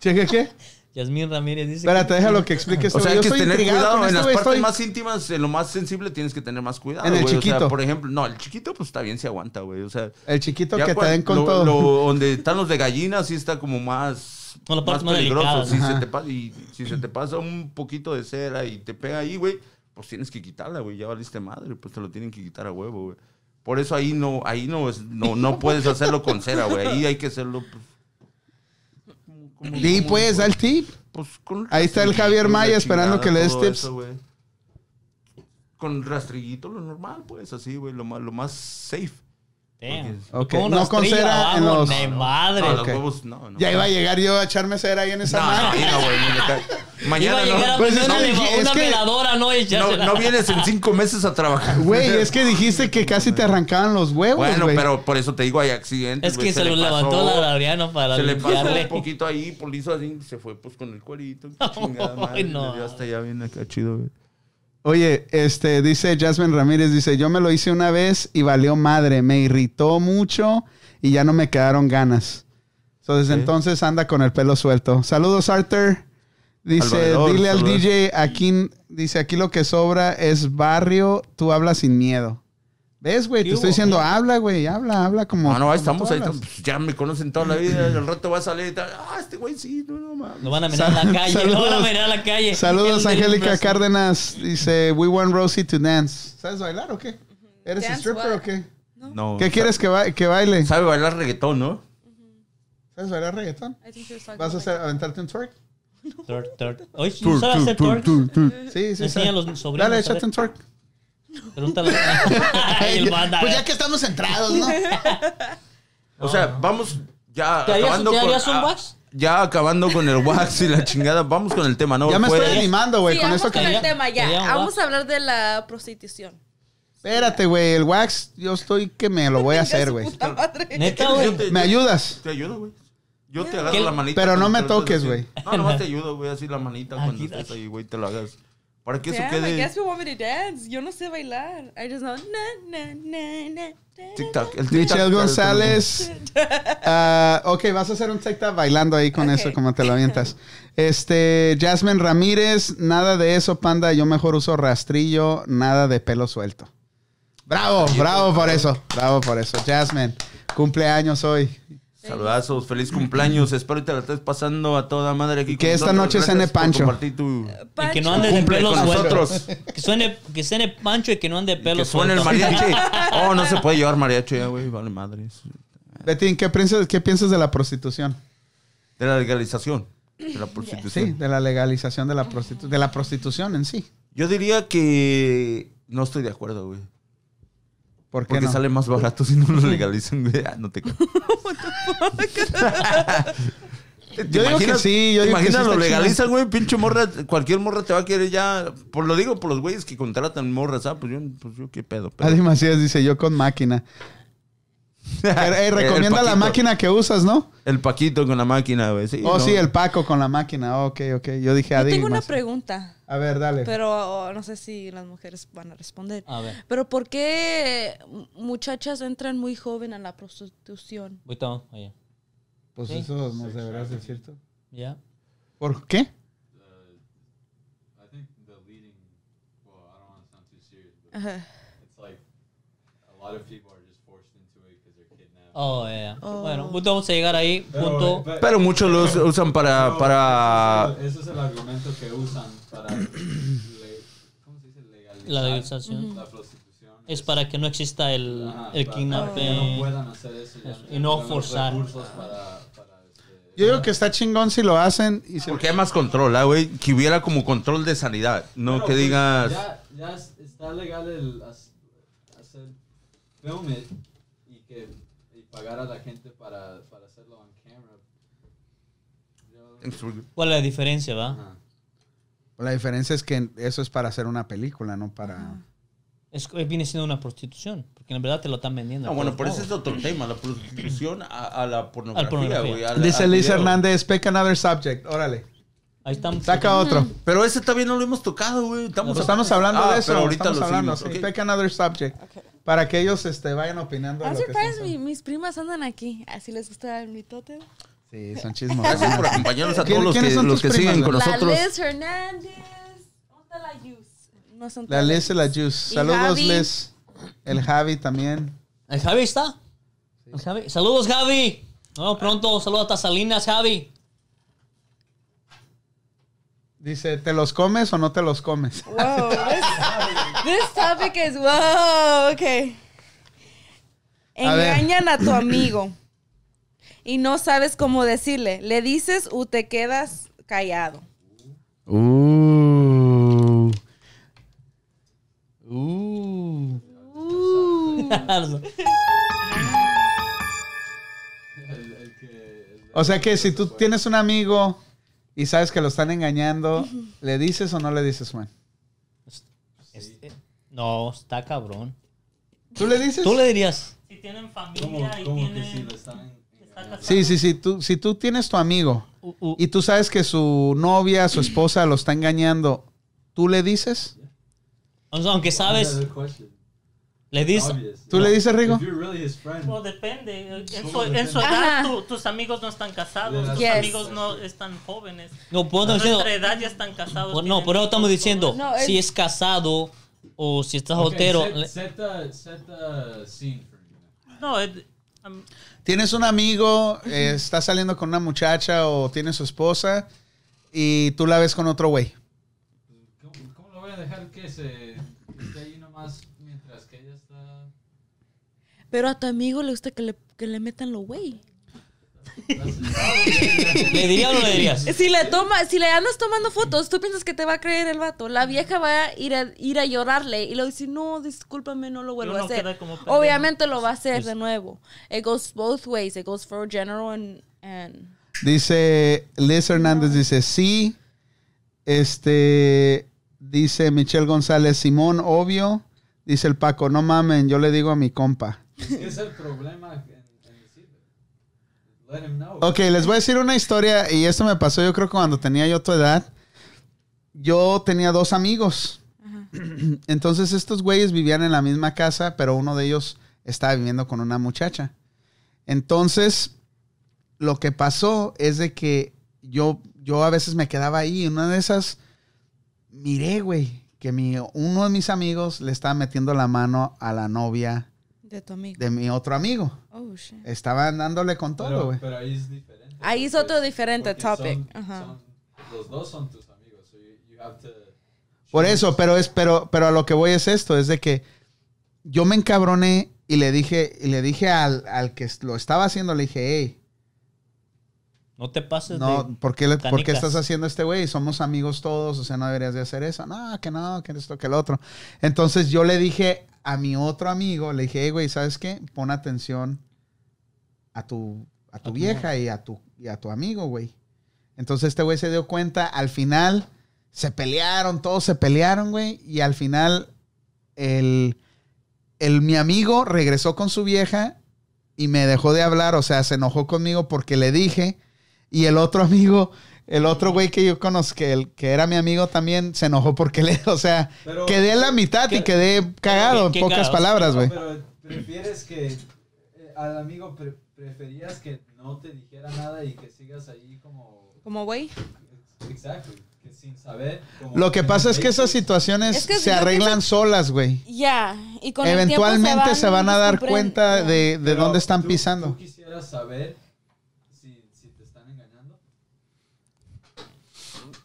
Cheque, ¿qué? Yasmín Ramírez dice... Espérate, déjalo que explique esto. O sea, hay Yo que estoy tener intrigado cuidado con en esto, las güey, partes estoy- más íntimas, en lo más sensible tienes que tener más cuidado. En el güey. O sea, chiquito. por ejemplo, no, el chiquito pues está bien, se aguanta, güey. O sea, El chiquito ya que te cuan- den con lo- todo. lo- donde están los de gallina sí está como más, Con la parte más delicada, peligroso. Si ajá. se, te pa- y, si se te pasa un poquito de cera y te pega ahí, güey, pues tienes que quitarla, güey. Ya valiste madre, pues te lo tienen que quitar a huevo, güey. Por eso ahí no, ahí no, es- no, no puedes hacerlo con cera, güey. Ahí hay que hacerlo, pues. como- como- Di, como- pues, da el tip. pues, con Ahí está el rastrillito, Javier la Maya esperando chingada, que le des todo tips. eso, güey. con rastrillito, lo normal, pues, así, güey, lo más, lo más safe. Damn. Ok, Con no una con estrella cera en abajo, los- de No, madre. No, ok. Ah, los huevos, no, no. Ya iba a llegar yo a echarme cera ahí en esa No, no, madre. mira, güey, ni le cae. Iba Mañana a llegar no. a Pues es ponerle que dije- es una que- veladora, ¿no? Y ya no, se la- no vienes en cinco meses a trabajar. Güey, es que dijiste que casi te arrancaban los huevos, güey. Bueno, pero por eso te digo, hay accidentes. Es güey, que se, lo le pasó, levantó la Adriana para Se le pasó limpiarle. un poquito ahí, por lo hizo así, se fue pues con el cuerito. Chingada Ay, madre, no. no. hasta ya viene acá chido, güey. Oye, este, dice Jasmine Ramírez, dice, yo me lo hice una vez y valió madre. Me irritó mucho y ya no me quedaron ganas. So, desde Ok. entonces anda con el pelo suelto. Saludos, Arthur. Dice, Al valedor, dile al saludos. DJ, aquí, dice, aquí lo que sobra es barrio, tú hablas sin miedo. ¿Ves, güey? Te ¿Qué estoy hubo? diciendo, habla, güey, habla, habla como... Ah, no, ahí como estamos, tú ahí hablas". estamos. Pues, Ya me conocen toda la vida, al rato va a salir y tal. Ah, este güey sí, no, no mames. Lo van a mirar en la Sal- calle, lo van a saludos. mirar en la calle. Saludos, El del Angélica brazo. Cárdenas. Dice, we want Rosie to dance. ¿Sabes bailar o qué? ¿Eres Dance stripper what? o qué? No. ¿Qué quieres que, ba- que baile? Sabe bailar reggaetón, ¿no? ¿Sabes bailar reggaetón? I think she was talking ¿Vas a about hacer, aventarte un twerk? Twerk, twerk. Oye, si no sabe hacer twerk, Mm. Sí, sí. Enseña sí. a los sobrinos, Dale, a échate ver. un twerk. pregúntale. Ay, el banda. eh. Pues ya que estamos centrados, ¿no? O sea, vamos ya Ah. ¿Te harías- acabando te con harías un ah, wax? Ya acabando con el wax y la chingada, vamos con el tema, ¿no? ya me Fue- estoy animando, güey, Sí, con vamos eso con que... el tema ya. Queríamos hablar. Vamos a hablar de la prostitución. Espérate, güey, el wax, yo estoy que me lo voy a hacer, güey. Puta madre. Neta, Yo güey. te- ¿Me ayudas? Te ayudo, güey. Yo te agarro ¿Qué? la manita. Pero no cuando me te lo estás toques, haciendo. No, nomás te ayudo, güey, así la manita cuando Aquí, estés aquí. ahí, güey, te lo hagas. Para que eso Damn, I quede guess you want me to dance. Yo no sé bailar. I just know na na na na. na. tic-tac. El Michelle tic-tac. González. Ah, ok, vas a hacer un TikTok bailando ahí con Ok. eso, como te lo avientas. Este, Jasmine Ramírez, nada de eso, panda. Yo mejor uso rastrillo, nada de pelo suelto. Bravo, bravo por eso, bravo por eso. Jasmine, cumpleaños hoy. Saludazos, feliz cumpleaños. Espero te la estés pasando a toda madre aquí. Que con esta nosotros. noche Gracias cene por Pancho. compartir tu- Y que Pancho. no ande de Cumple pelo con suelto. nosotros. Que suene, que suene Pancho y que no ande de pelo Que suene el suelto. mariachi. Oh, no se puede llevar mariachi ya, güey. Vale madres. Betty, ¿qué piensas, qué piensas de la prostitución? De la legalización. De la Sí, prostitución. de la legalización de la prostitución, de la prostitución en sí. Yo diría que no estoy de acuerdo, güey. ¿Por qué Porque no? sale más barato si no lo legalizan, güey. Ah, no te creo. Yo digo que sí, yo digo ¿te que imaginas, sí lo está chido. legalizas, güey, pinche morra, cualquier morra te va a querer ya, por lo digo por los güeyes que contratan morras, ah, pues yo, pues yo qué pedo. pero- Adi Macías dice, yo con máquina. Eh, eh, recomienda El la Paquito. máquina que usas, ¿no? El Paquito con la máquina, güey. Sí, Oh, no. sí, el Paco con la máquina. Oh, ok, ok. Yo dije Yo Adi tengo una Macías. pregunta, A ver, dale. pero oh, no sé si las mujeres van a responder. A ver, Pero ¿por qué muchachas entran muy joven a la prostitución? voy todo allá. pues sí. eso nos deberás decir tú. ¿Ya? ¿Por qué? I think the leading, well, I don't want to sound too serious, but Ajá. it's like a lot of people are just forced into it because they're kidnapped. Oh, ya, ya. Oh. Bueno, punto, vamos a llegar ahí. Punto. Pero, eh, Pero muchos lo us- usan para, ah, No, para... Ese es el- ese es el argumento que usan para. le- ¿Cómo se dice? Legalizar La legalización. la prostitución. Es para que no exista el, Ajá, el para- para que kidnapping. no puedan hacer eso. ya Y no tengan los forzar. recursos para- para, este, Yo digo que está chingón si lo hacen. Y se- Porque hay más control, ah, güey, que hubiera como control de sanidad, no Pero, que pues, digas... Ya, ya es- está legal el has- hacer filme y, que, y pagar a la gente para, para hacerlo on camera. Yo- ¿Cuál es la diferencia, va? Ajá. La diferencia es que eso es para hacer una película, no para... Es, viene siendo una prostitución. Porque en verdad te lo están vendiendo. No, bueno, por todos eso es lados. otro tema, la prostitución a, a la pornografía, pornografía. güey. al- Dice Ah. al Liz video. Hernández, pick another subject. Órale, Ahí estamos. Mm. saca otro. Pero ese también no lo hemos tocado, güey. Estamos, Pues estamos hablando Ah, de eso. pero ahorita estamos lo hablando. seguimos, sí, ok. pick another subject. Para que ellos este, vayan opinando. de I'm lo que surprised están- pues, mi- mis primas andan aquí. Así les gusta el mitote. Sí, son chismos. Gracias por acompañarnos a ¿Quién- todos los que, quiénes son los tus que primas, siguen con La nosotros. Liz Hernández. ¿Dónde está la Yus? No son La tan- Liz y la Juice. Y Saludos, Javi. Liz. El Javi también. ¿El Javi está? ¿El Javi? Saludos, Javi. Nos vemos pronto. Saludos hasta Salinas, Javi. Dice, ¿te los comes o no te los comes? Whoa. This, this topic is whoa. Okay. A ver. Engañan a tu amigo y no sabes cómo decirle. Le dices o te quedas callado. Uh. Uh. O sea que si tú tienes un amigo y sabes que lo están engañando, ¿le dices o no le dices, Juan? Este- no, está cabrón. ¿Tú le dices? ¿Tú le dirías? Si tienen ¿Cómo, familia y cómo que si tienen... lo están engañando? Sí, sí, sí. Tú, si tú tienes tu amigo y tú sabes que su novia, su esposa lo está engañando, ¿tú le dices? O sea, aunque sabes, Another question. le dices... Obvious. ¿Tú le dices, Rigo? If you're really his friend, O depende. eh, En su, ¿Cómo en su Ajá. edad tu- tus amigos no están casados, tus Yes. amigos no están jóvenes. No, puedo A diciendo... nuestra edad ya están casados. Por- no, tienen por eso estamos hijos, diciendo, No, es- si es casado o si estás Okay, soltero, set, le- set the, set the scene for me. todo. No, it- um, Tienes un amigo, eh, está saliendo con una muchacha o tiene su esposa y tú la ves con otro güey. ¿Cómo, cómo lo voy a dejar que se que esté ahí nomás mientras que ella está? Pero a tu amigo le gusta que le, que le metan lo güey. ¿le dirías o no le dirías? Si le toma, si le andas tomando fotos, tú piensas que te va a creer el vato. La vieja va a ir a, ir a llorarle y le dice, no, discúlpame, no lo vuelvo uno a hacer. queda como pendejo. Obviamente lo va a hacer de nuevo. It goes both ways. It goes for general and- and Dice Liz Hernández, dice sí. Este, dice Michelle González, Simón, obvio. Dice el Paco, no mamen, yo le digo a mi compa. Es que es el problema en, en decirle. Let him know. Ok, les voy a decir una historia y esto me pasó yo creo que cuando tenía yo tu edad. Yo tenía dos amigos. Entonces estos güeyes vivían en la misma casa, pero uno de ellos estaba viviendo con una muchacha. Entonces, lo que pasó es de que yo, yo a veces me quedaba ahí y una de esas miré, güey, que mi, uno de mis amigos le estaba metiendo la mano a la novia De tu amigo. de mi otro amigo. Oh, shit. Estaban dándole con todo, pero, güey. pero ahí es diferente. Ahí es porque- otro diferente porque topic. son- Ajá. son- los dos son tus amigos. So you, you have to Por eso, pero es, pero, pero a lo que voy es esto, es de que yo me encabroné y le dije, y le dije al, al que lo estaba haciendo, le dije, hey, No te pases no, de... ¿por qué, le- ¿por qué canicas. estás haciendo este güey? Somos amigos todos, o sea, no deberías de hacer eso. No, que no, que esto, que el otro. Entonces yo le dije a mi otro amigo, le dije, hey, güey, ¿sabes qué? Pon atención a tu, a tu tu vieja y a tu, y a tu amigo, güey. Entonces este güey se dio cuenta, al final se pelearon, todos se pelearon, güey, y al final el, el mi amigo regresó con su vieja y me dejó de hablar, o sea, se enojó conmigo porque le dije y el otro amigo, el otro güey que yo conozco, que, el- que era mi amigo también, se enojó porque le, o sea, Pero- quedé en la mitad y quedé cagado, en qué pocas caos. palabras, güey. Pero prefieres que eh, al amigo pre- preferías que no te dijera nada y que sigas ahí como Como güey. exacto, que sin saber. como- Lo que pasa es que esas Sí, situaciones Es que se yo arreglan solas, güey. Ya. Y con el tiempo Eventualmente se van a dar compren- cuenta Ya. de, de pero dónde están tú- pisando. ¿Tú quisieras saber si, si te están engañando?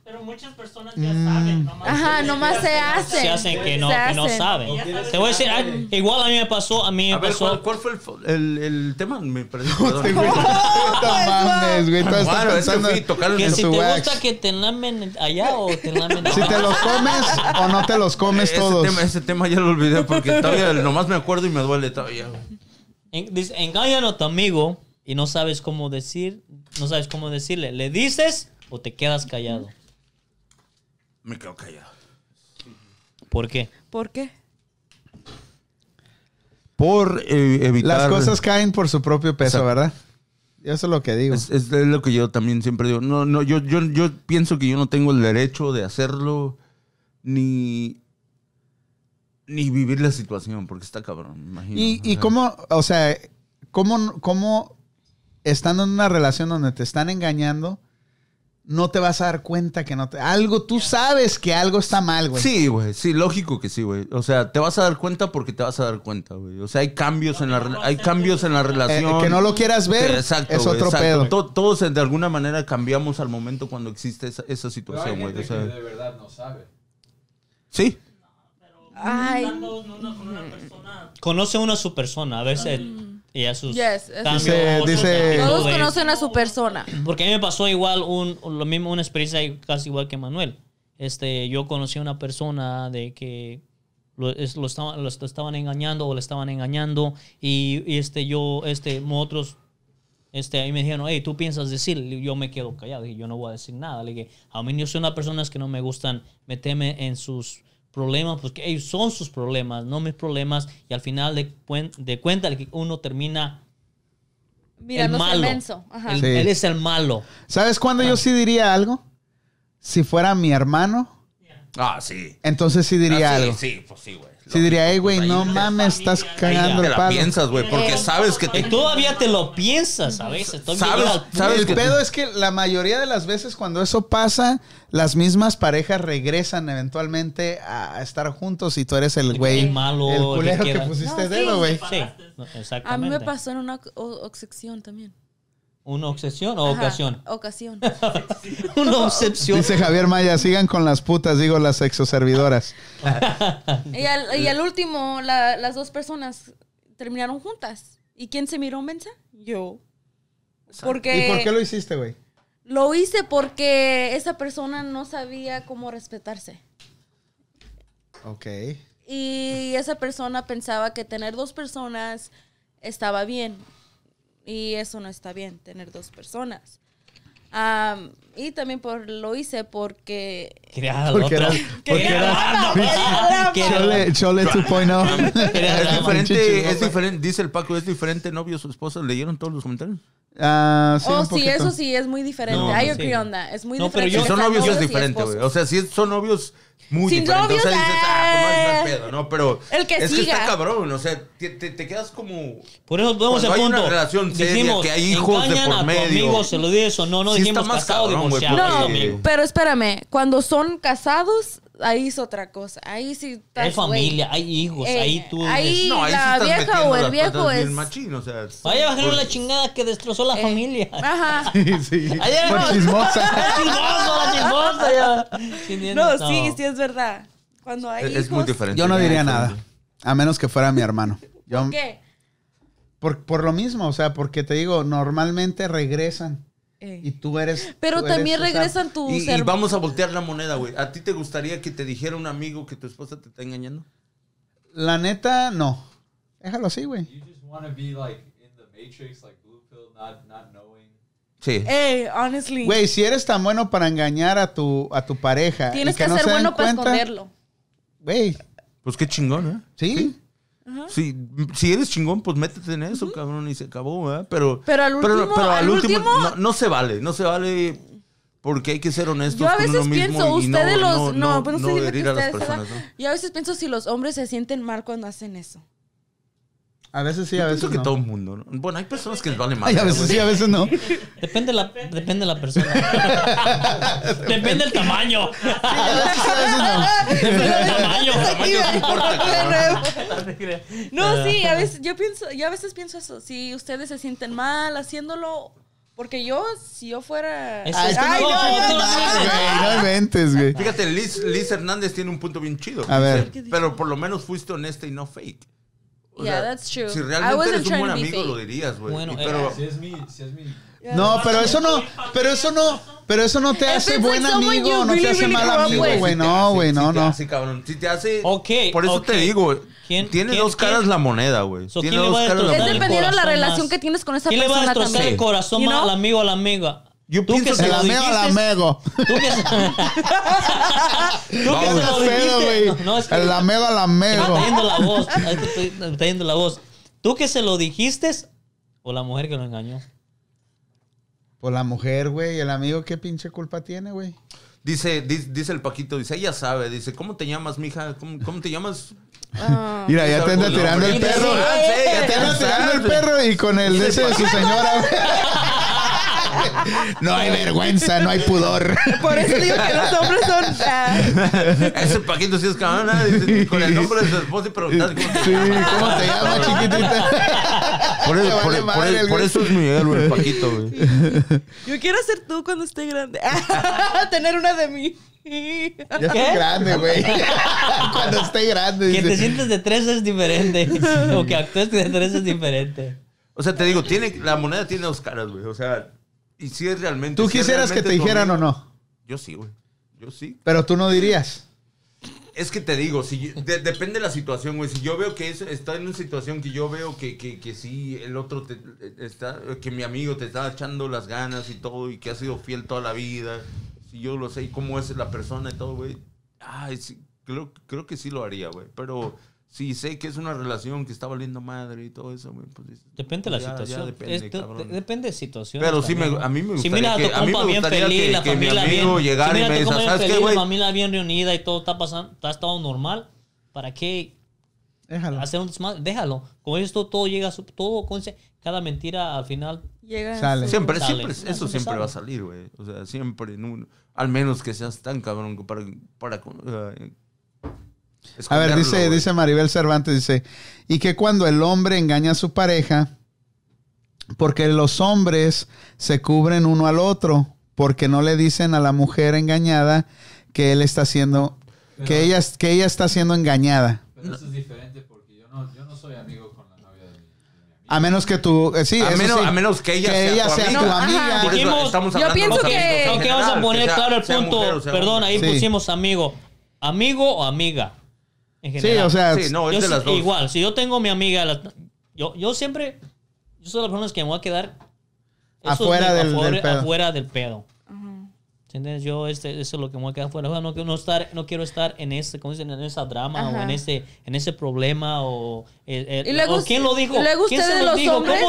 Pero muchas personas ya Mm. saben. Nomás Ajá, se- nomás se hacen. Se hacen que no, Se que no hacen. saben. ¿O quieres Te voy a decir, que- ay, igual a mí me pasó, a mí A me ver, ¿cuál, pasó. cuál fue el, fo- el, el tema? Me perdí, perdón. Sí, güey. No mames, güey. Todo está Claro, es que pensando fui, tocaron Que en si te tu wax. gusta que te lamen allá o te lamen Si te acá. los comes o no te los comes ese todos. tema, ese tema ya lo olvidé porque todavía nomás me acuerdo y me duele todavía. güey. En- dice, Engañan a tu amigo y no sabes cómo decir, no sabes cómo decirle. ¿Le dices o te quedas callado? Me quedo callado. ¿Por qué? ¿Por qué? Por eh, evitar... Las cosas caen por su propio peso, Exacto. ¿verdad? Eso es lo que digo. Es, es- es lo que yo también siempre digo. No, no, yo, yo, yo pienso que yo no tengo el derecho de hacerlo ni, ni vivir la situación, porque está cabrón, me imagino. Y, O y sea, cómo, o sea, cómo, cómo estando en una relación donde te están engañando, no te vas a dar cuenta que no te. Algo, tú sabes que algo está mal, güey. Sí, güey, sí, lógico que sí, güey. O sea, te vas a dar cuenta porque te vas a dar cuenta, güey. O sea, hay cambios en la, re- hay cambios en la Eh, relación. que no lo quieras ver Sí, exacto, es güey, otro exacto. pedo. To- todos eh, de alguna manera cambiamos al momento cuando existe esa, esa Pero hay situación, güey. gente O sea, que de verdad no sabe. sí. Mm. Ay. Estando en una- con una persona. Conoce uno a su persona, a veces y a sus Mm. Yes, eso cambios, Dice- sus dice- actitudes. Todos conocen a su persona. Porque a mí me pasó igual un, lo mismo, una experiencia casi igual que Manuel. Este, yo conocí a una persona de que lo, es- lo estaban, lo est- estaban engañando o le estaban engañando y, y, este, yo, este, otros, este, ahí me dijeron, hey, ¿tú piensas decir? Y Yo me quedo callado, dije, yo no voy a decir nada. Le dije, a mí yo soy una persona que no me gustan meterme en sus problemas, porque ellos son sus problemas, no mis problemas, y al final de, cuen- de cuentas uno termina Mira, el no malo. menso. Ajá. El- Sí. Él es el malo. ¿Sabes cuándo yo sí diría algo? Si fuera mi hermano, Ah, sí. entonces sí diría Ah, sí, algo. Sí, Sí, pues sí, güey. diría, hey, güey, no Ahí mames, estás familia, cagando Te el la palo. piensas, güey, porque Eh, sabes que Y todavía te lo piensas a veces. Todavía Sabes- llega al- sabes el que- pedo es que la mayoría de las veces cuando eso pasa, las mismas parejas regresan eventualmente a a estar juntos y tú eres el güey. el malo, El el culero que que, queda- pusiste No, sí. dedo, güey. Sí, no, A mí exactamente. me pasó en una o- obsesión también. ¿Una obsesión o Ajá, ocasión? Ocasión. Una obsesión. Dice Javier Maya, sigan con las putas, digo las exoservidoras. y, al, y al último, la- las dos personas terminaron juntas. ¿Y quién se miró mensa? Yo. Porque ¿Y por qué lo hiciste, güey? Lo hice porque esa persona no sabía cómo respetarse. Ok. Y esa persona pensaba que tener dos personas estaba bien. Y eso no está bien, tener dos personas. Am, y también por, lo hice porque... Quería a la Porque otra. eras- porque Quería eras- drama. Quería Chole, Chole drama. oh. 2.0. Quería es drama. diferente, es diferente, dice el Paco, es diferente novio o su esposa, ¿leyeron todos los comentarios? Ah, sí, oh, un sí, poquito. eso sí, es muy diferente. No, I sí. agree on that. Es muy No, pero diferente. yo- Si son estar novios es y diferente, güey. esposos. O sea, si son novios, muy Sin diferente. o sea, novios, dices, ah, ah, pues no hay pedo, ¿no? Pero el que es que siga. está cabrón, o sea, te, te- te quedas como... Por eso podemos el Cuando hay punto. una relación seria, que hay hijos de engañan por a tu medio. amigo, se lo dije eso. No, no Sí está dijimos más casado, cabrón, güey, divorciado. No, es amigo. porque- pero espérame, cuando son casados, ahí es otra cosa. Ahí sí estás, Hay güey. familia, hay hijos, Eh, ahí tú... ahí- dices, No, ahí la sí estás vieja metiendo o el las viejo patas bien es- machín, o sea... Vaya a bajar la pues, chingada que destrozó la Eh, familia. Ajá. Sí, sí. Ahí era- Por chismosa. La chismosa, la chismosa, ya. Sí, No, entiendes, sí, sí es verdad. Cuando hay Es, hijos, es muy diferente. Yo no es diría diferente. nada. A menos que fuera mi hermano. Yo, ¿Qué? por, por lo mismo, o sea, porque te digo, normalmente regresan Eh. y tú eres. Pero tú eres, también o sea, regresan tus Y, y hermanos. vamos a voltear la moneda, güey. ¿A ti te gustaría que te dijera un amigo que tu esposa te está engañando? La neta, no. Déjalo así, güey. You just want to be like in the matrix like blue pill not not knowing Sí. Hey, honestly. Güey, si eres tan bueno para engañar a tu, a tu pareja. tienes y que, no ser se den bueno para cuenta, esconderlo. Güey, Pues qué chingón, ¿eh? ¿sí? Si, si eres chingón, pues métete en eso, cabrón, y se acabó, ¿verdad? Pero, Pero al último- al último- No, no se vale, no se vale porque hay que ser honestos Yo a con veces uno mismo pienso, y no- ustedes los. no, No, no, pues no, no sé si herir que a las ustedes, ¿verdad? personas, ¿no? Yo a veces pienso si los hombres se sienten mal cuando hacen eso. A veces sí, a Pienso veces que no. todo el mundo, ¿no? Bueno, hay personas que les vale más. Ay, a veces sí, a veces no. Depende la, depende la persona. depende el tamaño. depende el tamaño. No, sí, a veces yo pienso, yo a veces pienso eso, si ustedes se sienten mal haciéndolo, porque yo, si yo fuera... Eso Ay, es- ay, no, no, no, no, no, no, Güey, no inventes, güey. Fíjate, Liz, Liz Hernández tiene un punto bien chido. A ver. Dice, Pero por lo menos fuiste honesta y no fake. O Yeah, sea, that's true. Si I realmente wasn't eres un trying buen to be amigo, lo fake. dirías, güey. Bueno, Y pero, Si es mi, si es mi No, pero eso no, pero eso no, pero eso no te If hace it's buen like someone amigo, you no really, te hace really mal grew up amigo, with. güey. si te No, hace, güey, si no, te no. hace, cabrón. Si te hace. Ok, Por eso ok. te digo, ¿Quién- tiene quién- dos caras quién- la moneda, güey. So, tiene ¿quién le dos va a caras Es destrozar moneda. el dependiendo de la corazón relación más? que tienes con esa ¿Quién le va a persona destrozar también. el corazón You más know? al amigo o a la amiga? Yo tú que pienso se El lo amigo dijiste. al amigo. Tú que se, tú que ¿Qué se lo pedo, dijiste. güey? No, no, es que Ah, El amigo al me está amigo. yendo la voz. Ay, te estoy- me está yendo la voz. Tú que se lo dijiste o la mujer que lo engañó. Por Pues la mujer, güey, el amigo qué pinche culpa tiene, güey. Dice, dice, dice el Paquito, dice, ella sabe, dice, ¿cómo te llamas, mija? ¿Cómo, cómo te llamas? Ah. Mira, ya Dice, te anda "Pues, tirando el hombre, perro. ya sé, ya Ya te anda sé". tirando el perro y con el de ese de su pues. señora, güey. No hay vergüenza, no hay pudor. Por eso digo que los hombres son... ah, Ese Paquito sí es cabrón, ¿eh? Dice, con el nombre de su esposa y preguntar cómo te Sí, llamas. ¿cómo te llamas, chiquitita? Por, Te eso, vale por, por- madre el por güey. eso es mi héroe, el Paquito, güey. yo quiero ser tú cuando esté grande. Tener una de mí. Ya estoy ¿Qué? grande, güey. Cuando esté grande. Que te dice. sientes de tres es diferente. o que actúes de tres es diferente. O sea, te digo, tiene, la moneda tiene dos caras, güey. O sea, y si es realmente. ¿Tú si es quisieras que realmente te tu dijeran o amigo- no? Yo sí, güey. Yo sí. Pero tú no dirías. Es que te digo, si yo- de- depende de la situación, güey. Si yo veo que es- está en una situación que yo veo que, que, que sí, el otro te, está, que mi amigo te está echando las ganas y todo, y que ha sido fiel toda la vida. Si yo lo sé y cómo es la persona y todo, güey. Ay, sí, creo, creo que sí lo haría, güey. Pero si sé que es una relación que está valiendo madre y todo eso, güey, pues. dices, Depende de la ya- ya situación. depende, Es- de- cabrón. depende de situación. Pero sí, me, a mí me Si gustaría mira a tu que, a mí compa me bien gustaría feliz, que, la que mi familia amigo bien. llegara si y mira me a tu dice, compa bien ¿sabes qué, feliz, güey? la familia bien reunida y todo está pasando, está estado normal. ¿Para qué Déjalo. hacer un desmadre? Déjalo. Como esto todo llega a su, todo, ¿cómo se dice? cada mentira al final. Llega a Sale. su- Siempre, Sale. siempre, Siempre eso siempre sale. va a salir, güey. O sea, siempre, en un- al menos que seas tan cabrón que para... para eh, A ver, esconderlo, dice, güey. dice Maribel Cervantes, dice, y que cuando el hombre engaña a su pareja, porque los hombres se cubren uno al otro, porque no le dicen a la mujer engañada que él está siendo, que ella, que ella está siendo engañada. Pero eso es diferente porque yo no, yo no soy amigo con la novia de mi, de mi amigo. A menos que tú, eh, sí, A eso menos, sí, a menos que ella sea, tu amiga. tu No, amiga. ajá. Por eso Dijimos- estamos yo Ok, hablando pienso de ok, amigos que- en ok, general, vamos a poner sea- claro el sea punto. mujer o sea Perdón, hombre. ahí Sí. pusimos amigo. Amigo o amiga. En Sí, general. o sea, Sí, no, Yo es de sí- las dos. Igual, si yo tengo mi amiga, la- yo, yo siempre, yo soy de las personas que me voy a quedar eso es Afuera mi- del- afuera, del pedo. afuera del pedo. ¿Entiendes? Yo este, eso es lo que me voy a quedar afuera. Bueno, no, quiero- no estar, no quiero estar en ese, ¿cómo dicen? En esa drama o Ajá. en ese, en ese problema o, eh, eh, Y luego o quién lo dijo. luego ¿Quién ustedes los hombres-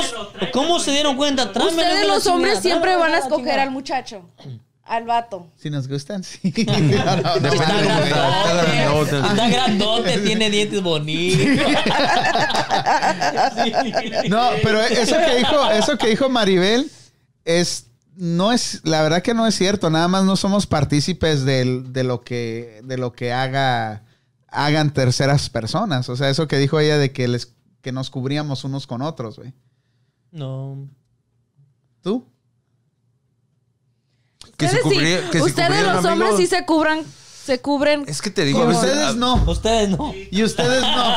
¿Cómo, cómo se dieron cuenta? Tráemelo de Ustedes la los hombres chingada, siempre tráemelo van a de la escoger chingada. al muchacho, al vato. si nos gustan, sí. No, no, no. Depende de cómo está, está grandote. Está grandote, tiene dientes bonitos. No, pero e-, eso que dijo, eso que dijo Maribel es no es la verdad que no es cierto, nada más no somos partícipes del- de lo que de lo que haga hagan terceras personas, o sea, eso que dijo ella de que les que nos cubríamos unos con otros, güey. No. ¿Tú? Que se ustedes sí- cubría- que se ustedes cubrieran, los amigo. hombres sí se cubran, se cubren. Es que te digo... Y a veces- ustedes no. Ustedes no. Y ustedes no.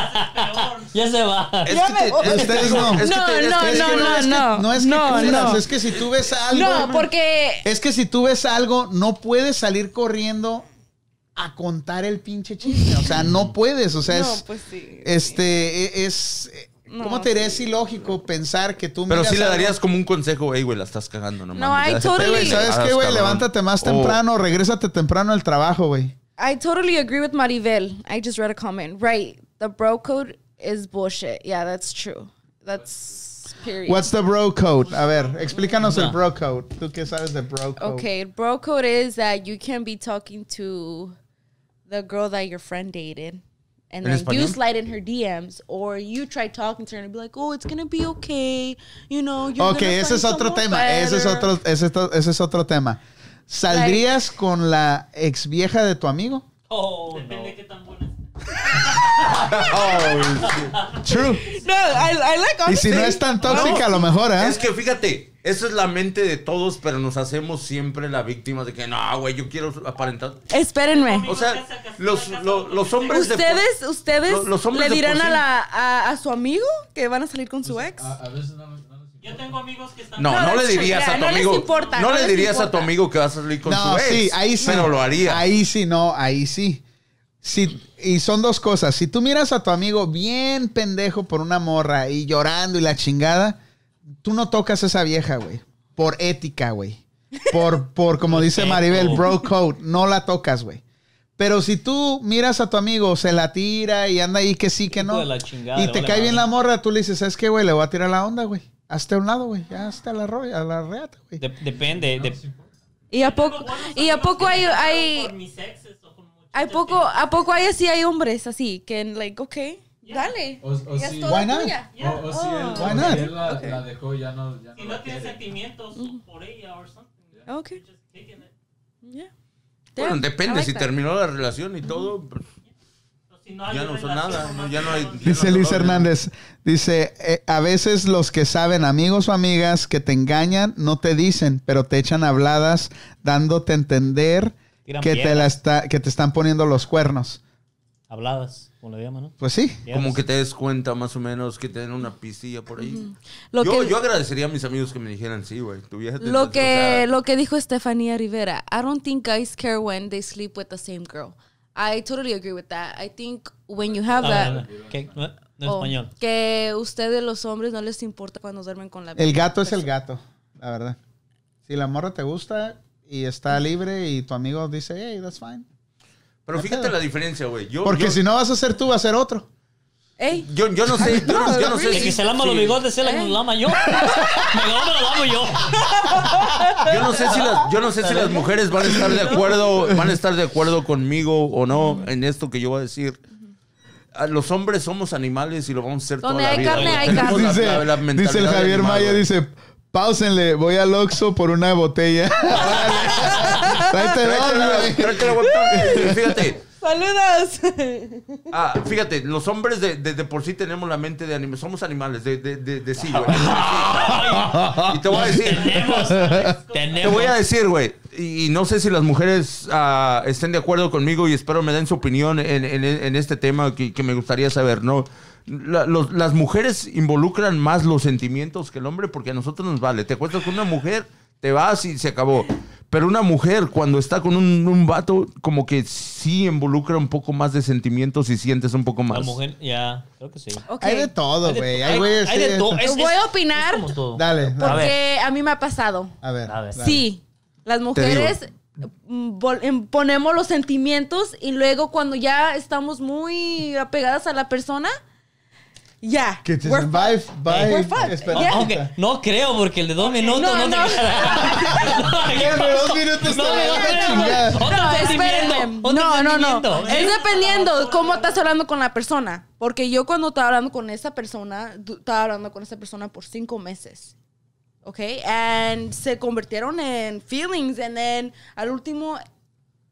Ya se va. Es Ya que me te- voy. es que te Ustedes digo, no. es que No, te- es que- no, es que- no, no, es que- no. no es que No, cubras, no. es que si tú ves algo No, porque es que si tú ves algo no puedes salir corriendo a contar el pinche chisme, o sea, no puedes, o sea, no, es pues sí. Este e- es. No, ¿Cómo te diré? Es ilógico pensar que tú Pero miras sí le algo- darías como un consejo, ey, güey, la estás cagando, no No, mames, I ya". Oye, güey, totally- ¿Sabes Hagas, qué, güey? "Ah, cabrón. Oh. Levántate más O- temprano, regrésate temprano al trabajo, güey. I totally agree with Maribel. I just read a comment. Right. The bro code is bullshit. Yeah, that's true. That's period. What's the bro code? A ver, explícanos el No. bro code. ¿Tú qué sabes de bro code? okay, bro code is that you can be talking to the girl that your friend dated. And En then you español? slide in her DMs or you try talking to her and be like, oh, it's gonna be okay. You know, you're Ok, gonna ese find es otro someone tema. Ese es better. otro, ese, es to- ese es otro tema. ¿Saldrías con la ex vieja de tu amigo? Oh, no. Depende de qué tan buena esté. Oh, shit. True. No, I, I like Y si honestly. no es tan tóxica, a lo mejor, ¿Ah? ¿eh? Es que fíjate, eso es la mente de todos, pero nos hacemos siempre la víctima de que no, güey, yo quiero aparentar. Espérenme. O sea, los, lo- los hombres de. ¿Ustedes, ustedes Lo- los le hombres de dirán por a, sí. la, a, a su amigo que van a salir con su ex? Ah. A, a veces no, nos- no nos Yo tengo amigos que están. No, No, no, no le les dirías a tu no les amigo. importa, no no le les dirías a tu importa. amigo que vas a salir con No, su ex. sí, ahí sí. Pero lo haría. Ahí sí, no, ahí sí. Si, y son dos cosas. Si tú miras a tu amigo bien pendejo por una morra y llorando y la chingada, tú no tocas a esa vieja, güey. Por ética, güey. Por, por como dice Maribel, bro code, no la tocas, güey. Pero si tú miras a tu amigo, se la tira y anda ahí que sí, que Hijo no. de la chingada, y le te vale cae bien madre. la morra, tú le dices, ¿sabes qué, güey? Le voy a tirar la onda, güey. Hazte a un lado, güey. Ya hazte a la, ro- a la reata, güey. De- depende. de- ¿Y a poco, y a poco hay, Por hay, mis exes o con muchachas hay poco, que- a poco hay así, hay hombres así que, like, ok, dale. O- o ya sí. es toda Why not? tuya. O, o si él, Oh. o Why not? si él la, la dejó, ya no, ya Si no no la tienes quiere. sentimientos por ella o something. Ok. you're just kicking it. Yeah. Bueno, Yeah, I depende, like si that. terminó la relación y todo, pues, Pero si no hay ya no son relación, nada. no, nomás ya no hay. quedaron- Dice ya no Luis son nada. Hernández, dice, eh, a veces los que saben, amigos o amigas, que te engañan, no te dicen, pero te echan habladas dándote a entender Tiran que te, piedras. la está, que te están poniendo los cuernos. Habladas, como le llaman, ¿no? Pues sí. Como que te des cuenta más o menos que tienen una pistilla por ahí. Lo yo, que, yo agradecería a mis amigos que me dijeran, sí, güey, tu vieja te- o lo sea, que, lo que dijo Estefanía Rivera, I don't think guys care when they sleep with the same girl. I totally agree with that. I think when you have Ah, no, that, no, que- no, no oh, español. que ustedes los hombres no les importa cuando duermen con la El gato es el gato, la verdad. Si la morra te gusta y está libre y tu amigo dice, hey, that's fine. Pero fíjate la diferencia, güey. Yo- Porque yo- si no vas a ser tú, va a ser otro. Ey, Yo, yo no sé, yo, no- yo no sé El si, que se lama si- los bigotes, se la Eh. lama yo. Mejor me lo lamo yo. yo no sé si las, yo no sé si las mujeres van a estar de acuerdo, van a estar de acuerdo conmigo o no en esto que yo voy a decir. A Los hombres somos animales y lo vamos a ser toda Donde la hay vida. carne, güey. hay Tenemos carne. la- la- la Dice, dice el mentalidad de Javier animal, Maya, güey. dice, páusenle, voy al Oxxo por una botella. Órale. Tráete dos, Tráetela, güey. tráetela, güey. eh, Fíjate, saludos. ah, fíjate, los hombres de, de- de por sí tenemos la mente de animales, somos animales, de, de, de, de sí, güey. Y te voy a decir, Tenemos. Te Tenemos. voy a decir, güey, y, y no sé si las mujeres ah, estén de acuerdo conmigo y espero me den su opinión en, en- en este tema que, que me gustaría saber, ¿no? La- los- las mujeres involucran más los sentimientos que el hombre porque a nosotros nos vale. Te acuerdas con una mujer, te vas y se acabó. Pero una mujer cuando está con un, un vato, como que sí involucra un poco más de sentimientos y sientes un poco más. La mujer, ya, creo que sí. Ok. Hay de todo, Hay de- güey. Hay güeyes. hay de sí, todo. esto- Es- es- Voy a opinar. es como todo. Dale, Porque dale. a, A mí me ha pasado. A ver. A ver. dale. Sí, las mujeres mm, vol- em, ponemos los sentimientos y luego cuando ya estamos muy apegadas a la persona, ya. Que te we're dicen, fucked. bye, bye. We're fucked. espera. Yeah. Aunque no creo, porque el de dos minutos no, no, no. te quedará. Mira, de dos minutos No, te no, voy a no, chingar. no. Otro No, sentimiento, espérenme. otro No, no, no. sentimiento. Es dependiendo cómo estás hablando con la persona. Porque yo cuando estaba hablando con esa persona, du- estaba hablando con esa persona por cinco meses. ¿Ok? And se convirtieron en feelings. And then al último,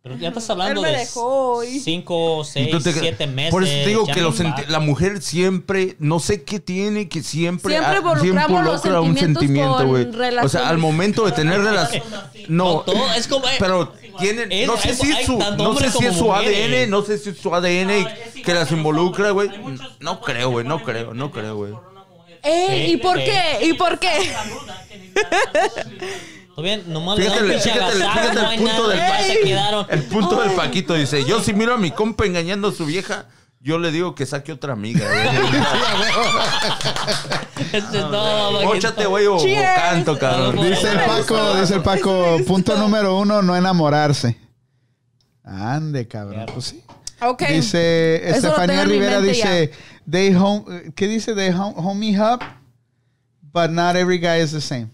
Pero ya estás hablando Él me de dejó y- 5, Y 6, tú te- 7 meses. Por eso te digo ya que no los senti- va. la mujer siempre, no sé qué tiene, que siempre, Siempre ah, involucramos los sentimientos con O relaciones. sea, al momento de tener relación. No, todo, es como- eh, pero tienen, es- no sé hay- si hay es su, tanto no sé hombres si es como su mujeres. ADN, no sé si es su No, ADN es igual que las los involucra, güey. hombres. Hay muchos No vatos que creo, güey, se no ponen creo, no pendejos creo, güey. por una mujer. ¡Ey! "Eh, ¿Y Sí, por sí. qué? ¿Y por qué? La duda que ni la duda ni la- Está bien, nomás le Fíjate, dan el- pinche fíjate el- agasajo, fíjate el no hay punto nada, del ya pa- se quedaron. El punto del Paquito dice, yo si miro a mi compa engañando a su vieja, Yo le digo que saque otra amiga. güey. Este, no, porque- Móchate, Ah, güey, o, o Cheers. canto, cabrón. No, Dice el Paco, dice el Paco, punto número uno, no enamorarse. Ande, cabrón. Pues sí. Ok. Dice Eso lo tengo Estefanía en mi Rivera, mente dice, they home, ¿qué dice? They home, homie hub, but not every guy is the same.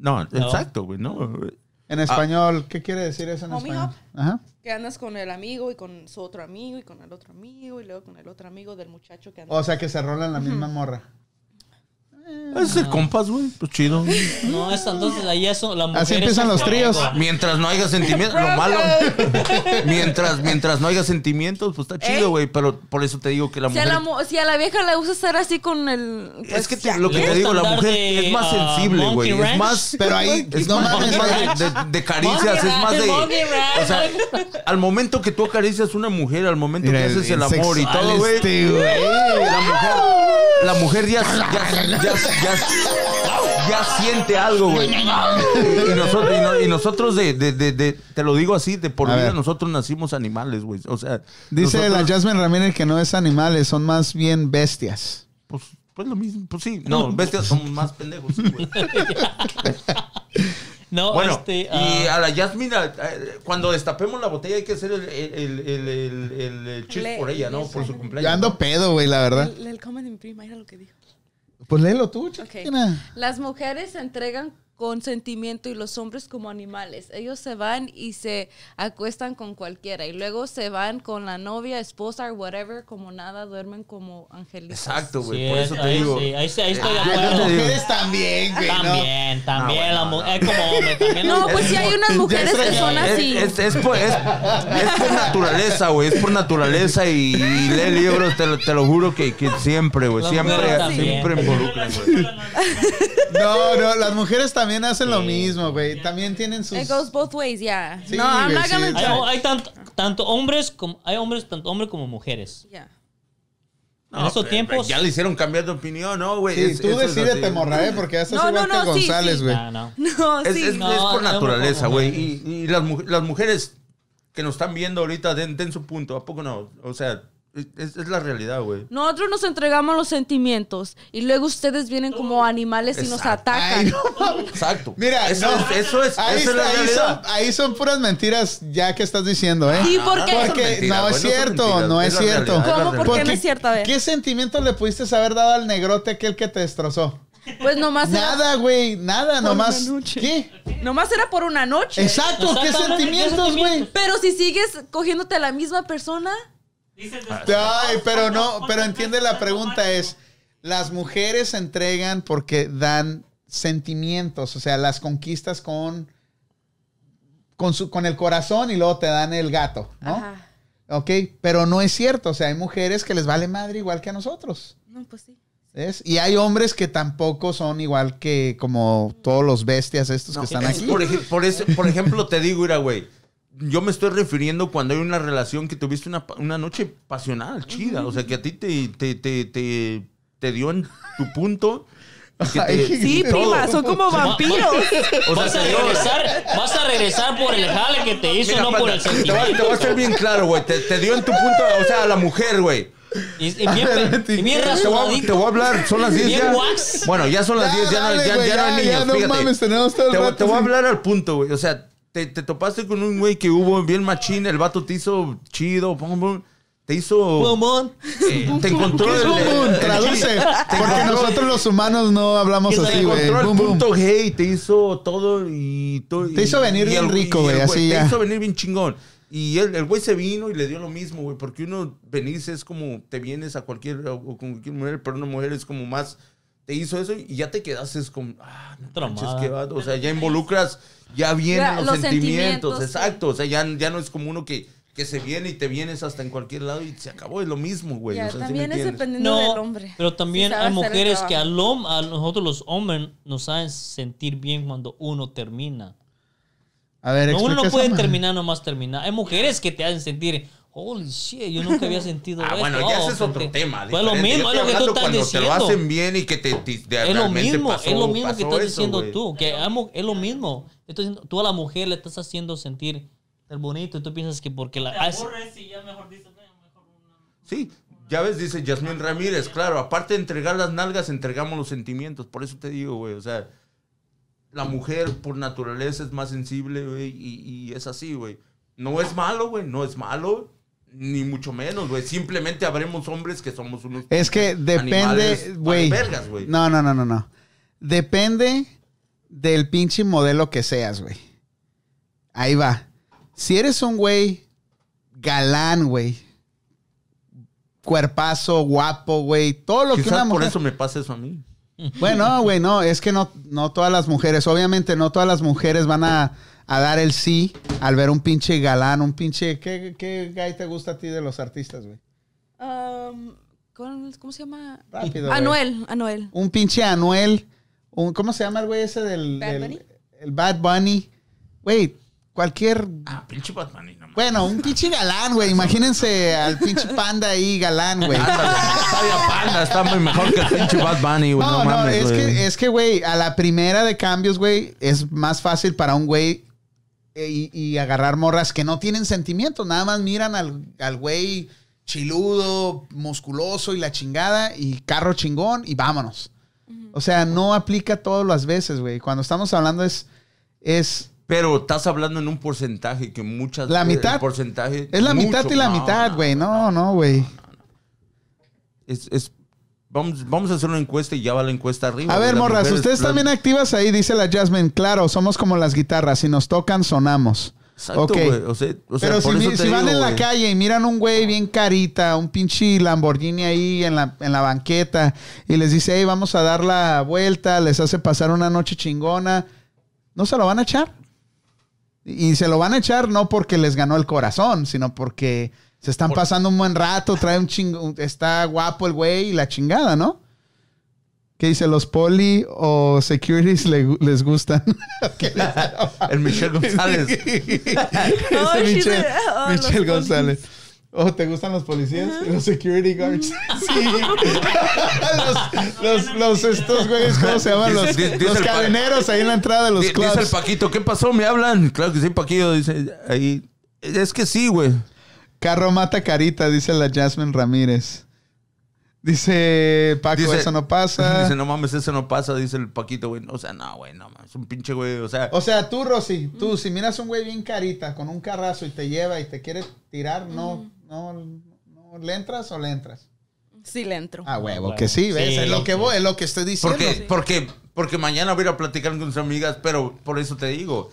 No, exacto, güey, no. En español, ¿qué quiere decir eso en Homie español? Ajá. Que andas con el amigo y con su otro amigo y con el otro amigo y luego con el otro amigo del muchacho que anda. O sea, que se rolan la misma morra. Es el compas, güey, pues chido. No, es entonces ahí eso, las mujeres Así empiezan los son- tríos. Mientras no haya sentimientos, lo malo. mientras, mientras no haya sentimientos, pues está Ey. chido, güey. Pero por eso te digo que la si, a mujer. la, mu- si a la vieja le gusta estar así con el. pues, es que te- ya. lo que ¿Qué? te digo, la Estándar mujer de, es más ah, sensible, güey. Monkey Es más. Pero ahí, Es no más, mames, es güey. más de, de- de caricias, es más de. Monkey Ranch. O sea, al momento que tú acaricias una mujer, al momento que haces el amor y todo, este, güey. La mujer, la mujer ya, ya, ya, ya- ya siente algo, güey. Y nosotros, y no- y nosotros de, de- de- de- te lo digo así, de por A vida, ver. nosotros nacimos animales, güey. O sea, Dice nosotros, la Jasmine Ramírez que no es animales, son más bien bestias. Pues, pues lo mismo, pues sí. No, bestias somos más pendejos, sí, güey. No, Bueno, este, y ah, a la Yasmina, eh, cuando destapemos la botella hay que hacer el, el, el, el, el- el- el cheers Le- por ella, ¿no? Por su Yo cumpleaños. ando pedo, güey, la verdad. El, el comment de mi prima era lo que dijo. Pues léelo tú, Ok. Chiquina. Las mujeres se entregan con sentimiento y los hombres como animales. Ellos se van y se acuestan con cualquiera y luego se van con la novia, esposa, whatever, como nada, duermen como angelitos. Exacto, güey. sí, por eso es- te ahí digo. sí, ahí sí, ahí estoy de Las acuerdo. mujeres también, güey. ¿no? También, también, Ah, la bueno, mu- es como hombre, también No, las pues sí hay unas mujeres que son así. Es, es, es por, es- es por naturaleza, güey. Es por naturaleza y, y lee libros, te lo, te lo juro que, que siempre, güey. Las Siempre, mujeres también. siempre involucran, güey. No, no, las mujeres también hacen lo mismo, güey. También tienen sus. It goes both ways, yeah. Sí, no, I'm güey, not sí, gonna es- Hay, judge. hay tanto, tanto hombres como hay hombres tanto hombres como mujeres. Yeah. En esos pero- tiempos- Ya le hicieron cambiar de opinión, ¿no, güey? Sí, Es- tú eso es decídete, así. morra, ¿eh? Porque hasta No, no, no, Iván no, sí, González, sí. güey. Ah, no. No, Es, sí. es- No, es por no, naturaleza, no, güey. no. Y, y las, mu- las mujeres que nos están viendo ahorita, den, den su punto. ¿A poco no? O sea, es, es la realidad, güey. Nosotros nos entregamos los sentimientos y luego ustedes vienen como animales y nos Exacto. atacan. Ay, no, mames. Exacto. Mira, eso no. es, eso es, ahí, esa es la ahí realidad. son, ahí son puras mentiras ya que estás diciendo, ¿eh? Sí, porque no, Porque son mentiras, no güey, es no son cierto, mentiras, no es es la cierto. realidad, es ¿Cómo? la ¿Por qué realidad. no es cierto? A ver. ¿Qué sentimiento le pudiste haber dado al negrote aquel que te destrozó? pues nomás Nada, güey, nada, nomás. una noche. ¿Qué? era, nomás era por una noche. Exacto, ¿qué Exactamente, ¿qué sentimientos, güey? sentimientos? Pero si sigues cogiéndote a la misma persona, Ah, Ay, pero no, pero entiende la pregunta es, las mujeres se entregan porque dan sentimientos, o sea, las conquistas con con su con el corazón y luego te dan el gato, ¿no? Ajá. Ok, pero no es cierto, o sea, hay mujeres que les vale madre igual que a nosotros. no, pues sí. ¿ves? Y hay hombres que tampoco son igual que como todos los bestias estos que están Es- aquí. Por, ej- por ese- por ejemplo, te digo, mira, güey. Yo me estoy refiriendo cuando hay una relación que tuviste una, pa- una noche pasional, chida. O sea, que a ti te, te, te, te, te dio en tu punto. y que te- Ay, Sí, Todo. prima, son como vampiros. O sea, vas a te dio- regresar, vas a regresar por el jale que te hizo, Mira, no Panda, por el te voy- Te voy a sentimiento. ser bien claro, güey. Te, te dio en tu punto, o sea, a la mujer, güey. Y, y bien, Vete, y bien Te voy, a- te voy razonadito. a hablar, son las 10 Bien ya. guas. Bueno, ya son las Ya, 10, ya, no- dale, ya, güey, ya no hay ya, niños. ya, no fíjate. mames, tenemos todo el te, voy- rato te voy a sin- hablar al punto, güey. O sea, te, te topaste con un güey que hubo bien machín, el vato te hizo chido, pum, pum, te hizo. Pulmón. eh, te encontró el, el- Boom, el- traduce. Te Porque encontró- nosotros los humanos no hablamos Que se así, te güey. encontró el Boom, boom. punto gay, te hizo todo y todo. Te hizo venir bien rico, güey, así ya. Te hizo venir bien chingón. Y el, el güey se vino y le dio lo mismo, güey, porque uno venirse es como te vienes a cualquier, o con cualquier mujer, pero una mujer es como más. Te hizo eso y ya te quedaste es como. Ah, no Traumada. manches, qué vato. O sea, ya involucras, ya vienen Ya, los, los sentimientos. sentimientos, sí. Exacto. O sea, ya, ya no es como uno que, que se viene y te vienes hasta en cualquier lado y se acabó, es lo mismo, güey. Ya, Pues, o sea, ¿sí me también es entiendes? dependiendo del No, hombre. pero también Si sabe hay hacer el mujeres que trabajo. al hom- a nosotros los hombres nos saben sentir bien cuando uno termina. A ver, No, uno explica no esa puede madre. terminar nomás terminar. Hay mujeres que te hacen sentir, holy shit, yo nunca había sentido Ah, esto. bueno, ya Oh, ese es otro porque- tema. Pues lo diferente. mismo, Yo es lo que estoy tú hablando estás cuando diciendo. te lo hacen bien y que te, te- de- es lo realmente mismo, pasó- es lo mismo que pasó estás eso, diciendo güey. tú, que amo- es lo mismo. Estás diciendo- tú a la mujer le estás haciendo sentir el bonito y tú piensas que porque la... ah, es- aburres y ya mejor dices, "No, mejor una- Sí, Ya ves, dice Yasmín Ramírez, claro, aparte de entregar las nalgas, entregamos los sentimientos. Por eso te digo, güey, o sea, la mujer por naturaleza es más sensible, güey, y, y es así, güey. No es malo, güey, no es malo, ni mucho menos, güey. Simplemente habremos hombres que somos unos... Es que depende, animales güey. valevergas, güey. No, no, no, no, no. Depende del pinche modelo que seas, güey. Ahí va. Si eres un güey galán, güey. Cuerpazo, guapo, güey. Todo lo que Quizás una por mujer... eso me pasa eso a mí. Bueno, güey, no, es que no, no todas las mujeres, obviamente no todas las mujeres van a, a dar el sí al ver un pinche galán, un pinche... ¿Qué, qué gay te gusta a ti de los artistas, güey? Um, ¿con- ¿Cómo se llama? Rápido, güey. eh. Anuel, Anuel. Un pinche Anuel. Un, ¿Cómo se llama el güey ese del... Bad del- Bunny? El Bad Bunny. Güey, cualquier... Ah, pinche Batman y nada más. Bueno, un pinche galán, güey. Imagínense al pinche panda ahí, galán, güey. Sabia panda, está muy mejor que el pinche Bad Bunny, güey. No, No, no, mames, es, güey. que, es que, güey, a la primera de cambios, güey, es más fácil para un güey eh, y, y agarrar morras que no tienen sentimientos. Nada más miran al, al güey chiludo, musculoso y la chingada y carro chingón y vámonos. O sea, no aplica todas las veces, güey. Cuando estamos hablando es, es, Pero estás hablando en un porcentaje que muchas eh, La el mitad. porcentaje es la mucho- mitad y la no, mitad, no, güey. No, no, güey. Es, es- vamos, vamos a hacer una encuesta y ya va la encuesta arriba. A güey. ver, Las morras, mujeres- ustedes las- también activas ahí, dice la Jasmine. Claro, somos como las guitarras. Si nos tocan, sonamos. Exacto, Ok. güey. O sea, o sea, Pero si, por mi- eso te si van digo, en la güey. calle y miran un güey bien carita, un pinche Lamborghini ahí en la, en la banqueta, y les dice, hey, vamos a dar la vuelta, les hace pasar una noche chingona, ¿no se lo van a echar? Y se lo van a echar no porque les ganó el corazón, sino porque se están pasando un buen rato, trae un chingo, está guapo el güey y la chingada, ¿no? ¿Qué dice? ¿Los poli o securities le gu- les gustan? ¿Qué les- El Michelle González. Oh, Ese she's Michelle, like, oh, los Michelle polis. González. Oh, ¿te gustan los policías? Los security guards. Sí. los, los, los- estos güeyes, ¿cómo se llaman? Los, Dice- dice los el pa- cadeneros ahí en la entrada de los Di- clubs. dice el Paquito, ¿qué pasó? ¿Me hablan? Claro que sí, Paquito. Dice ahí. Es que sí, güey. Carro mata carita, dice la Jasmine Ramírez. Dice Paco, Dice- eso no pasa. Dice, no mames, eso no pasa. Dice el Paquito, güey. O sea, no, güey, no mames. Un pinche güey. O sea, o sea, tú, Rosy, tú, si miras un güey bien carita con un carrazo y te lleva y te quiere tirar, no, no, no, ¿le entras o le entras? Sí, le entro. Ah, huevo, Huevo. que sí, ¿ves? Sí, es lo que sí. voy, es lo que estoy diciendo. Porque, porque, porque mañana voy a ir a platicar con sus amigas, pero por eso te digo.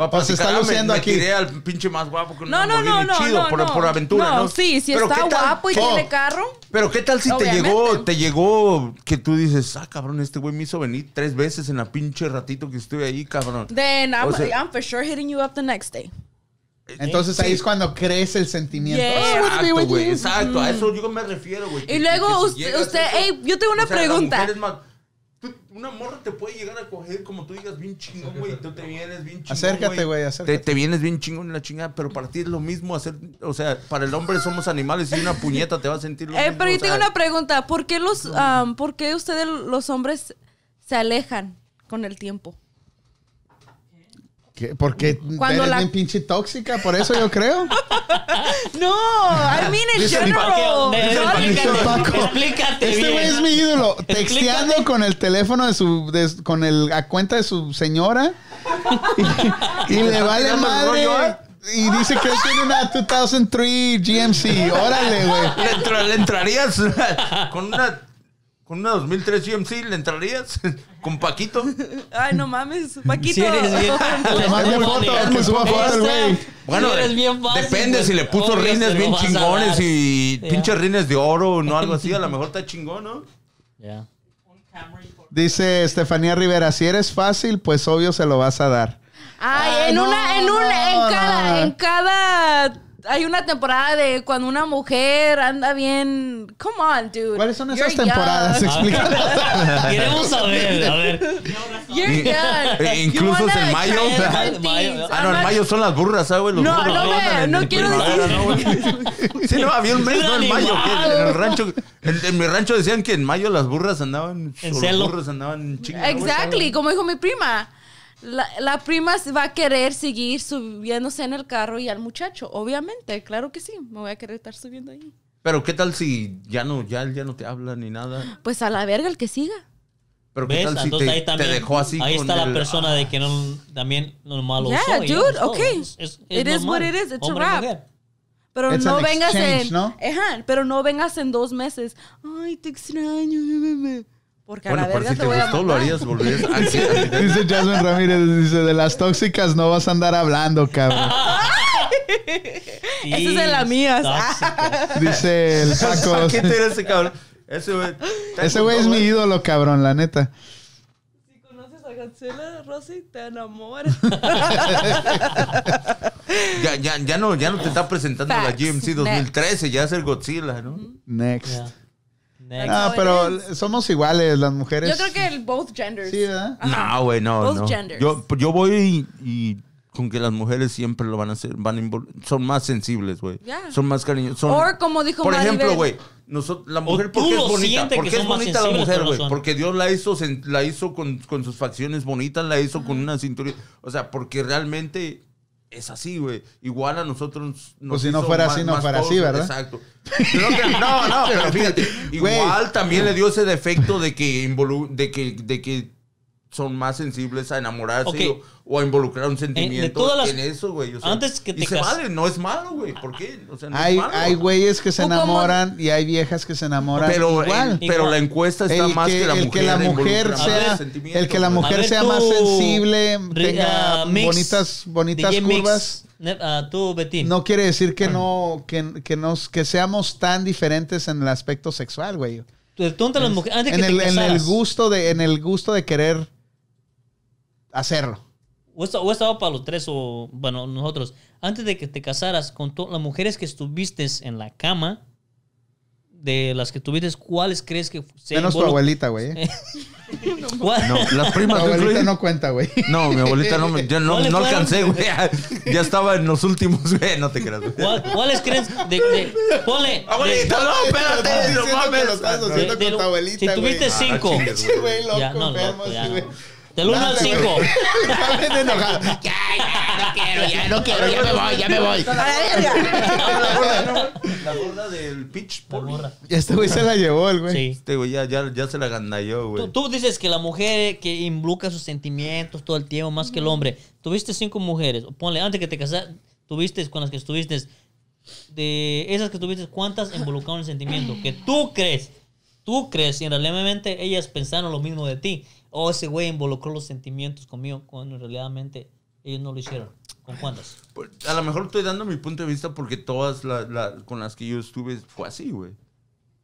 Va a Pues se está platicar, ah, me- luciendo me aquí. tiré al pinche más guapo con No, un no, no, Lamborghini no, chido no, por, no. por aventura, ¿no? No, sí, si Pero está ¿qué tal- guapo y Oh, tiene carro. Pero qué tal si Obviamente. te llegó, te llegó que tú dices, ah, cabrón, este güey me hizo venir tres veces en la pinche ratito que estuve ahí, cabrón. Then I'm, O sea- I'm for sure hitting you up the next day. Entonces ahí es cuando crece el sentimiento. Yeah. Exacto, güey, exacto, a eso yo me refiero, güey. Mm. Y luego Que si usted- llegas a usted, ey, yo tengo una la pregunta. mujer es más- tú- Una morra te puede llegar a coger como tú digas, bien chingón, güey. Tú te vienes bien chingón. Acércate, güey, acércate. Te, te vienes bien chingón en la chingada, pero para ti es lo mismo hacer. O sea, para el hombre somos animales y una puñeta te va a sentir lo Eh, mismo. pero yo o sea, tengo una pregunta. ¿Por qué, los, um, ¿Por qué ustedes, los hombres, se alejan con el tiempo? ¿Qué? Porque Cuando eres la- bien pinche tóxica, por eso yo creo. No, I mean in Dice el general. Porque- No, Paquito. explícate, Paco. explícate este güey bien. es mi ídolo. Explícate. Texteando con el teléfono de su. de- con el, a cuenta de su señora. Y, y le está vale Ah, tirando el madre. rollo, ¿eh? Y dice que él tiene una 2003 GMC. Órale, güey. ¿Le, entra- le entrarías con una. Con una 2003 GMC, ¿le entrarías? ¿Con Paquito? Ay, no mames. Paquito. Si eres bien. Le mandé foto, que suba foto el güey. Bueno, Si eres bien fácil, depende pues, si le puso obvio rines se lo bien vas a chingones dar. y Ya. pinches rines de oro, no algo así. A lo mejor está chingón, ¿no? Ya. Un Camry por- Dice Estefanía Rivera: si eres fácil, pues obvio se lo vas a dar. Ay, Ay, en no, una, en una, no, en cada, no. en cada. Hay una temporada de cuando una mujer anda bien. Come on, dude. ¿Cuáles son esas You're temporadas? young. Explícanos. Queremos saber, a ver. You're young. Eh, You incluso es wanna en mayo. try different En mayo, things. Ah, no, en I'm mayo son las burras, ¿sabes? Los No, burros no, andan me- en- no en quiero primavera, decir- ¿no, güey? sí, no, había un mes, Es un no, en mayo. animal. que en el rancho, en, en mi rancho decían que en mayo las burras andaban, En o los celo. burros andaban en chinga, not- güey, Exactly, como dijo mi prima. La, la prima se va a querer seguir subiéndose en el carro y al muchacho, obviamente, claro que sí, me voy a querer estar subiendo ahí. Pero qué tal si ya no, ya, él ya no te habla ni nada. Pues a la verga el que siga. Pero qué ¿Ves? tal si Entonces te, ahí también. te dejó así. ahí con está la el- Ah, persona de que no, también normal lo Yeah, usó. y ya dude, es todo. okay. Es- es- es It is normal. what it is. It's a Hombre y wrap. mujer. Pero It's no an vengas exchange, en. ¿no? Ajá, pero no vengas en dos meses. Ay, te extraño, bebé. Porque Bueno, a la pero verga si te, te voy a gustó, lo matar. harías, volverías Ah, a- a- Dice Jasmine Ramírez, dice, de las tóxicas no vas a andar hablando, cabrón. Esa es de la Sí, mía. tóxica. Dice el Paco. ¿Para qué te eres ese cabrón? Ese güey. Ese güey es mi ídolo, cabrón, la neta. Si conoces a Gancela, Rosy, te enamoras. Ya, ya, ya, no, ya no te está presentando la Facts. GMC 2013, ya es el Godzilla, ¿no? Next. Yeah. Next. Ah, Like how it pero somos iguales las mujeres. Yo creo que el both genders. Sí, ¿verdad? No, güey, no. Both no. genders. Yo, yo voy y, y con que las mujeres siempre lo van a hacer, van a invol- son más sensibles, güey. Yeah. Son más cariñosas. son- O como dijo Por Maribel. ejemplo, güey, nosot- la mujer O porque tú es lo bonita, sientes que porque es son más bonita la sensibles, mujer, pero güey, son. porque Dios la hizo, sen- la hizo con, con sus facciones bonitas, la hizo con una cintura, o sea, porque realmente es así, güey. Igual a nosotros nos Pues si no hizo fuera así, no fuera así, ¿verdad? Exacto. No, que- no, no, pero fíjate, igual también le dio ese defecto de que involu- de que de que son más sensibles a enamorarse Ok. o, o a involucrar un sentimiento en, todas las- eso, güey. o sea, antes que y te se cas- vale, no es malo, güey. ¿Por qué? O sea, no es Hay, malo. hay güeyes que se O como- enamoran y hay viejas que se enamoran Pero, igual. el- pero la encuesta está más que, la el mujer. que la mujer involucrada en sea, el sentimiento, el que la güey. A mujer ver, sea tú, más sensible, Ri- tenga ah, Mix, bonitas, bonitas DJ Mix, curvas. ne- ah, tú, Betín. No quiere decir que no, que, que nos, que seamos tan diferentes en el aspecto sexual, güey. Tú- tú entre las mujeres, antes En que el, te en el casaras, gusto de, en el gusto de querer hacerlo. o esta- o esta va para los tres o, bueno, nosotros. Antes de que te casaras con todas las mujeres que estuviste en la cama, de las que tuviste, ¿cuáles crees que se Menos tu involu- abuelita, güey. ¿eh? ¿Cuál- No, las Tu primas. abuelita güey. no cuenta, güey. No, mi abuelita no me. Yo no, ¿Cuál le no fueron? alcancé, güey. Ya estaba en los últimos, güey. No te creas, güey. ¿Cuál- ¿Cuáles crees? De, de- ponle. de- Abuelita, no, espérate. Diciendo No que lo mames. estás haciendo de- de- con tu abuelita, si güey. tuviste Ah, cinco. chingues, Pinche güey loco, Ya, no, enfermo, loco, ya, sí, no. güey. Del 1 al Dale, 5. güey. Está bien enojado. No quiero, ya me voy, ya me voy. La gorda, ¿no? La gorda del pitch porn. Y este güey se la llevó, el güey. Sí. Este güey ya, ya, ya se la gandalló, Tú, güey. tú dices que la mujer eh, que involucra sus sentimientos todo el tiempo más que el hombre. Tuviste cinco mujeres. Ponle, antes que te casas, tuviste con las que estuviste. De esas que tuviste, ¿cuántas involucraron el sentimiento? Que tú crees. Tú crees. Y en realmente ellas pensaron lo mismo de ti. O ese güey involucró los sentimientos conmigo cuando en realmente ellos no lo hicieron. ¿Con cuántas? Pues, A lo mejor estoy dando mi punto de vista porque todas la- la- con las que yo estuve fue así, güey.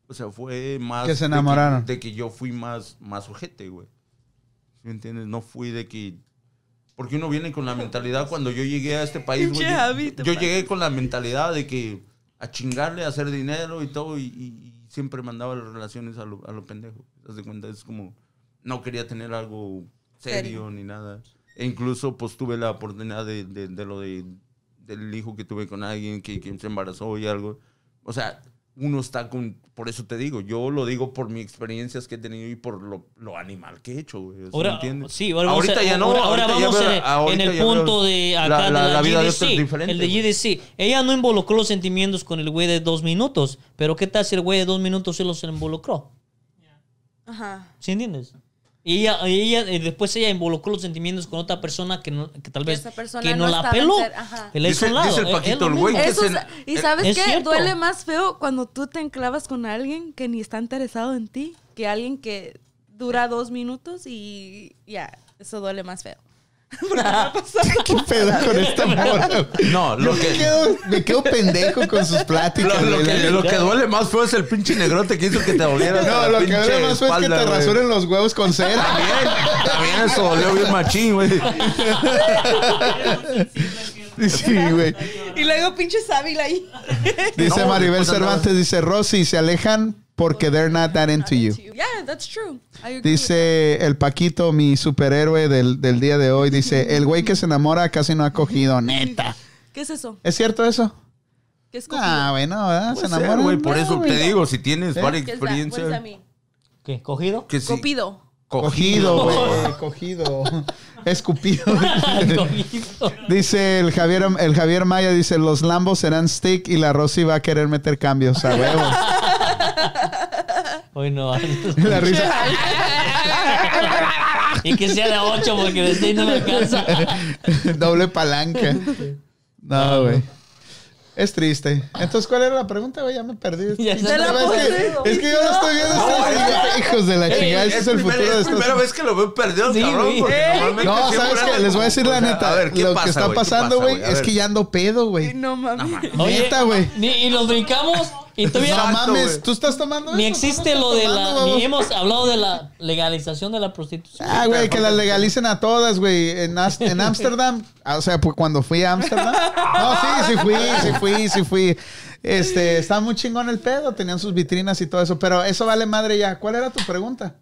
O sea, fue más... Que se de enamoraron. De que, yo fui más, más ojete, güey. ¿Sí ¿Me entiendes? No fui de que... Porque uno viene con la mentalidad cuando yo llegué a este país, güey. Pinche Javi, te Yo, yo pasas. llegué con la mentalidad de que a chingarle, a hacer dinero y todo, y, y- y siempre mandaba las relaciones a lo, a lo pendejo. ¿Te das de cuenta? Es como... No quería tener algo serio Serio. ni nada. E incluso pues tuve la oportunidad de, de- de lo de, del hijo que tuve con alguien que, que se embarazó y algo. O sea, uno está con... Por eso te digo, yo lo digo por mis experiencias que he tenido y por lo, lo animal que he hecho. Güey, ¿sí me Ahora, entiendes? sí, ahora vamos ahorita a- ya no. ahora- ahora ahorita ya vamos veo- en el- ahorita en el ya veo punto de acá de la, vida de GDC, otros es diferente, el de güey. GDC. Ella no involucró los sentimientos con el güey de dos minutos, pero ¿qué tal si el güey de dos minutos se los involucró? Ajá. ¿Sí entiendes? Y ella, y ella- y después ella involucró los sentimientos con otra persona que, no- que tal Que vez esa persona que no, no la estaba peló. enter- ajá. Él es Dice- un lado, dice el es- es Paquito, lo el mismo. güey que Es- Eso se- es- y es- sabes es qué cierto. duele más feo cuando tú te enclavas con alguien que ni está interesado en ti, que alguien que dura dos minutos y ya, eso duele más feo. ¿Qué pedo con esta morra, güey? No, Yo lo me que... quedo, me quedo pendejo con sus Lo, pláticas. lo güey. que, lo que duele más fue es el pinche negrote que hizo que te doliera. hasta no, la lo que pinche duele más fue es que espalda, te güey. rasuren los huevos con cera. También, también eso dolió bien machín, güey. Sí, güey. Y luego pinche sábila ahí. Dice No, Maribel pues, no, no. Cervantes, dice Rosy, se alejan porque they're not that into you. Yeah, that's true. I agree with Dice el Paquito, mi superhéroe del, del día de hoy, dice, el güey que se enamora casi no ha cogido, neta. that. ¿Qué es eso? ¿Es cierto eso? ¿Qué es cogido? Ah, bueno, ¿verdad? se Puede ser, enamora. güey, por eso güey. te digo, si tienes ¿Eh? varias ¿Qué es that? What does that experiencias. mean? ¿Qué? ¿Cogido? Que sí, Copido. Cogido, güey, cogido. Escupido. Antonito. dice el Javier, el Javier Maya, dice, los Lambos serán stick y la Rosy va a querer meter cambios a huevo. Hoy no. La risa. Y que sea de 8 porque de 6 no me alcanza. Doble palanca. Ah, No, güey. Es triste. Entonces, ¿cuál era la pregunta, güey? Ya me perdí. Ya Es se la que, puse. es que yo lo estoy viendo. estoy así, hijos de la chingada. Ese es el primera- futuro de es primera Estados vez que lo veo perdido, Sí, cabrón. güey. porque Eh. normalmente No, siempre ¿sabes anda qué? Les voy a decir la como- o sea, neta. a ver, ¿qué lo pasa, que está güey? ¿Qué pasando, pasa, güey, A es ver. que ya ando pedo, güey. No mames. Neta, güey. Ni, y los brincamos y No todavía Exacto, mames, güey. ¿tú estás tomando ni eso? ¿Tú no existe estás lo de tomando, la. vamos? Ni hemos hablado de la legalización de la prostitución. Ah, güey, que las legalicen a todas, güey. En As- en Ámsterdam, ah, o sea, pues cuando fui a Ámsterdam. No, sí, sí fui, sí fui, sí fui. Este, estaba muy chingón el pedo, tenían sus vitrinas y todo eso, pero eso vale madre ya. ¿Cuál era tu pregunta?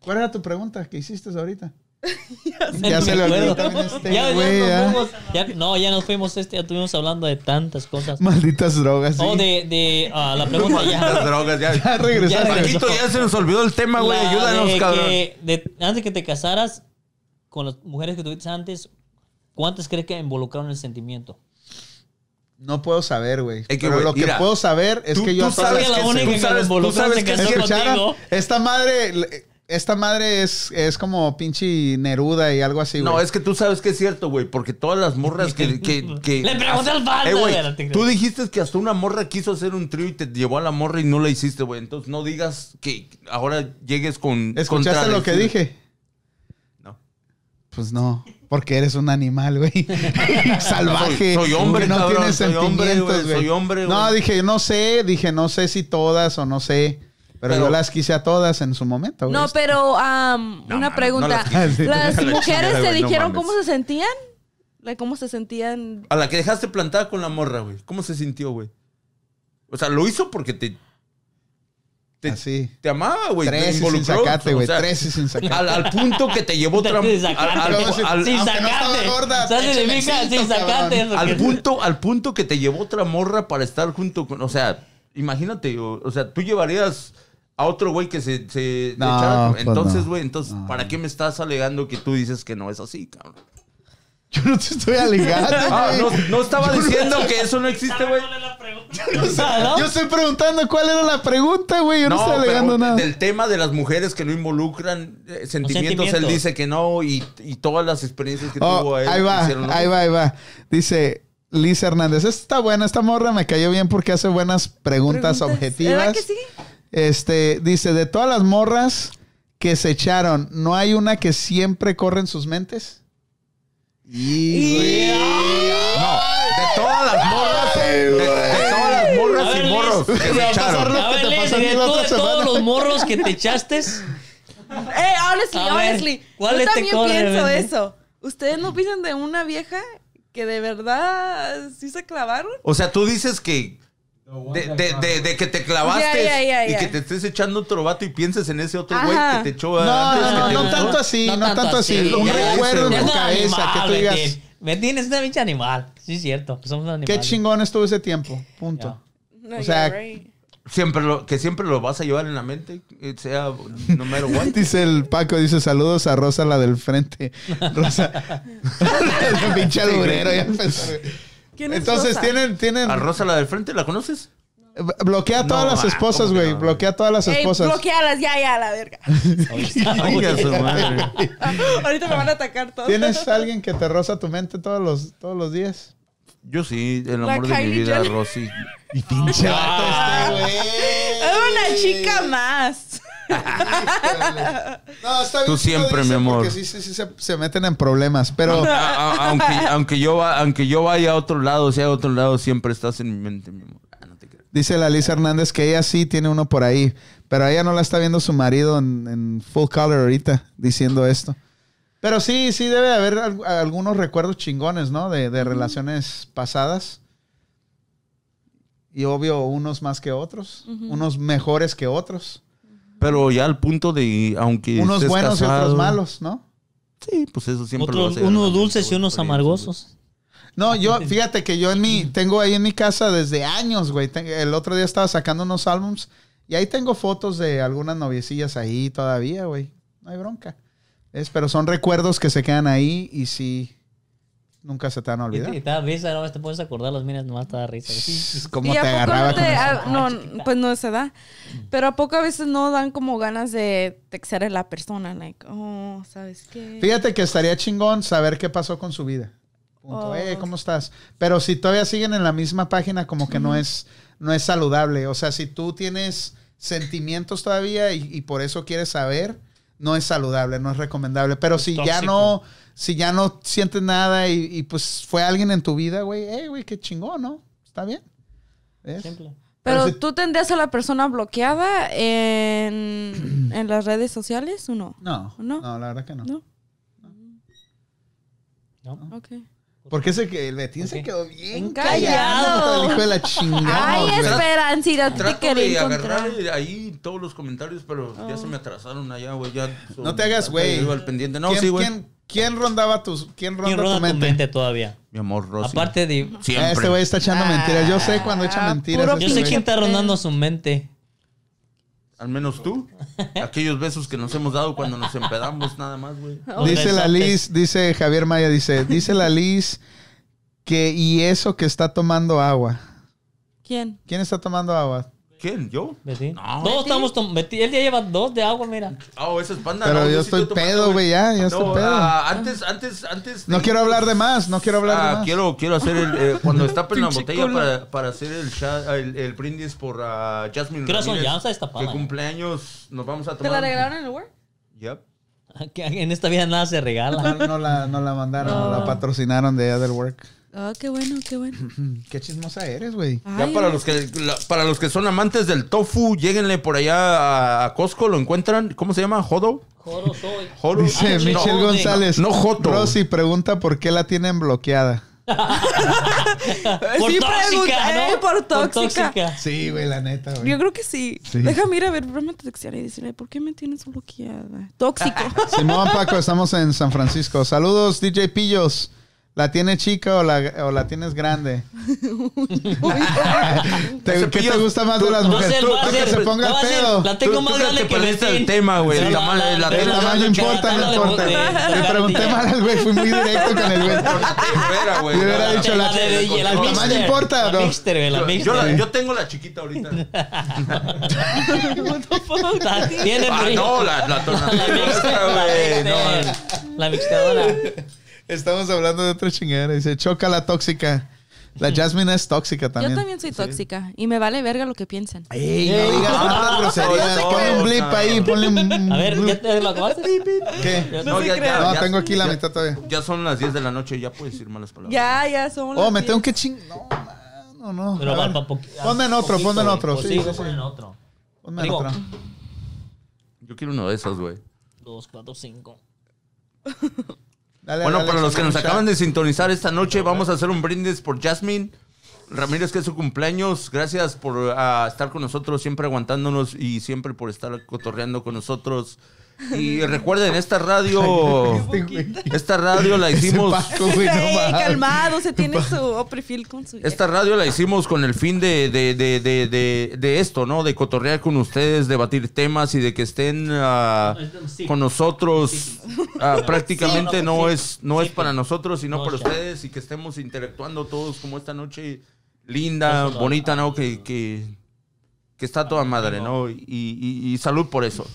¿Cuál era tu pregunta que hiciste ahorita? Ya ni se me le olvidó acuerdo. también este Ya, ya güey, nos ah. fuimos, ya- no, ya nos fuimos, este, ya estuvimos hablando de tantas cosas. Malditas drogas. sí. Ah, Oh, de, de ah, la pregunta Malditas ya. drogas, ya. Ya regresaste. Ya Paquito, ya se nos olvidó el tema, güey. La Ayúdanos, de cabrón. que- de- antes que te casaras con las mujeres que tuviste antes, ¿cuántas crees que involucraron el sentimiento? No puedo saber, güey. que, Pero güey, lo que mira, puedo saber es tú- que yo tú a todas sabes las la que única tú que sabes- tú involucraron sabes se que casó sí, escucharan, contigo. esta madre, esta madre es, es como pinche Neruda y algo así, güey. No, es que tú sabes que es cierto, güey, porque todas las morras que... que, que- Le pregunté al vato, Eh, güey, espérate. tú dijiste que hasta una morra quiso hacer un trío y te llevó a la morra y no la hiciste, güey. Entonces no digas que ahora llegues con... ¿Escuchaste contradecir. lo que dije? No. Pues no, porque eres un animal, güey. Salvaje. Soy- soy hombre, que no cabrón, tienes soy hombre, sentimientos, güey, güey. soy hombre, güey. No, dije, no sé, dije, no sé si todas o no sé. Pero, Pero- yo las quise a todas en su momento, güey. No, pero am, No, una mames, pregunta. no las las Ah, quise. A la mujeres chingada, te güey, no dijeron mames. cómo se sentían. Like, ¿Cómo se sentían? A la que dejaste plantada con la morra, güey. ¿Cómo se sintió, güey? O sea, lo hizo porque te... Te, Así. te amaba, güey. te Ah, Tres y sin involucró, sacate, güey. o sea, Tres y sin sacate. Al, al punto que te llevó otra... Sin Al, sacarte. al- al- sin aunque no estaba sacarte. gorda, O sea, échale significa cinto, sin sacarte. cabrón. al porque- punto, al punto que te llevó otra morra para estar junto con. O sea, imagínate, o, o sea, tú llevarías a otro güey que se, se No, echara- pues Entonces, no. güey, entonces, ¿para qué me estás alegando que tú dices que no es así, cabrón? Yo no te estoy alegando, Ah, güey. no, no estaba diciendo que eso no Este existe, ¿Sabe güey. cuál es la pregunta? Ah, ¿no? Yo estoy preguntando cuál era la pregunta, güey. Yo no, estoy pero alegando nada. del tema de las mujeres que no involucran eh, sentimientos, él sentimientos. dice que no y, y todas las experiencias que Oh, tuvo él ahí va, hicieron lo ahí mismo. va, ahí va. Dice Liz Hernández, esta está buena, esta morra me cayó bien porque hace buenas preguntas, objetivas. ¿Verdad que sí? Este, dice, de todas las morras que se echaron, ¿no hay una que siempre corre en sus mentes? Y, güey. ¡Eh, No, de todas las morras, de, de todas las A morras ver, y Liz, morros que te va a se echaron. pasar lo A que ver, te Liz, pasó a ti de la tú otra de semana. todos los morros que te echaste, Eh, honestly, A ver, honestly. ¿cuál yo te también corre, pienso Brenda? eso. ¿Ustedes no piensan de una vieja que de verdad sí se clavaron? O sea, tú dices que The one de, that de- got de- her. de que te clavaste Ya, ya, ya, y ya. que te estés echando otro vato y pienses en ese otro güey Ajá. que te echó No, antes no, no, que te no gustó. tanto así, no, tanto así. así. Un Ya, ya, recuerdo ya, en tu ya, cabeza que tú digas, Me tienes una pinche animal. Sí, es cierto. pues Somos animales. qué chingón estuvo ese tiempo, punto. Ya. No, O sea, you're right. Siempre lo, que siempre lo vas a llevar en la mente, eh, sea no matter what. Dice el Paco, dice saludos a Rosa, la del frente. Rosa. El pinche alburero, ya empezó. ¿Quién es Entonces Rosa? tienen, tienen. A Rosa la del frente, ¿la conoces? Bloquea a todas No, las ah, esposas, ¿cómo que güey. no? bloquea a todas las Ey, esposas. bloquealas, ya, ya, la verga. Ah, Oiga, su madre. Ahorita me van a atacar todos. ¿Tienes alguien que te roza tu mente todos los, todos los días? Yo sí, el La amor de mi Kylie vida, Jenner. Rosy. Y pinche vato Es este, una chica más. güey. No, está bien. Tú que lo siempre, mi dice, amor. Porque sí, sí, sí se, se meten en problemas. Pero A- a- aunque, aunque, yo va- aunque yo vaya a otro lado, sea a otro lado, siempre estás en mi mente, mi amor. Ah, no te creo. dice la Liz Hernández que ella sí tiene uno por ahí. Pero a ella no la está viendo su marido en, en full color ahorita diciendo esto. Pero sí, sí debe de haber al- algunos recuerdos chingones, ¿no? De, de relaciones pasadas. Y obvio, unos más que otros. Unos mejores que otros. Pero ya al punto de, aunque unos estés buenos y casado- otros malos, ¿no? Sí, pues eso siempre lo Otros, vas a llevar en la unos mente, dulces y güey, unos por ahí, amargosos. No, yo, fíjate que yo en mi, tengo ahí en mi casa desde años, güey. Ten- El otro día estaba sacando unos álbums y ahí tengo fotos de algunas noviecillas ahí todavía, güey. No hay bronca. Es, pero son recuerdos que se quedan ahí y sí, nunca se te van a Y te, y olvidar. te da risa, no te puedes acordar las minas, nomás te da risa. Es Como ¿Y te a poco agarraba no con te- eso. ah, no, pues no se da. Pero a poco a veces no dan como ganas de textear a la persona. Like, oh, ¿sabes qué? Fíjate que estaría chingón saber qué pasó con su vida. Punto. Oh. "Eh, ¿cómo estás? Pero si todavía siguen en la misma página, como que no es, no es saludable. O sea, si tú tienes sentimientos todavía y, y por eso quieres saber, no es saludable, no es recomendable. Pero si ya no, si ya no sientes nada y, y, pues fue alguien en tu vida, güey, eh, güey, qué chingón, ¿no? Está bien. ¿Ves? Simple. Pero Pero si- tú tendrías a la persona bloqueada en, en las redes sociales o no? No, no, No. la verdad que no. No. ¿No? Ok. Porque ese que el Betín se Ok. quedó bien callado. Callado. El hijo de la chingada. Ay, güey. Esperancita, te Trato de quería agarrar encontrar. Oh. ahí todos los comentarios, pero ya se me atrasaron allá, güey. ya son- No te hagas, güey. Yo al pendiente. No, ¿Quién, sí, güey. quién- quién rondaba tus, quién ronda ¿Quién roda tu mente? Ah, todavía? Mi amor, Rosy. Aparte de... siempre. Este güey está echando mentiras. Yo sé cuando echa Ah, mentiras. puro este Yo sé güey. quién está rondando su mente. Al menos tú. Aquellos besos que nos hemos dado cuando nos empedamos, nada más, güey. Dice la Besotes. Liz, dice Javier Maya, dice, dice la Liz que y eso que está tomando agua. ¿Quién? ¿Quién está tomando agua? ¿Quién? ¿Yo? Betín. No. Todos estamos tom- Betín, Él ya lleva dos de agua, mira. Ah, oh, ese es panda. Pero no, yo sí estoy tomando, pedo, güey, ya, ya estoy pedo. ah, antes, antes, antes. No de- quiero hablar de más, no quiero hablar de Ah, más. quiero, quiero hacer el. eh, cuando está en la Pinche botella cola. para, para hacer el, sha- el, el brindis por ah, Jasmine. ¿Qué hora son? Ramírez, Ya está destapada, Que ¿eh? cumpleaños nos vamos a ¿Te tomar. la regalaron en el work? Yep. Que En esta vida nada se No, regala. no la, no la mandaron, no la patrocinaron de Other Work. Ah, qué bueno, qué bueno. Mm, Qué chismosa eres, güey. Ya Ay, para los, que, la- para los que son amantes del tofu, lléguenle por allá a, a Costco, lo encuentran. ¿Cómo se llama? ¿Jodo? Joro soy. ¿Jodo? Dice Ah, Michelle no, güey. González. No, no, Joto. Rosy pregunta por qué la tienen bloqueada. Por Eh, Sí, Eh, tóxica, pregunté, eh, ¿no? por tóxica. Sí, güey, la neta, güey. Yo creo que sí. Sí. Déjame ir a ver, broma textear y decirle, ¿por qué me tienes bloqueada? Tóxico. Simón Paco, estamos en San Francisco. Saludos, DJ Pillos. ¿La tiene chica o la, o la tienes grande? ¿Te- Ese ¿Qué te Pillos, gusta más tú- de las no Va a mujeres? ser, tú- va a tú que ser. se ponga va a ser. pedo. La tengo Tú- más tú que grande te que perdiste Betín. el tema, güey. El tamaño- el El tamaño tamaño importa, no importa. Le pregunté mal al güey, fui muy directo con el güey. Espera, güey. Yo hubiera dicho la- La el tamaño Mixter, importa, La bro. Mixter, güey, la Yo- yo, Mixter. la- yo tengo la chiquita ahorita. La tiene Ah, Rick. no, la, la La Mixter, tornadora, la güey. Mixter. No, La mixtadora. Estamos hablando de otra chingadera. Dice, choca la tóxica. La Jasmine es tóxica también. Yo también soy tóxica y me vale verga lo que piensan. Ey, no digas tantas groserías. Ponle un blip ahí, ponle un... A ver, ¿ya te lo acabaste? ¿Qué? no, ya, ya, No, ya- tengo aquí la ya- mitad todavía. Ya son las 10 de la noche, ya puedes decir malas palabras. Ya, ya son Oh, las me diez. tengo que ching... No, no, no. Pero A va ver, pa' poqu- Ponme en otro, poquito, ponme en güey. otro. Pues Sí, sí, voy a sí. poner en otro. Ponme en Digo. otro. Yo quiero uno de esos, güey. Dos, cuatro, cinco. Dale, Bueno, dale, para los que échame nos un shot. acaban de sintonizar esta noche, vamos a hacer un brindis por Jasmine Ramírez, que es su cumpleaños. Gracias por ah, estar con nosotros, siempre aguantándonos y siempre por estar cotorreando con nosotros. Y recuerden, esta radio, esta radio la Ese hicimos... Paco, güey, no Ey, mames. calmado, se tiene su oh, perfil con su. Esta radio la hicimos con el fin de, de, de, de, de- de esto, ¿no? De cotorrear con ustedes, debatir temas y de que estén ah, Sí. con nosotros. Ah, prácticamente Sí. no es no Sí, es para pero- nosotros, sino No, para ya. ustedes y que estemos interactuando todos como esta noche linda, Eso no. bonita, ¿no? Que, que, que está toda madre, ¿no? Y, y- y salud por eso.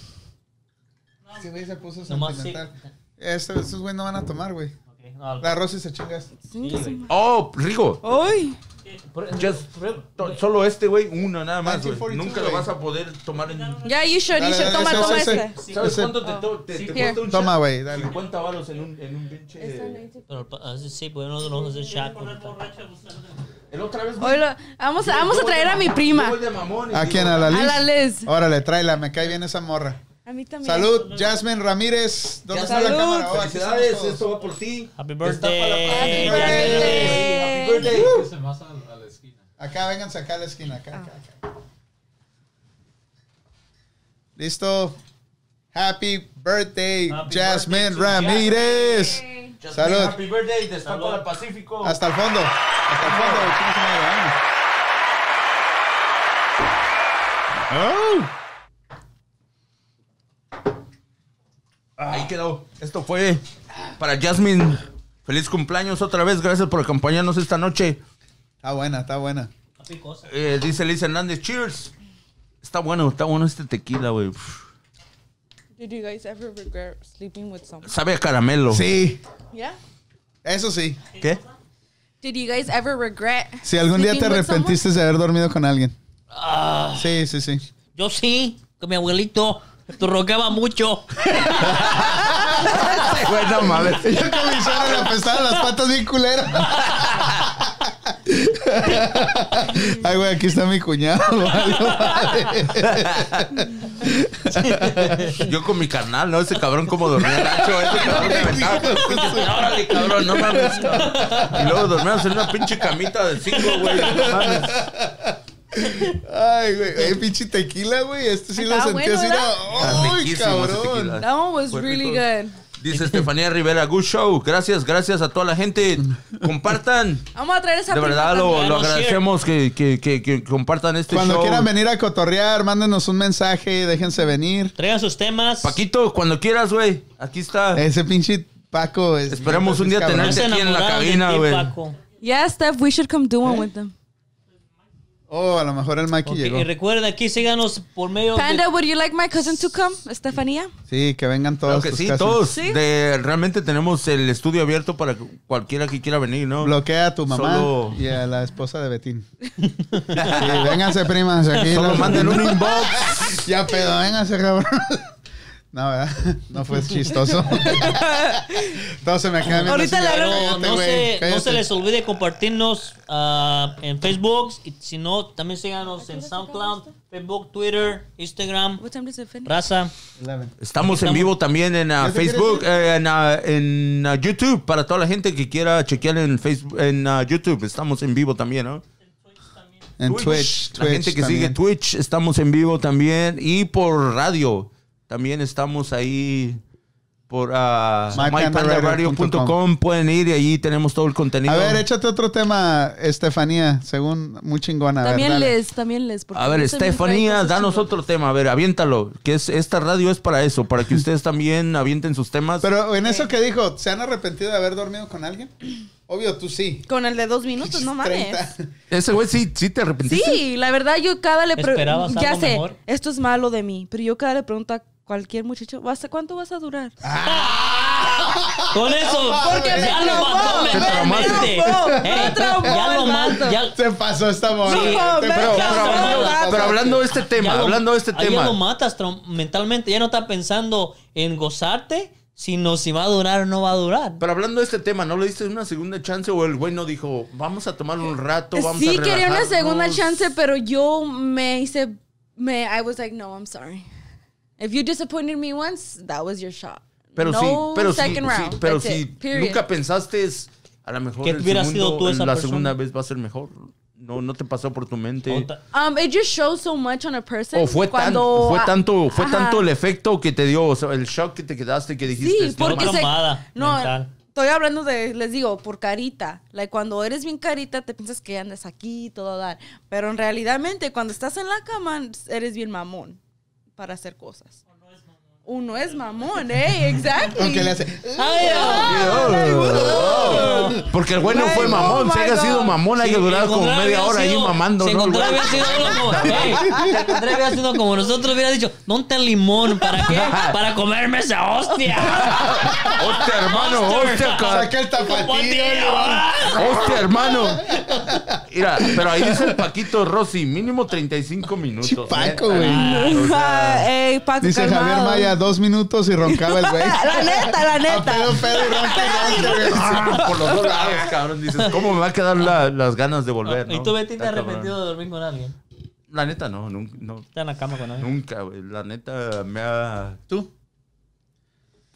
Ese güey se puso Nomás sentimental. Este- Estos güey no van a tomar, güey. Ok, no, La Rosy se chingas. Oh, Rigo, ¡Ay! pr- Just- pr- to- solo este, güey, uno nada más, güey. 1942, Nunca lo güey. vas a poder tomar en... Ya, you should, you Dale, should. dale, Toma, ese, toma ese, este. ¿Sabes cuánto te, to- te- te cuesta un Toma, shot? güey, dale. 50 varos en un, en un pinche. Pero pa- así sí, pues no lo hacer chat. El otra vez. güey, Hoy lo- vamos, a- vamos a yo voy traer de a mi mamón, yo prima. voy de mamón y ¿A digo, quién? ¿A la Liz? A la Liz. Órale, tráela, me cae bien esa morra. A mí también. Salud, Jasmine Ramírez. ¿Dónde está la Salud. cámara? Oh, aquí estamos Felicidades, todos. esto va por ti. Happy Está para la- birthday. Happy birthday. Happy birthday. Se más a, a la esquina. Acá, vénganse acá a la esquina. Acá, acá, Ah. acá. Listo. Happy birthday, Happy Jasmine birthday to Ramírez. Salud. Happy birthday, destaco al Pacífico. Hasta el fondo. Hasta el fondo. Chinga su madre, vámonos. Ah. Ahí Ahí quedó. Esto fue para Jasmine. Feliz cumpleaños otra vez. Gracias por acompañarnos esta noche. Está Ah, buena, está buena. Está picosa. Eh, dice Liz Hernández, cheers. Está bueno, está bueno este tequila, güey. Uf, Did you guys ever regret sleeping with someone? Sabe a caramelo. Sí, Yeah. eso sí. ¿Qué? Did you guys ever regret? Si algún día te sleeping with someone? arrepentiste de haber dormido con alguien. Ah, Sí, sí, sí. yo sí, con mi abuelito. Te roqueaba mucho. Güey, no mames. Yo con mi suegra le apestaban las patas bien culero. Ay, güey, aquí está mi cuñado. valió madre. Yo con mi carnal, ¿no? Ese cabrón como dormía Nacho, ese cabrón me aventaba. Órale, cabrón, no mames. Y luego dormíamos en una pinche camita de cinco, güey. No mames. Ay, güey. Eh, pinche tequila, güey. Este sí lo Está sentí Ah, bueno, así. ¿verdad? era, Ay, Riquísimo ese cabrón. tequila. That one was Fue really rico. good. Dice Estefanía Rivera, good show. Gracias, gracias a toda la gente. Compartan. Vamos a traer esa De verdad, prima lo, también. lo agradecemos que, que, que, que compartan este Cuando show. quieran venir a cotorrear, mándenos un mensaje, déjense venir. Traigan sus temas. Paquito, cuando quieras, güey. Aquí está. Ese pinche Paco es. Esperemos un día es cabrón. No tenerte. se aquí en la enamoraron de cabina, ti, güey. Paco. Yeah, Steph, we should come do ¿Eh? one with them. Oh, a lo mejor el Mikey Ok, llegó. Y recuerden aquí, síganos por medio Panda, would you like my cousin to come, Estefania? Sí, que vengan Claro todos. que tus sí, casas. todos. Sí. De- realmente tenemos el estudio abierto para cualquiera que quiera venir, ¿no? Bloquea a tu mamá Solo- y a la esposa de Betín. Sí, vénganse, primas. Aquí Solo las- manden un inbox. Ya pedo, vénganse, cabrón. No, ¿verdad? No fue chistoso. Todo se me acaba viendo Ahorita así, le ya, Pero cállate, no, güey, se, no cállate. se les olvide compartirnos ah, en Facebook. Y si no, también síganos en SoundCloud, Facebook, Twitter, Instagram. What time does it finish? Raza. Eleven. Estamos en vivo también en ¿Ya ah, te quieres Facebook, ir? eh, en, ah, en, ah, YouTube, para toda la gente que quiera chequear en Facebook, en ah, YouTube. Estamos en vivo también, ¿no? En Twitch. La gente que sigue Twitch. Twitch, estamos en vivo también. Y por radio, también estamos ahí por ah, MyPandaRadio.com. mypandaradio.com. Pueden ir y ahí tenemos todo el también. contenido. A ver, échate otro tema, Estefanía, según muy chingona. a ver, También dale. Liz, también Liz. porque A ver, Liz también trae Estefanía, cosas danos chingonas. otro tema. A ver, aviéntalo. Que es, esta radio es para eso, para que ustedes también avienten sus temas. Pero en eso que dijo, ¿se han arrepentido de haber dormido con alguien? Obvio, tú sí. Con el de dos minutos, Pues no mames. 30. Ese güey sí, sí te arrepentiste. Sí, la verdad yo cada le pregunto, ¿Esperabas ya algo sé, mejor? esto es malo de mí, pero yo cada le pregunto a cualquier muchacho, "¿Vas a- ¿cuánto vas a durar? Ah, Con eso, Porque me ya lo traumó, mató me mentalmente. traumó, me Ey, traumó Ya el lo vato. mató. Ya, Se pasó esta morra. Sí, Te pero- pasó, pero- te pero- pasaste. Pero hablando de este tema, ya lo- hablando de este ahí Ya tema. lo matas traum- mentalmente. Ya no está pensando en gozarte, sino si va a durar o no va a durar. Pero hablando de este tema, ¿no le diste una segunda chance o el güey no dijo, vamos a tomar un rato, vamos a Eh, sí quería una relajarnos"? segunda chance, pero yo me hice, me, I was like, no, I'm sorry. If you disappointed me once, that was your shot. Pero no sí, pero sí, second sí, round. pero That's si it, period. nunca pensaste es, a lo mejor Que el hubiera segundo- sido tú esa la persona. segunda vez va a ser mejor. No, no te pasó por tu mente. O ta- Um, it just shows so much on a person. O fue, tan- cuando- fue tanto, fue Ajá. tanto el efecto que te dio, o sea, el shock que te quedaste que dijiste. "Este Sí, "No, por- porque una se, traumada no, mental. estoy hablando de, les digo, por carita. Like, cuando eres bien carita, te piensas que andas aquí y todo dar. Pero en realidad, cuando estás en la cama, eres bien mamón para hacer cosas. Uno es mamón, ¿eh? Exacto. Aunque le hace. Ay, ay. Oh, Porque el güey no fue Ay, mamón, oh si my haya sido God. mamón, hay que Sí, durar se como encontraba media hubiera hora ahí sido- mamando, Se ¿no? El encontraba güey? hubiera sido algo como, "Ey", se encontraba hubiera sido como nosotros hubiera dicho, ¿dónde el limón? ¿Para qué? Para comerme esa hostia. Hostia, hermano, Hostia. hostia, ca- Saca el Potillo, tapatío. ah. Hostia, hermano. Mira, pero ahí dice el Paquito Rossi, mínimo 35 minutos. ¿eh? Paco, güey. Ah, ey, Paco, Dice calmado. Javier Maya, dos minutos y roncaba el güey. La neta, la A pedo, neta. pedo y ronca, y ronca, güey. Ah, por los dos lados, cabrón. Dices, ¿cómo me va a quedar la- las ganas de volver? Ah, ¿Y no? tú, Betty, te Está has cabrón. arrepentido de dormir con alguien? La neta, no, nunca, no, Está en la cama con alguien. nunca, güey. La neta, me ha. ¿Tú?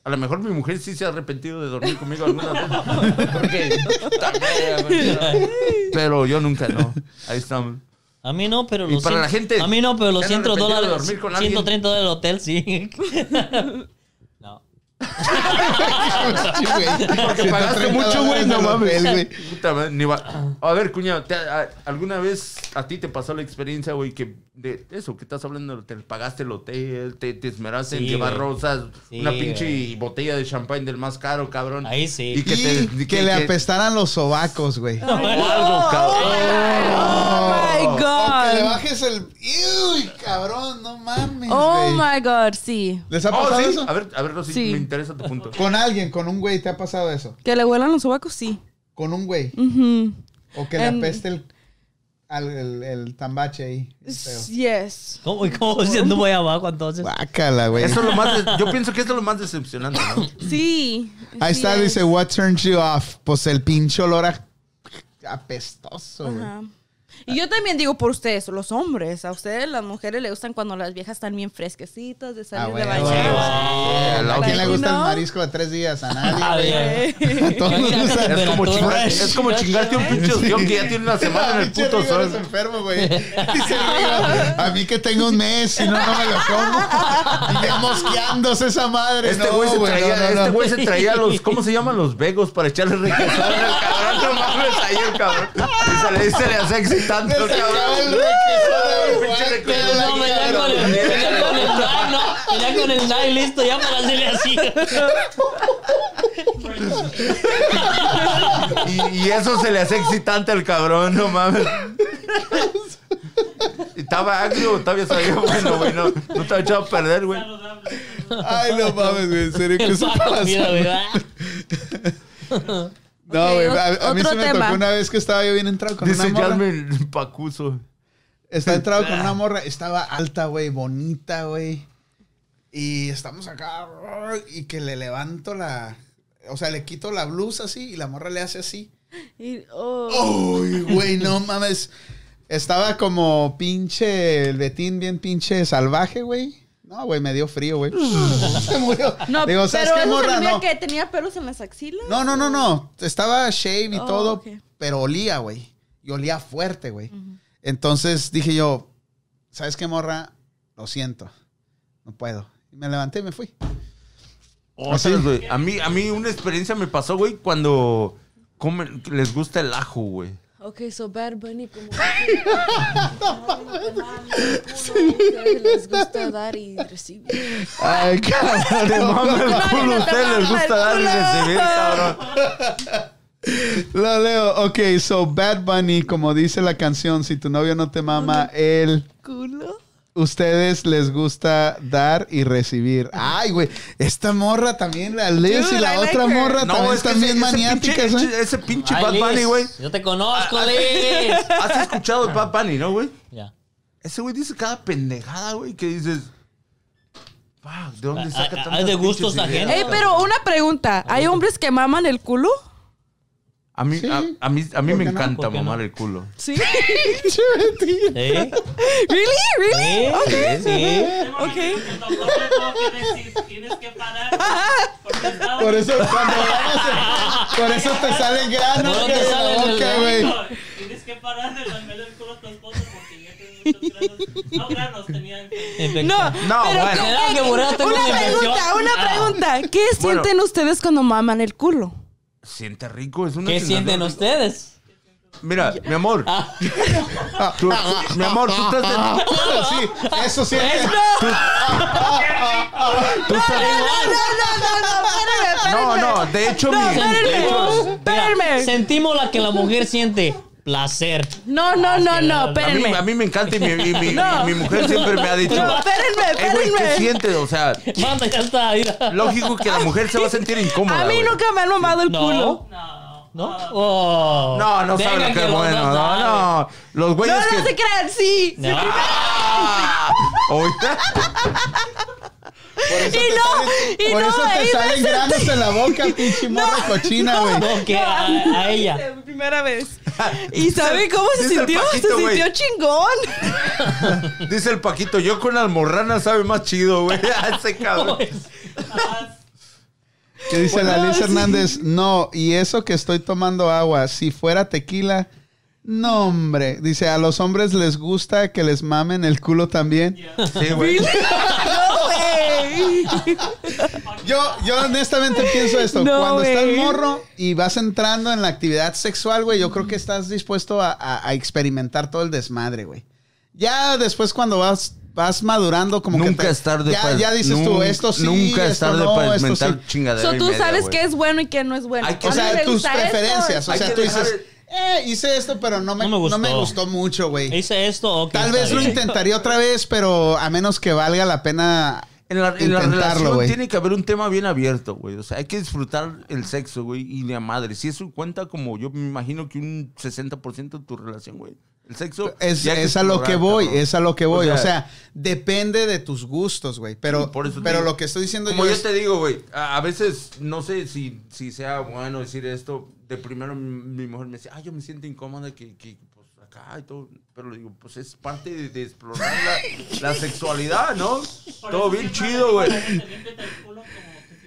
A lo mejor mi mujer sí se ha arrepentido de dormir conmigo alguna vez. Porque. Pero yo nunca, no. Ahí estamos. A mí no, pero Y los para cien- la gente, A mí no, pero los ¿se han 100 arrepentido de dólares. dormir con alguien? 130 dólares del hotel, sí. no. Porque Se pagaste está mucho, güey, no $30 mames. güey. Puta madre, ni va- A ver, cuñado, ¿te- a- ¿alguna vez a ti te pasó la experiencia, güey, que de eso que estás hablando, te pagaste el hotel, te, te esmeraste en Sí, llevar güey. rosas, Sí, una pinche güey. botella de champán del más caro, cabrón? Ahí sí. Y que, te- le que- apestaran los sobacos, güey. o algo, cabrón. Oh, my O que le God. bajes el. ¡Uy, cabrón! No mames, Oh, güey. my God, sí. ¿Les ha Oh, pasado sí. eso? A ver, a ver, Rosy, Sí. me interesa tu punto. Con alguien, con un güey, ¿te ha pasado eso? ¿Que le huelan los sobacos? Sí. Con un güey. Ujú. O que le En- apeste el, al- el, el tambache ahí. el feo. Yes. ¿Cómo, y cómo si anduvo ahí abajo entonces? Guácala, güey. Eso es lo más, de- yo pienso que eso es lo más decepcionante, ¿no? Sí. Ahí sí está, es. dice, what turns you off? Pues el pinche olor a- apestoso, güey. Ah, Ajá. Y yo también digo por ustedes, los hombres, a ustedes las mujeres les gustan cuando las viejas están bien fresquecitas, de Ah, salir güey, de güey, bañar. Ah, güey. la ¿A quién otra. le gusta ¿No? el marisco de tres días? A Ah, nadie, bien. güey. A todos nos gusta. Es como, chingar- es como chingarte un pinche ostión que ya tiene una semana en el Pinche puto Rivero sol. es enfermo, güey. Dice Rivero, a mí que tengo un mes, si no, no me lo como. Y ya mosqueándose esa madre. Este no, güey se güey, traía, no, no, no. este güey se traía los, ¿cómo se llaman los vegos para echarle requesón al cabrón? No mames, ahí el cabrón. Y se le, se le hace excitante Le el sacaba el cabrón. requesón del Pinche guante, requesón. la No, venía con el, venía con el nine, ¿no? Venía con el nine listo ya para hacerle así. Y, y eso se le hace excitante al cabrón, no mames. Y Estaba agrio, todavía sabía, bueno, güey, no, no estaba echado a perder, güey. Saludable. Ay, no mames, güey. En serio, ¿qué El se Paco, pasa? mira, güey. ah. No, Ok, güey. A, a mí otro se me tema. tocó una vez que estaba yo bien entrado con Dice una morra. Jasmine Pacuso. Estaba entrado con una morra. Estaba alta, güey. Bonita, güey. Y estamos acá. Y que le levanto la... O sea, le quito la blusa así y la morra le hace así. Y- oh. Uy, güey, no mames. Estaba como pinche el Betín, bien pinche salvaje, güey. No, güey, me dio frío, güey. Se murió. No, Digo, ¿sabes pero qué, él morra? sabía No. que tenía pelos en las axilas. no, no, no, no. Estaba shave y Oh, todo, ok. pero olía, güey. Y olía fuerte, güey. Entonces dije yo, ¿sabes qué, morra? Lo siento. No puedo. Y me levanté y me fui. ¿Ah, Otras, güey. A mí, a mí una experiencia me pasó, güey, cuando comen, les gusta el ajo, güey. Ok, so Bad Bunny como... Ustedes les gusta dar y recibir. Ay, cabrón. Te mama el culo, a ustedes les gusta dar y recibir, cabrón. Lo leo. Ok, so Bad Bunny, como dice la canción, si tu novio no te mama, él... ¿Culo? Ustedes les gusta dar y recibir. Ay, güey. Esta morra también, la Liz Dude, y la I like otra her. morra también es que están ese- bien ese maniáticas, pinche- ¿eh? Ese pinche Ay, Bad Bunny, Liz, güey. Yo te Ah, conozco, Liz. Has escuchado el Bad Bunny, ¿no, güey? Ya. Ese güey dice cada pendejada, güey, que dices. "Fuck, ¿De dónde Ah, saca ah, tantas ah, de gustos pinches ideas, ajenos. Ey, cabrón?" Eh, pero una pregunta. ¿Hay hombres que maman el culo? A mí, Sí. a, a mí, a mí me no? encanta ¿Por qué no? mamar el culo. Sí. ¿Eh? ¿Really? ¿Really? ¿Eh? Ah, Sí. Ok. El doctor le tuvo que decir, tienes que parar. Ah, Porque estaba- Por eso, cuando vamos, por eso te salen granos No te güey, de la salen el boca, güey. Tienes que parar de lamerle el culo a tu esposa porque ya tienes muchos granos. No granos, tenían. No, No, pero bueno. ¿qué- Claro que Morena tengo una Ah. una pregunta, inversión. una pregunta. ¿Qué Bueno. sienten ustedes cuando maman el culo? Siente rico, es una ¿Qué sensación sienten rico. ustedes? Mira, mi amor. Ah. Tú- mi amor, tú Ah, estás de- Sí, eso sí. es- Ah, tú estás- No, no, no, no, espérame, No, espérame. no, de hecho, mi. espérenme. de hecho, Mira, Espérenme. sentimos la que la mujer siente. Placer. No, no, no, no, a mí, espérenme. a mí me encanta y mi, y mi- No. mi mujer siempre me ha dicho. No, espérenme, "Ey, güey, ¿qué espérenme. sientes? O sea, Manda, ya está. mira. lógico que la mujer se va a sentir incómoda. A mí güey. nunca me han mamado el No. culo. No. ¿No? Oh. No, no Venga, sabe lo que es lo bueno. vas a dar. No, no. Los No, güeyes no que. se crean, sí. No. ¡Ah! Ahorita. Por eso Y te no, salen- y Por no, eso ahí te me salen sentí- granos en la boca, pinche morra cochina, güey. No, que a, a ella. La Primera vez. ¿Y sabe cómo se Dice el sintió? Paquito, se güey. sintió chingón. Dice el Paquito, yo con almorrana sabe más chido, güey. A Ese cabrón. Oh, ¿Qué dice la Bueno, Liz sí. Hernández? No, y eso que estoy tomando agua, si fuera tequila, no, hombre. Dice, a los hombres les gusta que les mamen el culo también. Sí, güey. No, güey. Yo, yo honestamente pienso esto. No, Cuando estás güey. morro y vas entrando en la actividad sexual, güey, yo creo que estás dispuesto a, a- a experimentar todo el desmadre, güey. Ya después cuando vas vas madurando como que nunca te- es tarde ya, para. ya dices tú nunca- esto sí Nunca es esto tarde no, para esto inventar sí. chingadera. So, y tú media, sabes güey. qué es bueno y qué no es bueno. Hay que- o A mí sea me tus gusta esto. preferencias o Hay sea que tú dices dejar- eh, hice esto pero no me, No me no me gustó. gustó mucho güey Hice esto, ok, tal está vez lo bien. intentaría otra vez pero a menos que valga la pena En la, en la Intentarlo, relación güey. tiene que haber un tema bien abierto, güey. O sea, hay que disfrutar el sexo, güey, y la madre. Si eso cuenta como, yo me imagino que un 60% de tu relación, güey. El sexo... Es, ya hay es a lo que voy, cabrón. es a lo que voy. O O sea, sea- depende de tus gustos, güey. Sí, Pero, por eso te pero digo. lo que estoy diciendo Como yo yo es- te digo, güey, a, a veces no sé si, si sea bueno decir esto. De primero mi mi mujer me decía, ah, yo me siento incómoda que, que, pues, acá y todo. Pero le digo, pues es parte de, de explorar la, la sexualidad, ¿no? Por Todo eso bien siempre chido, la güey. mujer se limpia el culo como que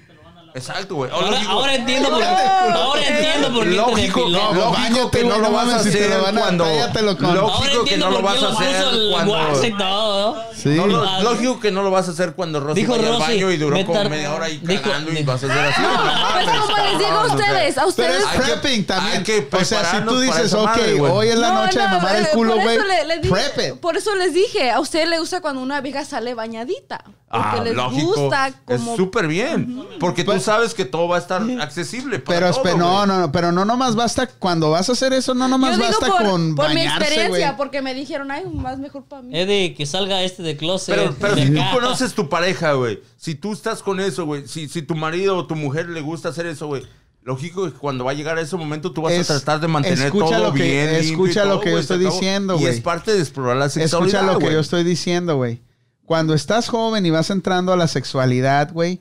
si te lo van a lavar. Exacto, güey. Ahora, Lógico- ahora entiendo por qué. Ahora entiendo por qué te Lógico, depiló. no, Báñate, que no no lo lo vas mames, a si te hacer lo van a- cuando... báñatelo con- Ahora Lógico que entiendo no lo por qué vas a lo hacer puso el wax y cuando... todo. Sí. No, lo- Ah, lógico que no lo vas a hacer cuando Rosy Dijo vaya al Rosy, baño y duró me como tar- media hora y dijo- cagando y dijo- vas a hacer así. Pues como les digo a Cabrón, o sea, ustedes, a Pero ustedes. es Hay que- prepping también. hay o que sea, si tú prepararnos para dices, esa ok, madre, güey. hoy es la No, noche de no, mamar el eh, culo, por güey. eso le- le dije- Prep it. Por eso les dije, a usted le gusta cuando una vieja sale bañadita. Porque Ah, les lógico. gusta como. Es súper bien. Porque tú Pero- sabes que todo va a estar accesible. Para Pero todo, espe- no, güey. no, no, pero no nomás basta cuando vas a hacer eso, no nomás Yo digo basta por, con por mi bañarse, güey. experiencia, porque me dijeron, ay, más mejor para mí. Eddie, que salga este de closet. Pero, pero de si tú acá. conoces tu pareja, güey. Si tú estás con eso, güey. Si, si tu marido o tu mujer le gusta hacer eso, güey. Lógico que cuando va a llegar ese momento tú vas Es- a tratar de mantener escucha todo lo que- bien. limpio y escucha lo todo, que yo güey, estoy se acabó. diciendo, Y güey. es parte de explorar la sexualidad, Escucha lo que güey. yo estoy diciendo, güey. Cuando estás joven y vas entrando a la sexualidad, güey,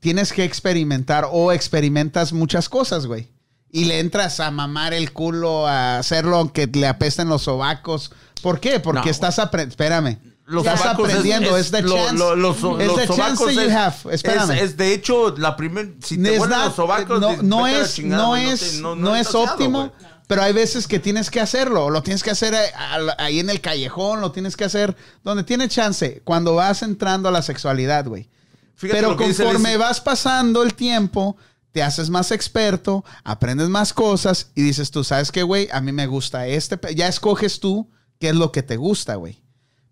tienes que experimentar o experimentas muchas cosas, güey. Y le entras a mamar el culo, a hacerlo aunque le apesten los sobacos. ¿Por qué? Porque No, estás aprendiendo. Espérame. Los estás sobacos es- aprendiendo. Es, es- the lo- chance. lo- los so- es los the chance sobacos that you es- have. Espérame. Es, es, de hecho la primera. Si te Es vuelven not- los sobacos, eh, no, dices, no "Vete a la es, chingada, no te- es, no, no es estás dado, óptimo, güey". pero hay veces que tienes que hacerlo. Lo tienes que hacer a- a- ahí en el callejón, lo tienes que hacer donde tiene chance, cuando vas entrando a la sexualidad, güey. Fíjate Pero lo que dice conforme Liz- vas pasando el tiempo, te haces más experto, aprendes más cosas y dices tú, ¿sabes qué, güey? A mí me gusta este. pe-". Ya escoges tú qué es lo que te gusta, güey.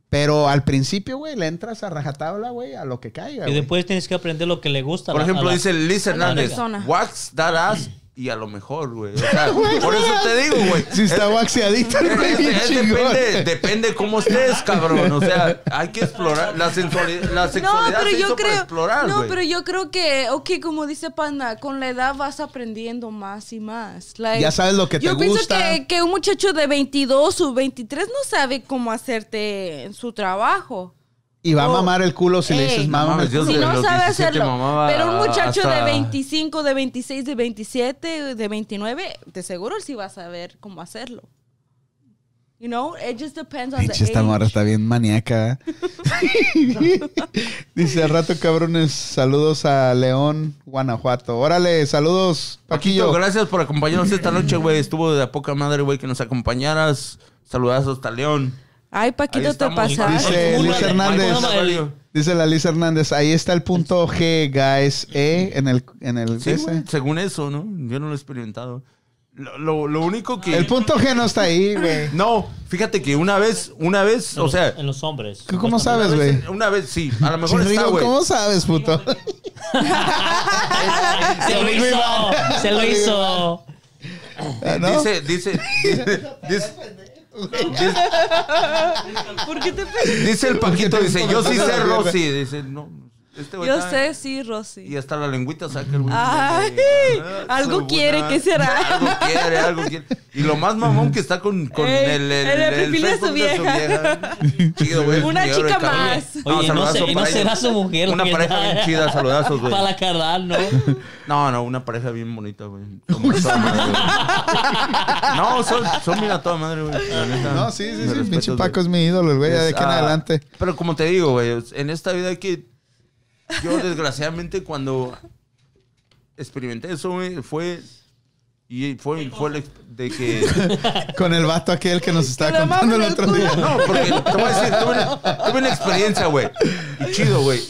Pero al principio, güey, le entras a rajatabla, güey, a lo que caiga. Y güey. después tienes que aprender lo que le gusta. a Por la- ejemplo, a la- dice Liz Hernández, persona. wax that ass y a lo mejor, güey. O sea, por eso te digo, güey. Si está waxeadito, Es- güey, es- bien es- chingón. depende, depende cómo estés, cabrón. O sea, hay que explorar la sensualidad. La sexualidad no, pero se yo hizo para creo, explorar, no, güey. pero yo creo que, ok, como dice Panda, con la edad vas aprendiendo más y más. Like, Ya sabes lo que te yo pienso gusta. que, que un muchacho de 22 o 23 no sabe cómo hacerte en su trabajo. Y va a Oh. mamar el culo si le Ey. dices, No mamá. mames, yo Si desde no los sabe 17 hacerlo. mamaba Pero un muchacho hasta- de 25, de 26, de 27, de 29, de seguro él sí va a saber cómo hacerlo. You know, it just depends on the esta age. morra está bien maníaca. ¿eh? Dice al rato, cabrones, saludos a León, Guanajuato. Órale, saludos, Paquito, Paquillo. gracias por acompañarnos esta noche, güey. Estuvo de a poca madre, güey, que nos acompañaras. Saludazos hasta León. Ay, Ahí Paquito, te estamos. pasaste. Dice Luis Hernández. Dice la Liz Hernández, ahí está el punto G, guys, ¿eh? En el, en el, Sí, ese. güey, según eso, ¿no? Yo no lo he experimentado. Lo, lo- lo único que... el punto G no está ahí, güey. No, fíjate que una vez, una vez, en o los- sea... En los hombres. ¿Tú ¿Cómo sabes, Una güey? vez, una vez, sí, a lo mejor está, Rigo, güey. ¿cómo sabes, puto? Se lo hizo. Se lo hizo. Ah, ¿no? Dice, dice, dice, ¿Por qué te pe- dice el Paquito, Porque dice, te- yo sí sé te- Rosy. Dice, no, este güey Yo está- sé, sí, Rosy. Y hasta la lengüita saca el güey. Ay, Ah, algo su quiere, buena- ¿qué será? Algo quiere, algo quiere. Y lo más mamón que está con, con Ey, el, el, Eh, el perfil de su Facebook vieja. vieja. Chido, güey. Una mi héroe, chica cabrón. más. Oye, no, saludazo se- y no para será ellos. su mujer. Una lo que pareja está- bien chida, saludazos, güey. Para la carnal, ¿no? No, no, una pareja bien bonita, güey. Como toda madre, güey. No, son, son bien a toda madre, güey. La neta. No, sí, Mis sí, sí. Ah, respetos, Pinche güey. Paco es mi ídolo, güey, ya de aquí en Ah, adelante. Pero como te digo, güey, en esta vida hay que. Yo, desgraciadamente, cuando experimenté eso, güey, fue Y fue, fue el ex- de que... Con el vato aquel que nos estaba le contando el mamen el otro día. No, porque te voy a decir, tuve una, tuve una experiencia, güey. Y chido, güey.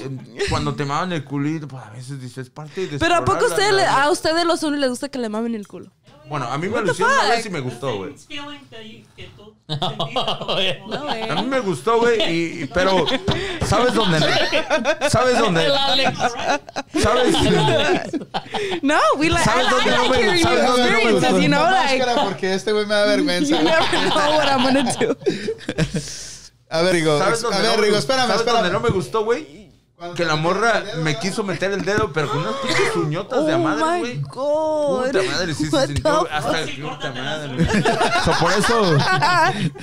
Cuando te maman el culito, pues a veces dices, es parte de... Pero ¿a poco explorar usted la- le- la- a ustedes los hombres les gusta que le mamen el culo? Bueno, a mí me What lo the hicieron una vez fuck? y me gustó, güey. feeling que, que tú sentiste como- No, eh. A mí me gustó, güey, y, y- pero ¿sabes dónde? no? ¿Sabes dónde? ¿Sabes? No, we like, I, ¿Sabes I dónde no like me- hearing sabes your dónde no me experiences, gusta? you know, La like, máscara, porque este güey me da vergüenza. you never know what I'm gonna do. A ver, Rigo, ¿Sabes a dónde no ver, me Rigo, gustó? espérame, ¿Sabes espérame. dónde no me gustó, güey? Que la morra me quiso meter el dedo, pero con unas pinches uñotas de a Oh madre, my güey. god. Puta madre, sí se What the sintió fuck? hasta Sí, puta córtate las madre. uñas. O sea, por eso,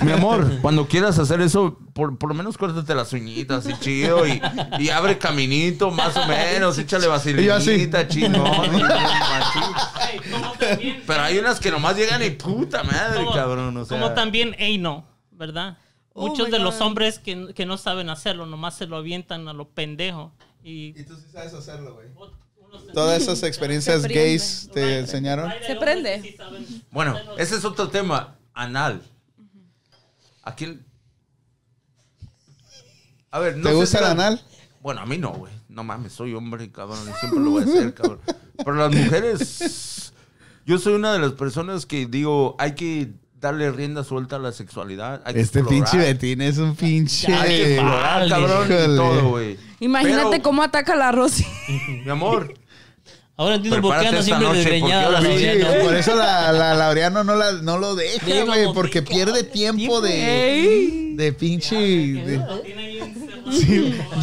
mi amor, cuando quieras hacer eso, por, por lo menos córtate las uñitas, así chido, y, y abre caminito, más o menos, échale Y yo así. vaselinita, chingón. y bien machín. Ey, como también- Pero hay unas que nomás llegan y puta madre, como- cabrón. O sea, Como también ey, no, ¿verdad? Oh Muchos my de God. los hombres que, que no saben hacerlo, nomás se lo avientan a los pendejos. Y Y tú sí sabes hacerlo, güey. unos Todas esas experiencias Se prende. gays te enseñaron. Hay de Se hombres prende. que sí saben. Bueno, ese es otro tema. Anal. ¿A quién? A ver, no ¿Te sé gusta si el la- anal? Bueno, a mí no, güey. No mames, soy hombre, cabrón. y Siempre lo voy a hacer, cabrón. Pero las mujeres. Yo soy una de las personas que digo, hay que darle rienda suelta a la sexualidad. hay que Este explorar, pinche Betín es un pinche. Hay que explorar, Vale. cabrón, y Híjole. todo, güey. Imagínate Pero, cómo ataca la Rosy. Mi amor, Ahora entiendo por qué Prepárate anda esta siempre noche, desgreñada la porque ahora Sí, sí. Laureano. por eso la, la Laureano no, la, no lo Sí, deja, como güey, porque pica. pierde tiempo de, Ey. de pinche... de- Tiene ahí un-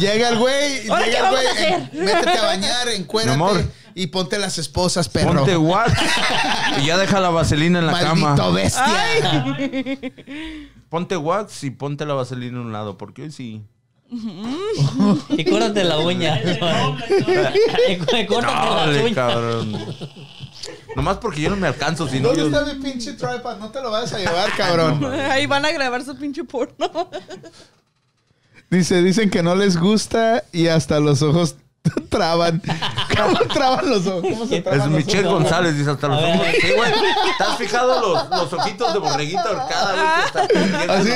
llega el güey, Ahora, llega ¿qué el vamos güey, a hacer? eh, métete a bañar, encuérate Mi amor. y ponte las esposas, perro. ponte watch y ya deja la vaselina en la cama. Maldito bestia. Ponte wax y ponte la vaselina a un lado, porque hoy sí. Y córtate la uña. Y cu- Córtate la Dale, uña. cabrón. Nomás porque yo no me alcanzo, si no ¿Dónde yo... está mi pinche tripod? No te lo vas a llevar, cabrón. Ahí van a grabar su pinche porno. Dice, dicen que no les gusta y hasta los ojos traban. ¿Cómo traban los ojos? ¿Cómo se traban Es los Michelle ojos? González, dice hasta los A ver, ojos. a ver. Sí, güey. ¿Te has fijado los, los ojitos de borreguita ahorcada? güey, que están Así.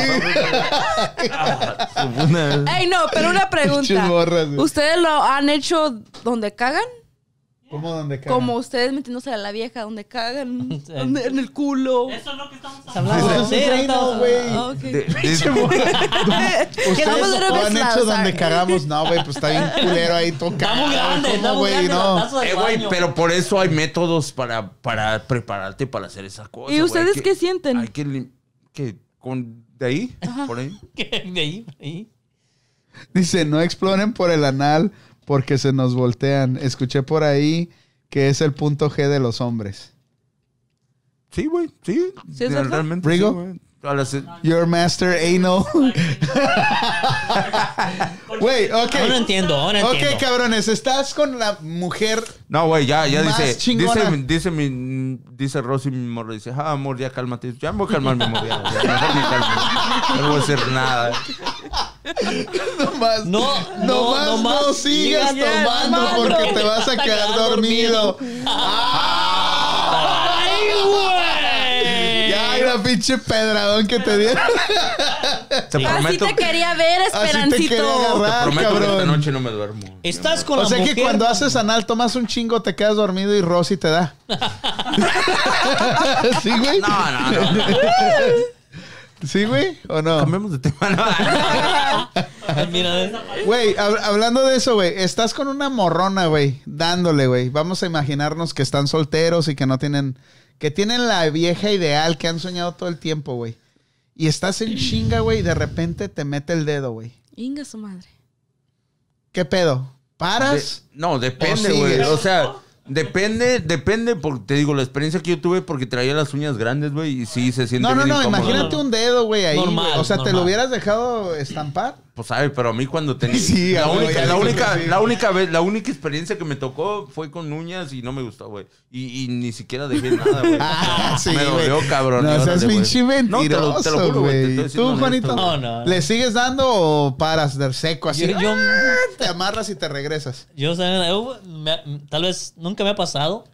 Ah, su puta- Ey, no, pero una pregunta. Pinches morras, güey. ¿Ustedes lo han hecho donde cagan? ¿Cómo dónde cagan? Como ustedes metiéndose a la vieja, donde cagan, donde- en el culo. Eso es lo que estamos hablando. Hablamos de Dice, cera, "Ay, no, estamos- güey. Ah, ok. de- dice- Ustedes Quedamos de lo han vez hecho lados, donde ah. cagamos. No, güey, pues está bien culero ahí tocando. Está muy grande, está muy grande. los tazos de Eh, güey, baño. pero por eso hay métodos para, para prepararte para hacer esas cosas. ¿Y güey. ustedes Hay qué que- sienten? Hay que... lim- que con, ¿De ahí? ¿Por ahí? De ahí, de ahí. Dice, no exploren por el anal porque se nos voltean. Escuché por ahí que es el punto G de los hombres. Sí, güey, sí. ¿Sí es verdad? realmente. Rigo. sí, güey. A las- Your master anal. Güey, ok. Ahora entiendo, ahora entiendo. Ok, cabrones, estás con la mujer. No, güey, ya, ya Más dice, chingona. dice, dice mi, dice Rosy, mi morra, dice, ah, amor, ya cálmate. Ya me voy a calmar, mi amor, ya, ya, mejor me calmo. No voy a hacer nada. Nomás, No, no, nomás no, nomás sigas sigas tomando tomando porque te vas a porque quedar te vas a dormido. ¡Ay, Ya, la pinche pedradón que te dieron. Te Así prometo, te quería ver, Así te quería Esperancito. agarrar, prometo que esta Ah, cabrón. noche no me duermo. Estás con O la sea mujer. que cuando haces anal, tomas un chingo, te quedas dormido y Rosy te da. ¿Sí, güey? No, no, no. ¿Sí, güey? ¿O no? Cambiemos de tema. No. Ay, mira, Güey, hab- hablando de eso, güey, estás con una morrona, güey, dándole, güey. Vamos a imaginarnos que están solteros y que no tienen, que tienen la vieja ideal que han soñado todo el tiempo, güey. Y estás en chinga, güey, y de repente te mete el dedo, güey. Inga su madre. ¿Qué pedo? De- ¿Paras? no, depende, ¿O güey. sigues? O sea, depende, depende, porque te digo, la experiencia que yo tuve porque traía las uñas grandes, güey, y sí se siente No, no, bien no, incómodo. imagínate un dedo, güey, ahí. güey. Normal, o sea, ¿te lo normal. hubieras dejado estampar? Pues sabe, pero a mí cuando tenía Sí, la, a huevo, única, ya la dijo única, que sí. la única vez, la única experiencia que me tocó fue con uñas y no me gustó, güey. Y, y ni siquiera dejé nada, güey. Ah, sí, me güey. dolió, cabrón. y No seas órale, güey. pinche No, te lo- te lo mentiroso, juro, güey, te estoy güey. diciendo ¿Tú, honesto, Juanito? güey. No, no. ¿Le sigues dando o paras del seco así? Yo- yo- ¡Ah! Te amarras y te regresas. uh, Yo, o sea, yo, me- tal vez nunca me ha pasado,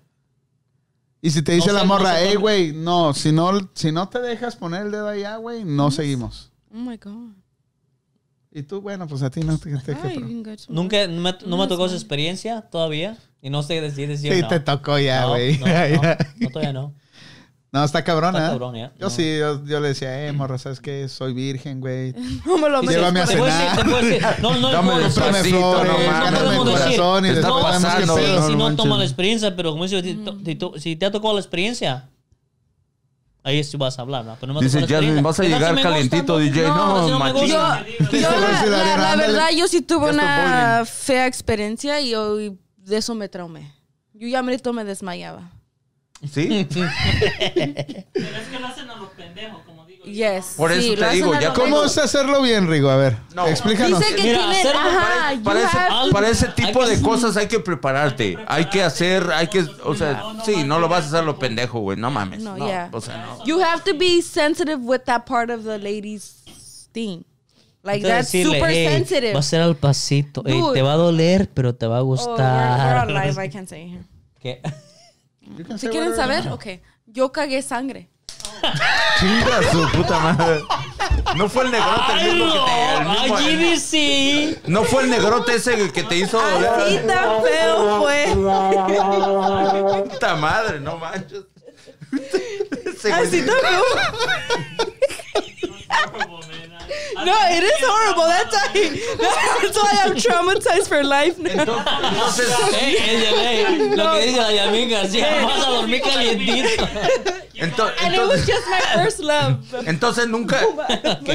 Y si te dice No la sé, no morra, sé hey, cuál- güey, no, si no, si no te dejas poner el dedo allá, güey, no seguimos. Oh my God. Y tú, bueno, pues a ti no te... te- Ah, te- you can go to- Nunca, no me, no me tocó esa experiencia todavía. Y no sé decir si sí, no. te tocó ya, no, güey. no, no, no, todavía no. No, está cabrón, Está ¿eh? cabrón, ya. Yo No. sí, yo, yo le decía, eh, morra, ¿sabes qué? Soy virgen, güey. No me lo Sí, Llévame a Te puedo cenar. decir, te puedo decir. No, no, Dame no, el eh, no, placer, Cómprame Pasito, flores, no mames. gáname el No podemos decir, corazón y está después vemos qué pasando, sí, pedo. no, si no no manches. toma la experiencia, pero como dice, si, to- si to- si te ha tocado la experiencia, ahí es que vas a hablar, ¿no? Pero no me ha Dice tocado la Jasmine, experiencia. vas Esa a sí llegar me gusta, calentito, DJ. No, No, esa sí me machín. gusta. Yo, Te voy a la, decir, la- Ariana, la ándale. verdad, yo sí tuve Ya está una fea experiencia y, yo- y de eso me traumé. Yo ya merito me desmayaba. ¿Sí? Pero es que lo hacen a los pendejos, como digo. yo. Yes. Por eso sí, te lo hacen digo, a ya los ¿Cómo locos. es hacerlo bien, Rigo? A ver, No. explícanos. Dice que Mira, tienen... hacerlo Ajá, you Para ese, have to- para ese tipo Hay de que- cosas hay que prepararte. Hay que hacer, hay que, o sea, No, no sí, vas no a lo vas a llegar hacer lo pendejo, güey. No mames. No, No, ya. O sea, no. You have to be sensitive with that part of the lady's thing. Like, Entonces, that's decirle, super "Hey, sensitive. Va a ser al pasito. Ey, Dude. te va a doler, pero te va a Oh, we're, we're gustar. on live, I can't say it here. ¿Qué? You can Si say quieren whatever. saber, ok. Yo cagué sangre. Chinga su puta madre. No fue el negrote el ¡Ay, mismo que te, el no! mismo- ¡Ay, GDC! No fue el negrote ese el que te hizo Así doler. tan feo fue. Puta madre, no manches. Ese güey- Así tan feo. No, it is horrible. That's why, that's why I'm traumatized for life now. Entonces, entonces- Ey, ey, ey, ey, Lo que dice la Yamín García, vas a dormir calientito. ento- And it was entonces, just my first love. entonces nunca.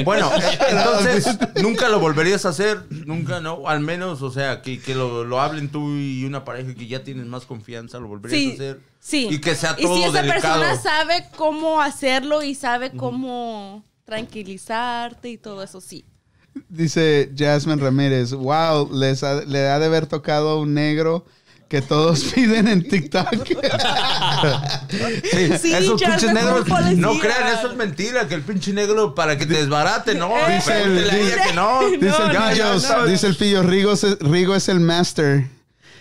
Bueno, eh, entonces nunca lo volverías a hacer, nunca, ¿no? Al menos, o sea, que, que lo, lo hablen tú y una pareja que ya tienes más confianza, lo volverías Sí, a hacer. sí. Y que sea Y todo si esa delicado. persona sabe cómo hacerlo y sabe cómo tranquilizarte y todo eso, sí. Dice Jasmine Ramírez, wow, les ha- le ha de haber tocado un negro que todos piden en TikTok. Sí, Sí, esos ya pinches se fue negros. policía. No crean, eso es mentira, que el pinche negro para que te desbarate, no. Dice el- pregúntele a ella que Eh, no. Dice el Ya, ya, Pillos, no. dice el Pillos, Rigo, es- Rigo es el master.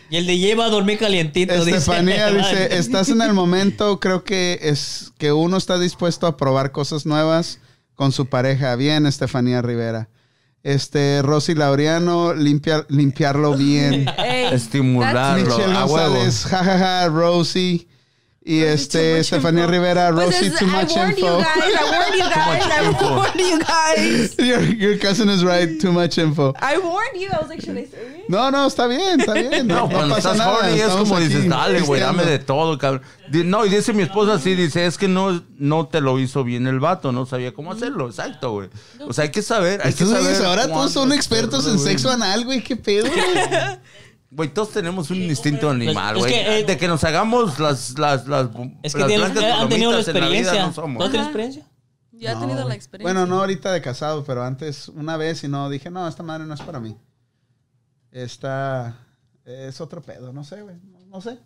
Y el DJ va a dormir calientito. dice. Estefanía dice, estás en el momento, creo que es que uno está dispuesto a probar cosas nuevas con su pareja. Bien, Estefanía Rivera. Este, Rosy Laureano, limpia- limpiarlo bien. Ey, Estimularlo, Michelle a huevo. González, jajaja, Rosy. Y este, Estefanía Rivera, Pues Rosy, es- too I much warned info. you guys. I warned you guys. I info. warned you guys. Your, your cousin is right, too much info. I warned you. I was like, should I say it? No, no, está bien, está bien. No, No, cuando pasa estás nada. horny es estamos como aquí dices, dale, güey, pisteando". dame de todo, cabrón. Di- No, y dice mi esposa así, dice, es que no, no te lo hizo bien el vato, no sabía cómo hacerlo, exacto, güey. O sea, hay que saber, hay que Estos güeyes saber. ahora cuándo todos son expertos en hacerlo, sexo güey. anal, güey, qué pedo. güey? Güey, todos tenemos un instinto animal, es güey. que, eh, de que nos hagamos las, las, las, bu- Es que las tienen- blancas han tenido la palomitas en vida experiencia. no ¿Tú somos. has tenido experiencia? Yo he tenido la experiencia. Bueno, no ahorita de casado, pero antes una vez y no dije, no, esta madre no es para mí. Esta es otro pedo, no sé, güey, no, no sé.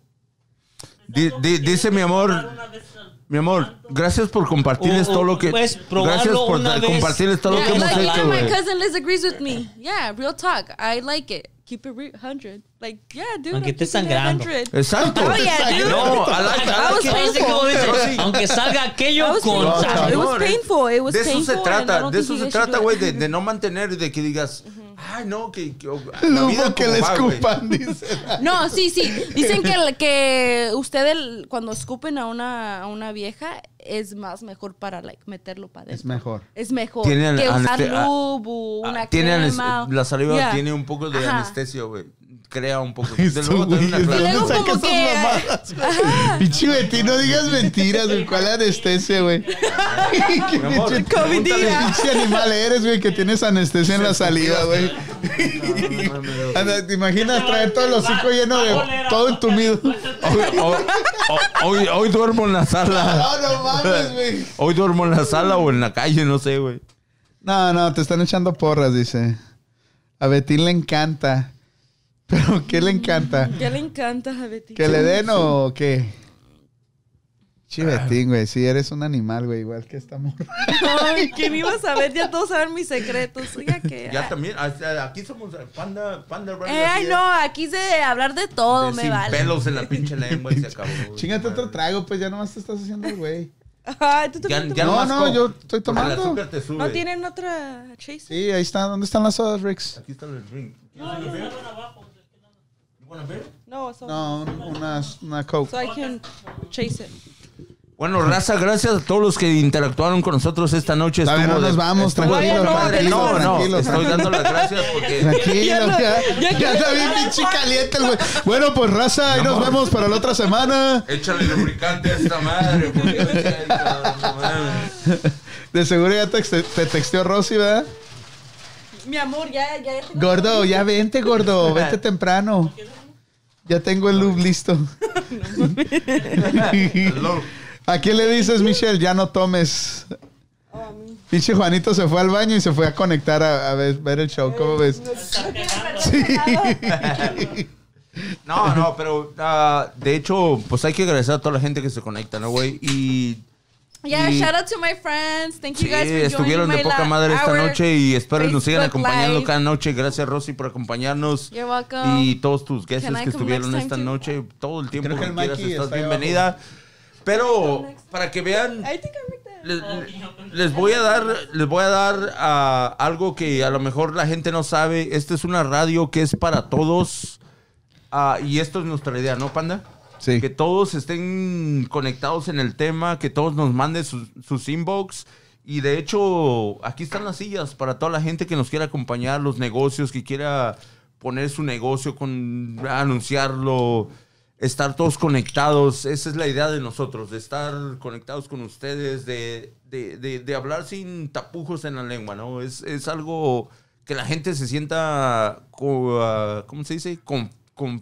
Di- di- dice mi amor, Una vez al- mi amor, gracias por compartirles O- o, todo lo que, pues, probarlo gracias por una ta- vez. compartirles todo lo Yeah, que hemos like hecho, even my güey. cousin Liz agrees with me. Yeah, real talk. I like it. Keep it re- 100. Like, yeah, dude. Aunque I'm esté keeping it sangrando. 100. Exacto. Oh, yeah, dude. No, I like, I I was like it. Ahora sí, como dice, Pero sí. Aunque salga I aquello was con... painful. No, it was no, painful. It was de eso painful. se and I trata, don't de think eso you se guys should trata, do güey, it. de, de no mantener, de que digas, ay, no, que. que la Lo vida que como le va, güey". escupan, dice. No, sí, sí. Dicen que, que ustedes cuando escupen a una, a una vieja es más mejor para like, meterlo para Es adentro. mejor. Es mejor Tiene que anes- usar a- lube, o una Ah, tiene anes- crema. La saliva Yeah. tiene un poco de Ajá. anestesia, güey. Crea un poco. Esto, De luego güey, también una ¿de clase. dónde luego sacas como esas que- ah, mamadas, güey? Pinche Betty, no digas mentiras, güey. ¿Cuál anestesia, güey? Qué Mi amor, pinche- pregúntale. pinche animal eres, güey, que tienes anestesia en la saliva, güey. Anda, ¿Te imaginas traer todo el hocico lleno de todo entumido? Hoy, hoy- hoy- hoy duermo en la sala. No, no mames, güey. Hoy duermo en la sala o en la calle, no sé, güey. No, no, te están echando porras, dice. A Betín le encanta. ¿Pero qué le encanta? Ya le encanta a Betty. ¿Que le den o qué? Chivetín, güey. Sí, eres un animal, güey. Igual que esta morra. Ay, ¿quién iba a saber? Ya todos saben mis secretos. Oiga, que. Ya también, hasta aquí somos ah, panda, panda radio, Ah. Eh, ay, así no, aquí se hablar de todo, de me sin vale. pelos en la pinche lengua y se acabó. güey. Chingate otro trago, pues ya nomás te estás haciendo, el güey. Ay, tú Ya, también ya No, nomás no, como- yo estoy porque tomando. El azúcar te sube. tomas. ¿No tienen otra chase? Sí, ahí está. ¿Dónde están las sodas, Rix? Aquí está el drink. No, yo estaba abajo. You wanna beer? No, so, No, un- unas, una Coke. so I can chase it. Bueno, raza, gracias a todos los que interactuaron con nosotros esta noche. Todavía Estuvo no nos de- vamos, estuvo de tranquilos, madre. tranquilos, No, no, tranquilos. estoy dando las gracias porque... Tranquilo, ya, ya, está bien pinche caliente el güey. Bueno, pues raza, ahí nos vemos para la otra semana. Échale lubricante a esta madre. porque- No mames. De seguro ya te, te texteó Rosy, ¿verdad? Mi amor, ya, ya. tengo- Gordo, ya vente, gordo, vente temprano. Ya tengo el loop listo. Hello. ¿A quién le dices, Michelle? Ya no tomes. Pinche Juanito se fue al baño y se fue a conectar a, a ver, ver el show. ¿Cómo ves? Sí. No, no, pero ah, de hecho, pues hay que agradecer a toda la gente que se conecta, ¿no, güey? Y Yeah, Y- shout out to my friends. Thank you sí, guys for joining estuvieron de my poca la- madre esta our- noche y espero nos sigan Facebook acompañando Live. cada noche. Gracias, Rosy, por acompañarnos. You're welcome. Y todos tus guests Can I que come estuvieron next esta time too? noche, todo el tiempo Creo que que, el quieras, Mikey estás está ahí bienvenida. Pero para que vean I think I make that. les, les voy a dar, les voy a dar ah, algo que a lo mejor la gente no sabe. Esta es una radio que es para todos. Ah, y esto es nuestra idea, ¿no, Panda? Sí. Que todos estén conectados en el tema, que todos nos manden sus, sus inbox. Y de hecho, aquí están las sillas para toda la gente que nos quiera acompañar, los negocios, que quiera poner su negocio, con, anunciarlo, estar todos conectados. Esa es la idea de nosotros, de estar conectados con ustedes, de, de- de- de hablar sin tapujos en la lengua, ¿no? Es, es algo que la gente se sienta, co- ah, ¿cómo se dice? Con- con-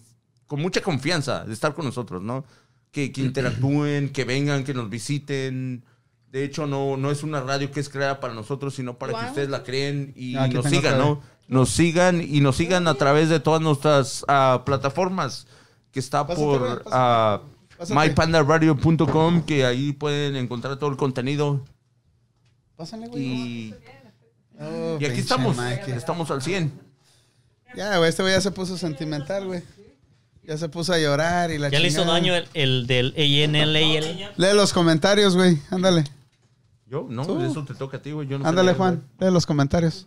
con mucha confianza de estar con nosotros, ¿no? Que, que interactúen, que vengan, que nos visiten. De hecho, no, no es una radio que es creada para nosotros, sino para que Wow. ustedes la creen y Ah, aquí nos tengo sigan, otra ¿no? Nos sigan y nos sigan a través de todas nuestras ah, plataformas, que está Pásate, por güey, pásate. ah, Pásate. mypandaradio.com, que ahí pueden encontrar todo el contenido. Pásale, güey. Y, Oh, y pinche aquí estamos, Mikey. estamos al 100. Ya, güey, este güey ya se puso sentimental, güey. Ya se puso a llorar y la Ya le hizo chingada. daño eh. el, el del ANLL. Lee los comentarios, güey. Ándale. Yo, no, Tú. eso te toca a ti, güey. yo no sé Ándale, leer, güey. Juan. Lee los comentarios.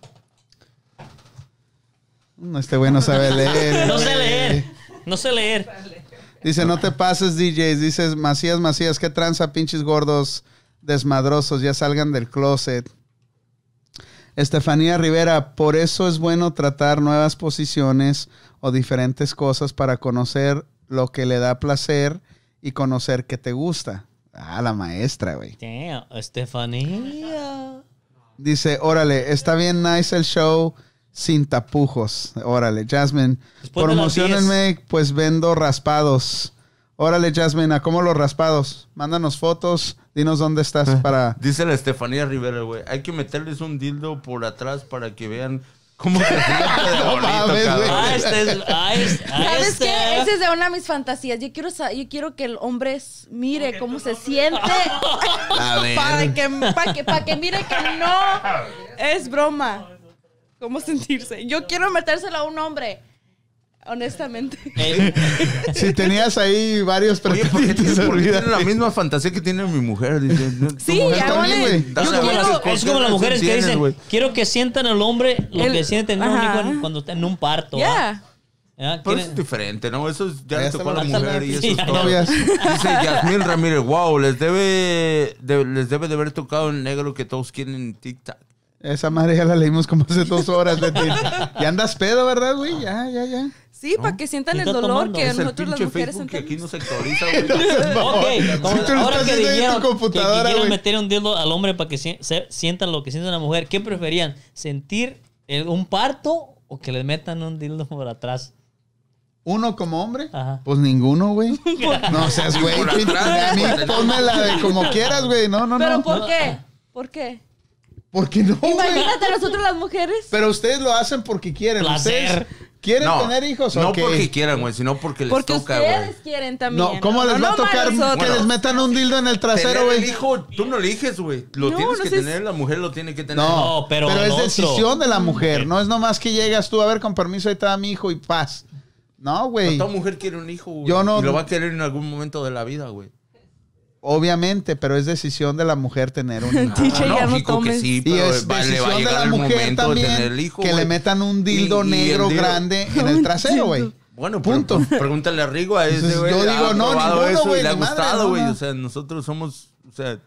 No, este güey no sabe leer. No sé güey. leer. No sé leer. Dice, no te pases, DJs. Dices, Macías, Macías, qué tranza, pinches gordos, desmadrosos, ya salgan del closet. Estefanía Rivera, por eso es bueno tratar nuevas posiciones o diferentes cosas para conocer lo que le da placer y conocer qué te gusta. Ah, la maestra, güey. Damn, Estefanía. Dice, órale, está bien nice el show sin tapujos. Órale, Jasmine, Después de las promocionenme, pues vendo raspados. Órale, Jasmine, ¿a cómo los raspados? Mándanos fotos, dinos dónde estás para... Dice la Estefanía Rivera, güey. Hay que meterles un dildo por atrás para que vean cómo se siente de No bonito, mames, cabrón. güey. Ah, este es. Ah, este. ah, ¿Sabes este. qué? Esa es de una de mis fantasías. Yo quiero, sa- yo quiero que el hombre s- mire cómo se siente. Para que, para, que, para que mire que no es broma. ¿Cómo sentirse? Yo quiero metérsela a un hombre. Honestamente. Eh, Si tenías ahí varios Oye, ¿por qué pretendientes, tienes- por qué olvídate. tienen la misma fantasía que tiene mi mujer? Dice, no, tu Sí, mujer ya vale. también, güey. Yo es como las- quiero- es como las mujeres que Tienes, dicen, güey. quiero que sientan al hombre lo El- que sienten un ajá. hijo en- cuando está en un parto. ¿va? Yeah. ¿Ya? Pero ¿Quieren- es diferente, ¿no? Eso Ah, es, ya Ya le está tocó a la la- mujer y eso es Sí, todo. Novias. Dice Yasmín Ramírez, wow, les debe, de- les debe de haber tocado el negro que todos quieren en TikTok. Esa madre ya la leímos como hace dos horas, Leti. Ya andas pedo, ¿verdad, güey? Ya, ya, ya. Sí, para que sientan el Está dolor tomando. que Es el nosotros las pinche mujeres Facebook que aquí sentimos. no se actualiza, güey. Ok, como- Si tú lo ahora estás haciendo ahí en que tu dijeron que- que computadora, quisieran güey. meter un dildo al hombre para que si- se- sientan lo que siente la mujer, ¿qué preferían? ¿Sentir el- un parto o que le metan un dildo por atrás? ¿Uno como hombre? Ajá. Pues ninguno, güey. No seas güey. Por pinche- atrás, A mí güey. pónmela de como quieras, güey. No, no, ¿Pero no. por qué? ¿Por qué? Porque no, güey. Imagínate nosotros las mujeres. Pero ustedes lo hacen porque quieren. Placer. ¿Ustedes quieren No, tener hijos no o qué? porque quieran, güey, sino porque les Porque toca, ustedes güey. quieren también. No, ¿cómo les No, va a no tocar que nosotros. Bueno. les metan un dildo en el trasero, Tener el güey? hijo, tú no eliges, güey. Lo No, tienes no que sé si- tener, la mujer lo tiene que tener. No, No, pero pero, el es otro. decisión de la Mm, mujer. No es nomás que llegas tú, a ver, con permiso, ahí está mi hijo y paz. No, güey. Toda mujer quiere un hijo, güey. Yo no- Y lo va a querer en algún momento de la vida, güey. Obviamente, pero es decisión de la mujer tener un hijo. Teacher, ya no Ah, lógico que tomes. sí, Y pero es va- le va decisión a de llegar la el mujer momento de también tener el hijo, que le güey. metan un dildo Y- y el negro dildo- grande en el trasero, güey. Bueno, Punto. punto. pregúntale a Rigo a ese, Entonces, güey. yo ha digo, no, probado ninguno, eso y güey, Le ha ni madre, no, gustado, güey. no. O sea, nosotros somos, o sea,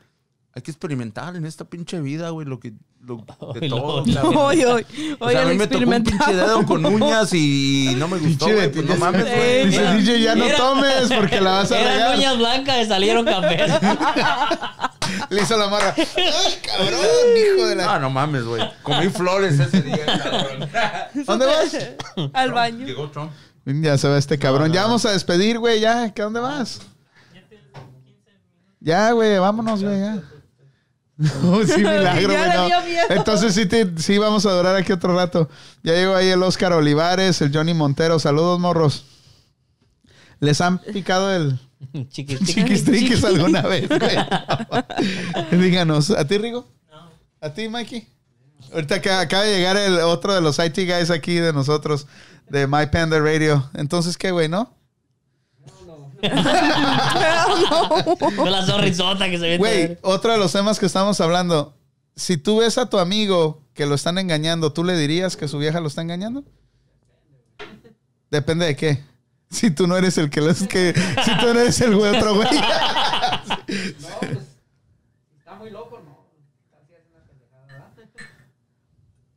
hay que experimentar en esta pinche vida, güey, lo que, lo, de Ay, todo. no. cabrón. Hoy, hoy. O sea, a el mí me tocó un pinche dedo con uñas y no me gustó, Pinche güey. Pues no Betín, mames, güey. Dice, Era- DJ, ya no era- tomes porque la vas a Eran regar. uñas blancas y salieron cafés. Le hizo la marra. ¡Ay, cabrón, hijo de Ah, la... no mames, güey. Comí flores ese día, cabrón. ¿Dónde vas? Al baño. Llegó Trump. Ya se va este cabrón. Ya vamos a despedir, güey, ya. ¿Qué dónde vas? Ya, güey, vámonos, güey, ya. No, sí, milagro, Ya güey, le no. dio miedo. Entonces sí, te- sí vamos a durar aquí otro rato. Ya llegó ahí el Oscar Olivares, el Johnny Montero. Saludos, morros. ¿Les han picado el Chiqui, chiqui. chiquistriquis alguna vez, güey? Díganos, ¿a ti, Rigo? No. ¿A ti, Mikey? Ahorita que acaba de llegar el otro de los IT guys aquí de nosotros, de My Panda Radio. Entonces, ¿qué, güey, no? Con la sonrisota que se ve. Güey, otro de los temas que estamos hablando. Si tú ves a tu amigo que lo están engañando, ¿tú le dirías que su vieja lo está engañando? Depende de qué. Si tú no eres el que los que. Si tú no eres el güey otro güey. No, pues, está muy loco, ¿no?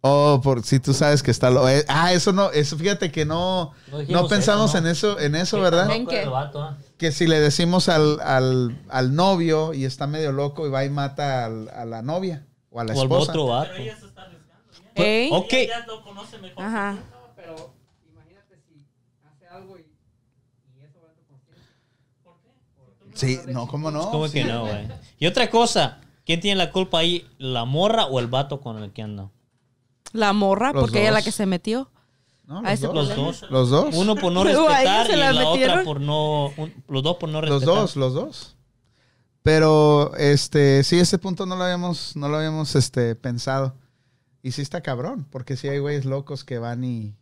Oh, por si tú sabes que está lo. eh, ah, eso no, eso fíjate que no. No No, dijimos pensamos eso, ¿no? en eso, en eso, ¿verdad? ¿En qué? ¿ah? Que si le decimos al, al, al novio y está medio loco y va y mata al- a la novia o a la O al esposa. otro vato. Pero ella se está arriesgando. ya. ¿Eh? Oh. Ok. Ella ya lo conoce mejor. Ajá. No, pero imagínate si hace algo y, y eso va a tu conciencia. Sí, no, ¿cómo no? ¿Cómo que no, güey? Y otra cosa, ¿quién tiene la culpa ahí? ¿La morra o el vato con el que anda? La morra, Los porque ella es la dos. que se metió. No, A los ese dos. Los dos. Los dos. Uno por no Pero a ella respetar se y la la metieron. otra por no... un- los dos por no Los respetar. dos, los dos. Pero este, sí, ese punto no lo habíamos, no lo habíamos este, pensado. Y sí está cabrón, porque sí hay güeyes locos que van y,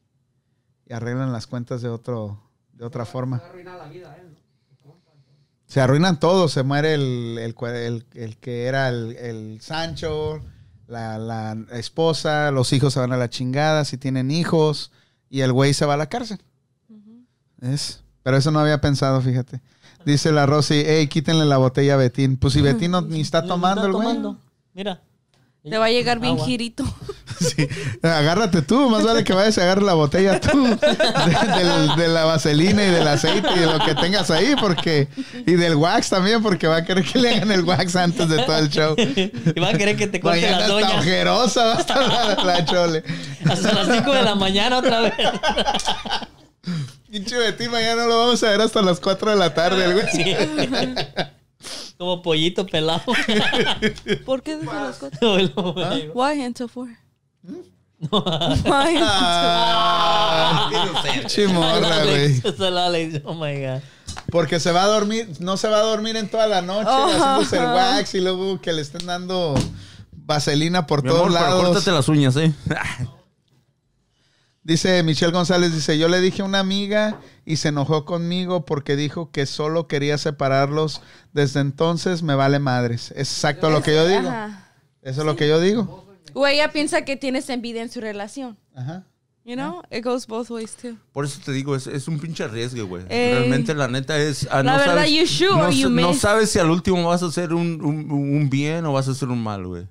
y arreglan las cuentas de otro, de otra forma. Arruina la vida, ¿eh? Se arruinan todos, se muere el, el cua- el- el que era el, el Sancho, la, la esposa, los hijos se van a la chingada, si tienen hijos, y el güey se va a la cárcel. Es, pero eso no había pensado, fíjate. Dice la Rosy, hey, quítenle la botella a Betín. Pues si Betín no, ni está Ni- ni tomando el güey. tomando. Mira. Te va a llegar bien Agua. girito. Sí. Agárrate tú, más vale que vayas a agarrar la botella tú de, del- de la vaselina y del aceite y de lo que tengas ahí, porque y del wax también, porque va a querer que le hagan el wax antes de todo el show. Y va a querer que te corte Mañana las está doñas ojerosa, va a estar la, la chole. hasta las 5 de la mañana otra vez. Pinche Betín, mañana lo vamos a ver hasta las 4 de la tarde, el güey. Sí. Como pollito pelado. ¿Por qué dices las cosas? ¿Ah? Lo- Why and so forth? Why and Ah, pinche morra, güey. Se la le dice, Oh my god. Porque se va a dormir, no se va a dormir en toda la noche Oh. haciéndose el wax y luego que le estén dando vaselina por Mi todos amor, pero lados. córtate las uñas, ¿eh? Dice Michelle González, dice, yo le dije a una amiga y se enojó conmigo porque dijo que solo quería separarlos. Desde entonces me vale madres. Exacto lo que yo digo. Ajá. Eso es lo que yo digo. O ella piensa que tienes envidia en su relación. Ajá. You know? Ah. It goes both ways too. Por eso te digo, es, es un pinche arriesgue, güey. Ey. Realmente, la neta es. ah, Eh, La no verdad, sabes, you shoot no, or you sa- no miss. sabes si al último vas a hacer un, un- un bien o vas a hacer un mal, güey.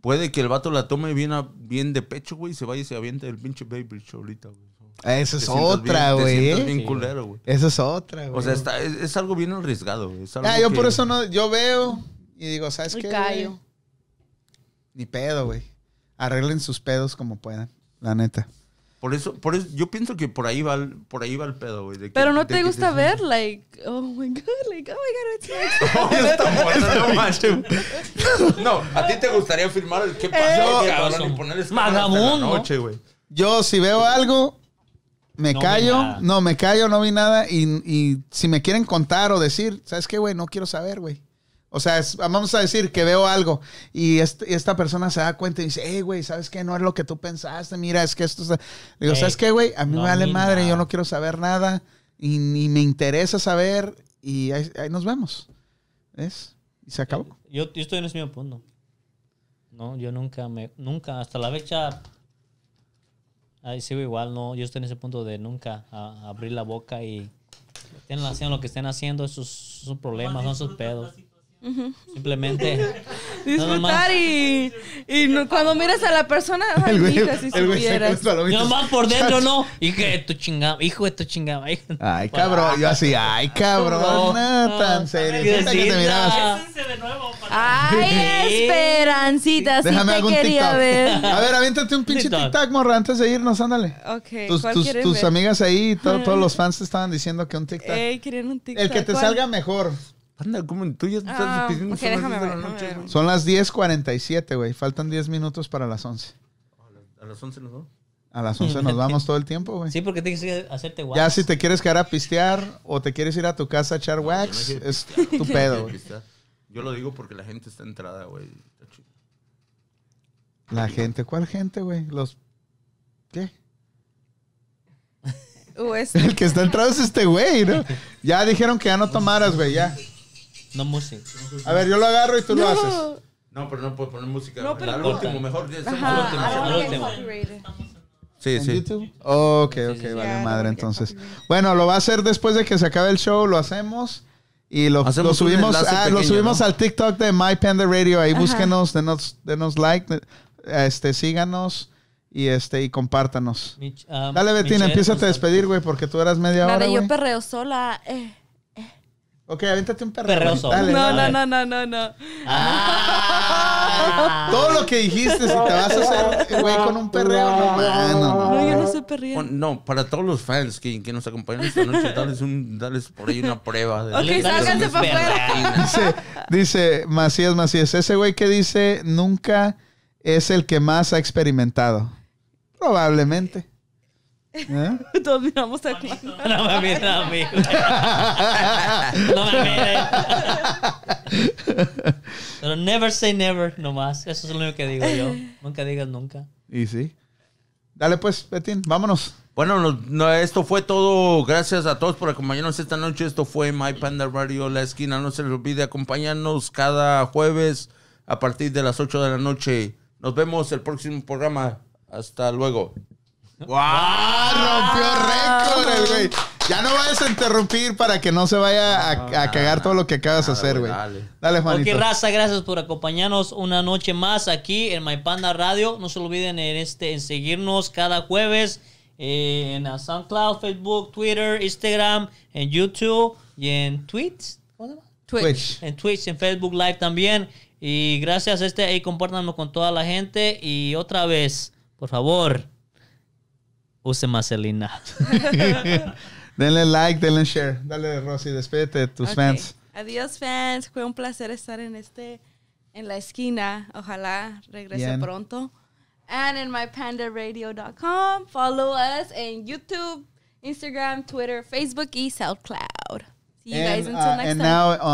Puede que el vato la tome bien, a- bien de pecho, güey, y se vaya y se aviente el pinche Baby Bridge ahorita, güey. Esa Te es sientas otra, bien- te güey. sientas ¿eh? bien culero, güey. Esa es otra, güey. O sea, está- es, es algo bien arriesgado, güey. es algo Ah, yo que- por eso no, yo veo y digo, ¿sabes Y qué? callo. güey? Ni pedo, güey. Arreglen sus pedos como puedan, la neta. Por eso, por eso, yo pienso que por ahí va el, por ahí va el pedo, güey. de que- Pero no de te que gusta te- ver, like, oh my god, like, oh my god, it's like. no, a ti te gustaría firmar el qué Eh, pasó, cabrón, y poner esa Vagabundo. noche, güey. Yo si veo algo, me No vi callo, nada. no, me callo, no vi nada. Y, y si me quieren contar o decir, ¿sabes qué, güey? No quiero saber, güey. O sea, es- vamos a decir que veo algo y, este- y esta persona se da cuenta y dice, hey, güey, ¿sabes qué? No es lo que tú pensaste, mira, es que esto... está-". Le digo, Ey, ¿sabes qué, güey? A mí no, me vale ni madre, nada. yo no quiero saber nada y ni me interesa saber y ahí, ahí nos vemos. ¿Ves? Y se acabó. Yo, yo estoy en ese mismo punto. No, yo nunca me. Nunca, hasta la fecha. Ahí sigo igual, no. Yo estoy en ese punto de nunca a- abrir la boca y. Estén haciendo lo que estén haciendo, esos son problemas, son sus pedos. Simplemente. Disfrutar y, y no- cuando miras a la persona, ay, El güey, mija, si el güey sacó supieras. las palomitas. Yo más por dentro, no. Y que tu chingada, hijo de tu chingada. hijo. Ay, cabrón. Yo así, ay, cabrón. No. "Ah". tan seriecita que te mirabas. Échense de nuevo. Para... Ay, Esperancita, sí Déjame te algún quería TikTok. ver. A ver, aviéntate un pinche TikTok. TikTok, morra, antes de irnos, ándale. Ok, Tus, ¿cuál tus- quieres tus ver? amigas ahí, to- todos los fans te estaban diciendo que un TikTok. Ey, querían un TikTok. el que te ¿cuál? salga mejor. Anda, ¿cómo tú ya estás Ah, despidiendo? ok, Son las déjame 10 de ver, la déjame noche, ver. güey. Son las 10.47, güey. Faltan 10 minutos para las 11. A las 11 nos vamos. A las 11 nos vamos todo el tiempo, güey. Sí, porque tienes que hacerte guapo. Ya si te quieres quedar a pistear o te quieres ir a tu casa a echar wax, yo no quiero es tu pedo, güey. Está- Yo lo digo porque la gente está entrada, güey. Está chido. La gente, ¿cuál gente, güey? Los... ¿Qué? Uh, este. El que está entrado es este güey, ¿no? Ya dijeron que ya no tomaras, güey, ya. No música. A ver, yo lo agarro y tú lo haces. No. No, pero no puedo poner música. No, pero al corta. último, mejor. ya somos al último. Ajá, I al don't get último. copyrighted. Sí, ¿En sí. YouTube? Ok, Sí, ok, sí, sí. vale Ya, no madre. porque- Entonces, bueno, lo va a hacer después de que se acabe el show, lo hacemos y lo, Hacemos lo un subimos, enlace ah, lo pequeño, subimos ¿no? al TikTok de My Panda Radio. Ahí búsquenos, denos, denos like, este, síganos y este y compártanos. Mich- ah, Dale, Betina, Michelle, empieza a González. despedir, güey, porque tú eras media La hora. de yo güey. perreo sola. eh. Ok, avéntate un perreo. Perreo güey. solo. Dale, No, dale. no, no, no, no, no. Ah. Todo lo que dijiste, si te vas a hacer, güey, con un perreo, no, man, no, no. No, yo no soy perreo. Bueno, No, para todos los fans que, que nos acompañan esta noche, dales, un, dales por ahí una prueba. De, Ok, de- sálganse de- pa' afuera. Dice, dice Macías Macías, ese güey que dice nunca es el que más ha experimentado. Probablemente. ¿Eh? Todos miramos a Juan. No me mires a mí, güey. No me mires. Pero never say never, nomás. Eso es lo único que digo yo. Nunca digas nunca. Y sí. Dale pues, Betín, vámonos. Bueno, no- no, esto fue todo. Gracias a todos por acompañarnos esta noche. Esto fue My Panda Radio La Esquina. No se les olvide acompañarnos cada jueves a partir de las 8 de la noche. Nos vemos el próximo programa. Hasta luego. Ah, rompió récord el güey. Ya no vayas a interrumpir para que no se vaya a, a cagar todo lo que acabas de Nada, hacer, güey, güey. dale. Dale, Juanito. Ok, raza, gracias por acompañarnos una noche más aquí en My Panda Radio. No se olviden en, este, en seguirnos cada jueves eh, en uh, SoundCloud, Facebook, Twitter, Instagram, en YouTube y en Tweets. ¿Cómo se llama? Twitch. En Twitch, en Facebook Live también. Y gracias a este, ahí compártanlo con toda la gente. Y otra vez, por favor, use Marcelina. Denle like, denle share. Dale, Rosy, despídete de tus Ok. fans. Adiós, fans. Fue un placer estar en este, en la esquina. Ojalá regrese Bien. pronto. And in mypandaradio.com. Follow us in YouTube, Instagram, Twitter, Facebook y SoundCloud. See you guys And, until uh, next and time. now, uh,